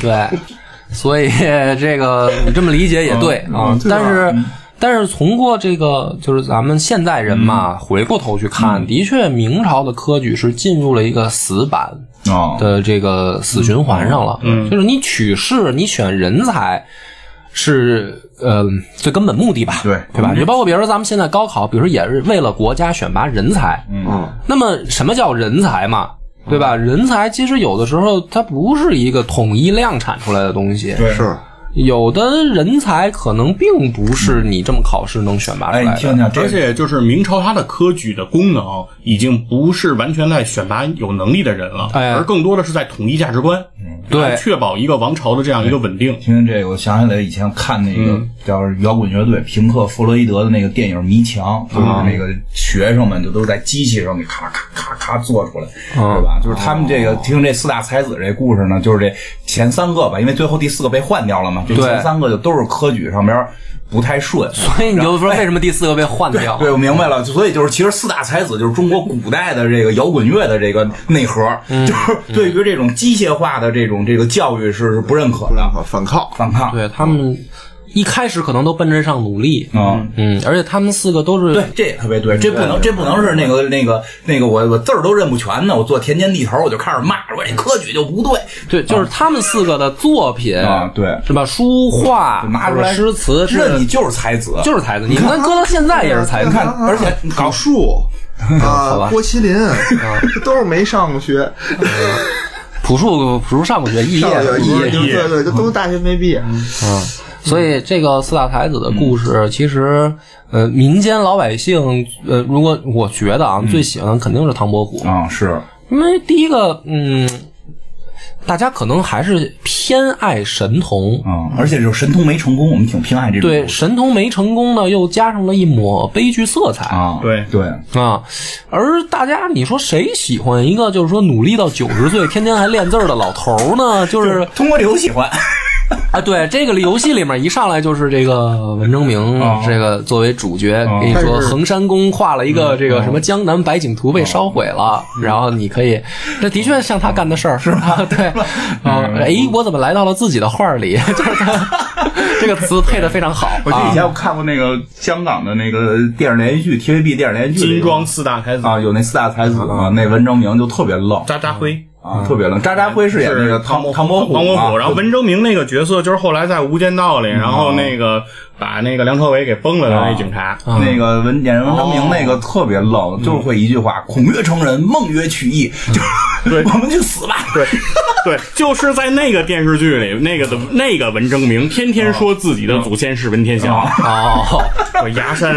[SPEAKER 2] 对，所以这个你这么理解也对啊，但是。但是通过这个，就是咱们现代人嘛，回过头去看，的确明朝的科举是进入了一个死板
[SPEAKER 1] 哦，
[SPEAKER 2] 的这个死循环上了。嗯，就是你取士，你选人才是呃最根本目的吧？
[SPEAKER 1] 对嗯
[SPEAKER 2] 对吧？就包括比如说咱们现在高考，比如说也是为了国家选拔人才。
[SPEAKER 3] 嗯，
[SPEAKER 2] 那么什么叫人才嘛？
[SPEAKER 1] 嗯
[SPEAKER 2] 对吧？人才其实有的时候它不是一个统一量产出来的东西，
[SPEAKER 1] 对
[SPEAKER 3] 是
[SPEAKER 2] 有的人才可能并不是你这么考试能选拔
[SPEAKER 1] 嗯
[SPEAKER 2] 出
[SPEAKER 1] 哎，你
[SPEAKER 2] 来的。
[SPEAKER 1] 听听，这
[SPEAKER 4] 而且就是明朝它的科举的功能已经不是完全在选拔有能力的人了，
[SPEAKER 2] 哎
[SPEAKER 4] 而更多的是在统一价值观，
[SPEAKER 2] 对
[SPEAKER 4] 来确保一个王朝的这样一个稳定。
[SPEAKER 1] 听听这个，我想起来以前看那个
[SPEAKER 3] 嗯
[SPEAKER 1] 叫摇滚乐队平克·弗洛伊德的那个电影《迷墙》，
[SPEAKER 3] 啊
[SPEAKER 1] 就是那个学生们就都在机器上给咔咔咔咔做出来，
[SPEAKER 3] 啊
[SPEAKER 1] 对吧？就是他们这
[SPEAKER 2] 哦
[SPEAKER 1] 个听这四大才子这故事呢，就是这前三个吧，因为最后第四个被换掉了嘛，这
[SPEAKER 2] 对
[SPEAKER 1] 前三个就都是科举上边不太顺，
[SPEAKER 2] 所以你就说为什么第四个被换掉？
[SPEAKER 1] 哎对，我明白了。所以就是，其实四大才子就是中国古代的这个摇滚乐的这个内核，
[SPEAKER 2] 嗯
[SPEAKER 1] 就是对于这种机械化的这种这个教育是是不认可的，
[SPEAKER 3] 啊反抗，
[SPEAKER 1] 反抗。
[SPEAKER 2] 嗯对他们一开始可能都奔着上努力，
[SPEAKER 1] 啊，
[SPEAKER 2] 嗯，而且他们四个都是
[SPEAKER 1] 对，这也特别对，这不能，这不能是那个那个那个，我我字儿都认不全呢，我做田间地头我就开始骂，我这科举就不对，
[SPEAKER 2] 对，就是他们四个的作品
[SPEAKER 1] 啊对
[SPEAKER 2] 是吧？书画
[SPEAKER 1] 拿出来
[SPEAKER 2] 诗词是
[SPEAKER 1] 认你就是才子，
[SPEAKER 2] 就是啊才子，你看搁到现在也是才子
[SPEAKER 1] 你。看，而且
[SPEAKER 3] 搞树
[SPEAKER 2] 嗯
[SPEAKER 3] 啊，郭麒麟
[SPEAKER 2] 啊
[SPEAKER 3] 都是没上过学，
[SPEAKER 2] 朴树朴树上过学，肄
[SPEAKER 3] 上过
[SPEAKER 2] 业
[SPEAKER 3] 学
[SPEAKER 2] 肄业，嗯
[SPEAKER 3] 对对对，都都大学没毕业。
[SPEAKER 2] 所以这个四大才子的故事，
[SPEAKER 1] 嗯
[SPEAKER 2] 其实呃，民间老百姓呃，如果我觉得啊，最喜欢的肯定是唐伯虎，
[SPEAKER 1] 嗯啊是
[SPEAKER 2] 因为第一个嗯。大家可能还是偏爱神童，
[SPEAKER 1] 啊，而且就是神童没成功，我们挺偏爱这种
[SPEAKER 2] 对神童没成功呢，又加上了一抹悲剧色彩
[SPEAKER 1] 啊，
[SPEAKER 4] 对
[SPEAKER 1] 对，
[SPEAKER 2] 啊，而大家，你说谁喜欢一个就是说努力到九十岁，天天还练字儿的老头儿呢？就是
[SPEAKER 1] 通过这个我喜欢，
[SPEAKER 2] 啊，对这个游戏里面一上来就是这个文征明
[SPEAKER 1] 哦
[SPEAKER 2] 这个作为主角，跟你说
[SPEAKER 3] 但是
[SPEAKER 2] 衡山公画了一个这个什么《江南百景图》被烧毁了，然后你可以，这的确像他干的事儿是吧？ 对，啊，哎，我怎么来到了自己的画儿里？ 就是他 这个词配的非常好
[SPEAKER 1] 我记得以
[SPEAKER 2] 啊
[SPEAKER 1] 前我看过那个香港的那个电视连续剧，TVB 电视连续剧里
[SPEAKER 4] 金装四大才子，
[SPEAKER 1] 啊，有那四大才子嘛，那文征明就特别愣
[SPEAKER 4] 渣渣辉。
[SPEAKER 1] 啊，特别愣。渣渣辉饰演那个唐唐伯虎嘛，
[SPEAKER 4] 嗯
[SPEAKER 1] 啊
[SPEAKER 4] 唐伯虎，然后文征明那个角色就是后来在《无间道》里，然后那个把那个梁朝伟给崩了的那警察，
[SPEAKER 1] 那个文演文征
[SPEAKER 4] 哦
[SPEAKER 1] 明那个特别
[SPEAKER 4] 嗯
[SPEAKER 1] 愣，就是会一句话：“孔曰成人，孟曰取义。”就是 我们去死吧！
[SPEAKER 4] 对，对，就是在那个电视剧里，那个的那个文征明天天说自己的祖先是文天祥，
[SPEAKER 2] 哦，
[SPEAKER 4] 我崖山。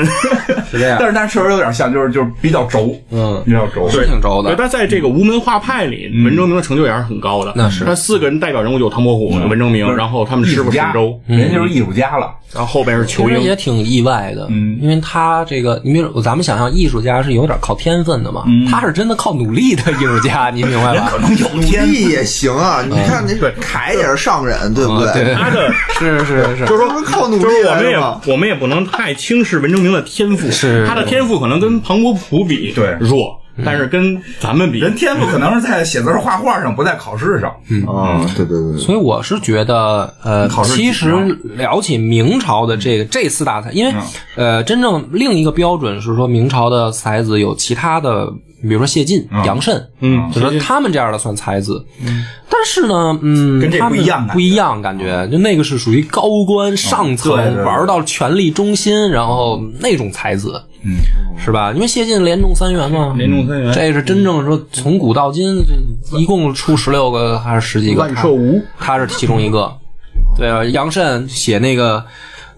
[SPEAKER 2] 是这样
[SPEAKER 1] 但，是但是确实有点像，就是就是比较轴，
[SPEAKER 2] 嗯，
[SPEAKER 1] 比较轴。
[SPEAKER 2] 是挺轴
[SPEAKER 4] 对，
[SPEAKER 2] 的，
[SPEAKER 4] 他在这个无门画派里，文征明的成就也嗯是很嗯高的。
[SPEAKER 2] 那是
[SPEAKER 4] 他四个人代表人物有唐伯虎、文征明，然后他们
[SPEAKER 1] 艺
[SPEAKER 4] 师
[SPEAKER 1] 术
[SPEAKER 4] 傅沈
[SPEAKER 1] 家
[SPEAKER 4] 周，，
[SPEAKER 1] 人家就是艺术家了。
[SPEAKER 4] 然后后边是
[SPEAKER 2] 其
[SPEAKER 4] 仇
[SPEAKER 2] 实
[SPEAKER 4] 英
[SPEAKER 2] 也。挺意外的，嗯，因为他这个，你比如咱们想象艺术家是有点靠天分的嘛，他是真的靠努力的艺术家，你明白
[SPEAKER 1] 人
[SPEAKER 2] 吧
[SPEAKER 4] 嗯
[SPEAKER 1] 可？能有
[SPEAKER 3] 努
[SPEAKER 1] 天
[SPEAKER 3] 力也行啊，你看那凯也是上人，对不
[SPEAKER 2] 啊
[SPEAKER 3] 对？
[SPEAKER 4] 他的
[SPEAKER 2] 是是是
[SPEAKER 4] 就是
[SPEAKER 3] 他
[SPEAKER 4] 说
[SPEAKER 3] 们靠努力
[SPEAKER 4] 就是我
[SPEAKER 3] 来
[SPEAKER 4] 们
[SPEAKER 3] 的嘛
[SPEAKER 4] 也我们也不能太轻视文征明的天赋，
[SPEAKER 2] 是
[SPEAKER 4] 他的天赋可能跟庞伯虎比
[SPEAKER 1] 对
[SPEAKER 4] 弱，但是跟咱们比，
[SPEAKER 1] 人天赋可能是在写字儿画画上，不在考试上。
[SPEAKER 4] 嗯
[SPEAKER 3] 啊，对对对，
[SPEAKER 2] 所以我是觉得，呃，
[SPEAKER 1] 考试紧
[SPEAKER 2] 其实聊起明朝的这个这四大才，因为、呃，真正另一个标准是说明朝的才子有其他的，比如说谢晋、杨慎，
[SPEAKER 4] 嗯
[SPEAKER 2] 就说他们这样的算才子。但是呢，嗯，
[SPEAKER 1] 跟这
[SPEAKER 2] 他
[SPEAKER 1] 不
[SPEAKER 2] 们
[SPEAKER 1] 一样啊感觉
[SPEAKER 2] 不一样感觉，就那个是属于高官上层，
[SPEAKER 1] 嗯对对对
[SPEAKER 2] 玩到权力中心，然后那种才子，嗯，是吧？因为谢晋连中三元嘛，
[SPEAKER 4] 连中三元
[SPEAKER 2] 这是真正说从古到今，这一共出十六个还是十几个？
[SPEAKER 4] 万寿无
[SPEAKER 2] 他是其中一个。对啊，杨慎写那个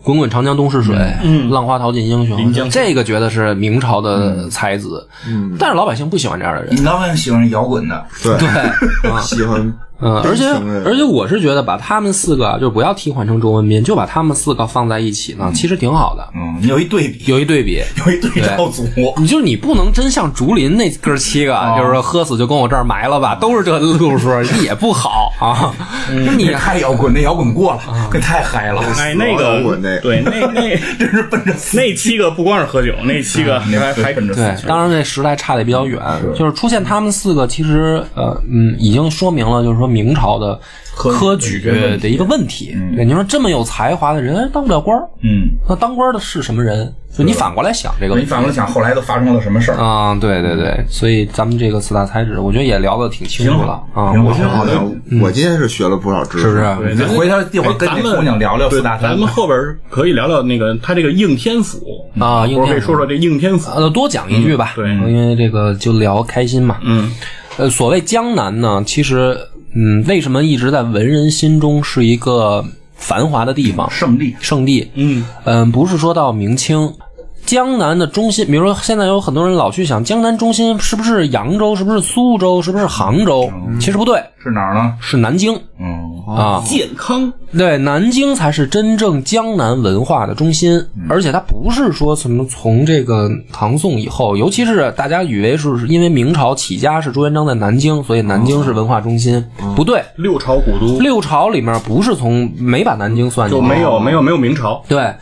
[SPEAKER 2] 滚滚长江东逝水》，
[SPEAKER 1] 嗯
[SPEAKER 2] 浪花淘尽英雄》，
[SPEAKER 4] 江
[SPEAKER 2] 这个觉得是明朝的才子，
[SPEAKER 1] 嗯
[SPEAKER 2] 但是老百姓不喜欢这样的人。
[SPEAKER 1] 你刚才喜欢摇滚的，
[SPEAKER 3] 对，
[SPEAKER 2] 对，啊
[SPEAKER 3] 喜欢
[SPEAKER 2] 嗯，而且
[SPEAKER 3] 真情人
[SPEAKER 2] 而且我是觉得把他们四个就不要替换成中文名，就把他们四个放在一起呢，其实挺好的，
[SPEAKER 1] 嗯，你有一对比，
[SPEAKER 2] 有一对比。
[SPEAKER 1] 有一对照组，
[SPEAKER 2] 你就是你不能真像竹林那哥七个，就是说喝死就跟我这儿埋了吧，都是这路 数也不好啊。那你
[SPEAKER 4] 嗯
[SPEAKER 1] 这太摇滚，那摇滚过
[SPEAKER 4] 啊
[SPEAKER 1] 了，那太嗨了，
[SPEAKER 4] 哎，那
[SPEAKER 3] 老摇滚那
[SPEAKER 4] 个
[SPEAKER 3] 个
[SPEAKER 4] 对，那 那
[SPEAKER 1] 真是奔着死。
[SPEAKER 4] 那七个不光是喝酒，嗯那七个还还
[SPEAKER 1] 奔着死
[SPEAKER 2] 对，
[SPEAKER 1] 去
[SPEAKER 2] 当然这时代差的比较远，就是出现他们四个，其实呃嗯，已经说明了就是说明朝的科举的一个问题。对，你嗯说这么有才华的人当不了官儿，
[SPEAKER 1] 嗯，
[SPEAKER 2] 那当官儿的是什么人？就你反过来想这个问
[SPEAKER 1] 你
[SPEAKER 2] 题。
[SPEAKER 1] 反过来想，后来都发生了什么
[SPEAKER 4] 嗯
[SPEAKER 1] 事儿？
[SPEAKER 2] 啊、对对对，所以咱们这个四大才子，我觉得也聊得挺清楚了啊、
[SPEAKER 1] 挺
[SPEAKER 2] 嗯
[SPEAKER 1] 我觉得
[SPEAKER 3] 好像我今天是学了不少知识，
[SPEAKER 2] 是不是？
[SPEAKER 1] 对，回头一会儿跟
[SPEAKER 4] 哎咱
[SPEAKER 1] 那
[SPEAKER 4] 们
[SPEAKER 1] 姑娘聊聊
[SPEAKER 4] 对
[SPEAKER 1] 四大
[SPEAKER 4] 咱
[SPEAKER 1] 三
[SPEAKER 4] 们后边可以聊聊那个他这个应天府
[SPEAKER 2] 啊应天府
[SPEAKER 4] 我可以说说这应天府。
[SPEAKER 2] 呃，多讲一句吧，
[SPEAKER 4] 嗯
[SPEAKER 2] 对，因为这个就聊开心嘛。
[SPEAKER 4] 嗯，
[SPEAKER 2] 呃，所谓江南呢，其实，嗯，为什么一直在文人心中是一个繁华的地方、
[SPEAKER 1] 胜利，
[SPEAKER 2] 圣地？
[SPEAKER 4] 嗯
[SPEAKER 2] 嗯，不是说到明清，江南的中心，比如说现在有很多人老去想江南中心是不是扬州，是不是苏州，是不是杭州？其实不对，
[SPEAKER 1] 是哪儿呢？
[SPEAKER 2] 是南京
[SPEAKER 1] 嗯，
[SPEAKER 2] 啊。
[SPEAKER 4] 健康
[SPEAKER 2] 对，南京才是真正江南文化的中心，
[SPEAKER 4] 嗯
[SPEAKER 2] 而且它不是说什么从这个唐宋以后，尤其是大家以为是是因为明朝起家是朱元璋在南京，所以南京是文化中心，
[SPEAKER 4] 哦嗯
[SPEAKER 2] 不对，
[SPEAKER 4] 六朝古都
[SPEAKER 2] 六朝里面不是从没把南京算进
[SPEAKER 4] 就
[SPEAKER 2] 去，
[SPEAKER 4] 没有没有没有明朝，
[SPEAKER 2] 对，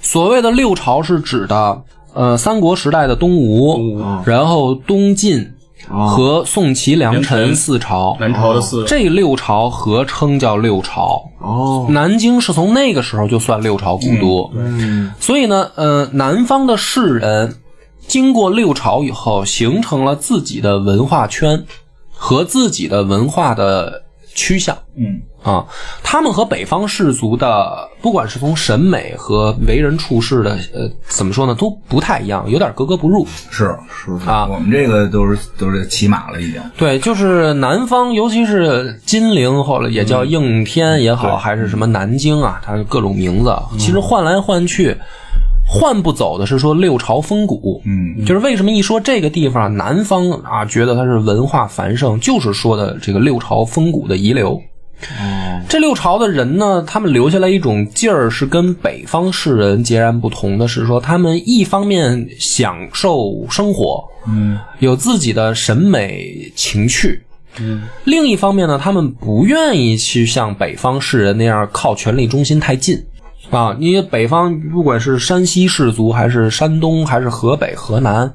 [SPEAKER 2] 所谓的六朝是指的呃三国时代的东吴，然后东晋和宋齐梁
[SPEAKER 4] 哦梁
[SPEAKER 2] 陈
[SPEAKER 4] 陈
[SPEAKER 2] 四朝，
[SPEAKER 4] 南朝的四个。
[SPEAKER 2] 这六朝合称叫六朝。
[SPEAKER 3] 哦，
[SPEAKER 2] 南京是从那个时候就算六朝古都，
[SPEAKER 3] 嗯，
[SPEAKER 2] 所以呢，呃，南方的士人经过六朝以后，形成了自己的文化圈和自己的文化的趋向。
[SPEAKER 1] 嗯
[SPEAKER 2] 啊，他们和北方士族的，不管是从审美和为人处事的，呃，怎么说呢，都不太一样，有点格格不入
[SPEAKER 1] 是
[SPEAKER 2] 啊。
[SPEAKER 1] 我们这个都是都是骑马了，已经。
[SPEAKER 2] 对，就是南方，尤其是金陵，后来也叫
[SPEAKER 1] 嗯
[SPEAKER 2] 应天也好，还是什么南京啊，它各种名字，
[SPEAKER 1] 嗯
[SPEAKER 2] 其实换来换去，换不走的是说六朝风骨。
[SPEAKER 1] 嗯，
[SPEAKER 2] 就是为什么一说这个地方南方啊，觉得它是文化繁盛，就是说的这个六朝风骨的遗留。这六朝的人呢，他们留下来一种劲儿，是跟北方士人截然不同的是说，他们一方面享受生活，嗯，有自己的审美情趣，嗯，另一方面呢，他们不愿意去像北方士人那样靠权力中心太近。啊，因为北方不管是山西氏族，还是山东，还是河北、河南，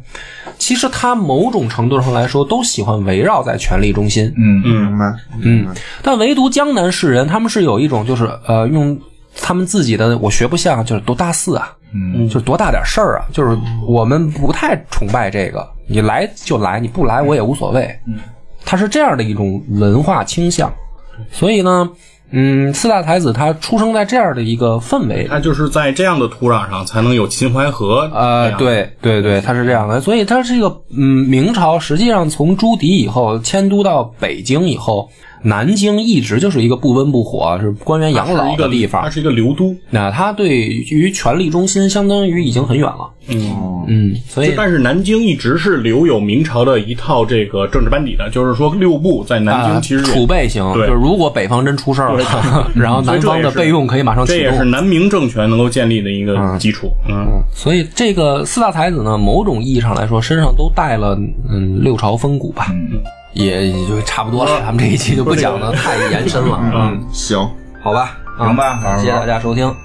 [SPEAKER 2] 其实他某种程度上来说，都喜欢围绕在权力中心。
[SPEAKER 1] 嗯嗯
[SPEAKER 3] 明白，
[SPEAKER 2] 嗯，但唯独江南士人，他们是有一种就是呃，用他们自己的我学不像，就是多大四啊，
[SPEAKER 1] 嗯，
[SPEAKER 2] 就是多大点事儿啊，就是我们不太崇拜这个，你来就来，你不来我也无所谓。嗯，他是这样的一种文化倾向，所以呢，嗯，四大才子他出生在这样的一个氛围。
[SPEAKER 4] 他就是在这样的土壤上才能有秦淮河
[SPEAKER 2] 呃
[SPEAKER 4] 这，样，
[SPEAKER 2] 对对对，他是这样的，所以他这个嗯，明朝实际上从朱迪以后迁都到北京以后，南京一直就是一个不温不火，是官员养
[SPEAKER 4] 是
[SPEAKER 2] 老
[SPEAKER 4] 一个
[SPEAKER 2] 的地
[SPEAKER 4] 它
[SPEAKER 2] 方。
[SPEAKER 4] 是一个流都。
[SPEAKER 2] 那他对于权力中心，相当于已经很远了。
[SPEAKER 4] 嗯，
[SPEAKER 2] 嗯，所以
[SPEAKER 4] 但是南京一直是留有明朝的一套这个政治班底的，就是说六部在南
[SPEAKER 2] 啊，
[SPEAKER 4] 京其实
[SPEAKER 2] 储
[SPEAKER 4] 有。
[SPEAKER 2] 备型，就
[SPEAKER 4] 对
[SPEAKER 2] 是如果北方真出事儿了， 然后南方的备用可以马上
[SPEAKER 4] 这
[SPEAKER 2] 启
[SPEAKER 4] 也
[SPEAKER 2] 动
[SPEAKER 4] 是。南明政权能够建立的一个基础。嗯，
[SPEAKER 2] 所以这个四大才子呢，某种意义上来说，身上都带了嗯六朝风骨吧，也也就差不多了。咱们这一期就不讲的太延伸了，嗯，
[SPEAKER 3] 行，
[SPEAKER 2] 好吧，啊
[SPEAKER 1] 行吧好好
[SPEAKER 2] 感谢大家收听。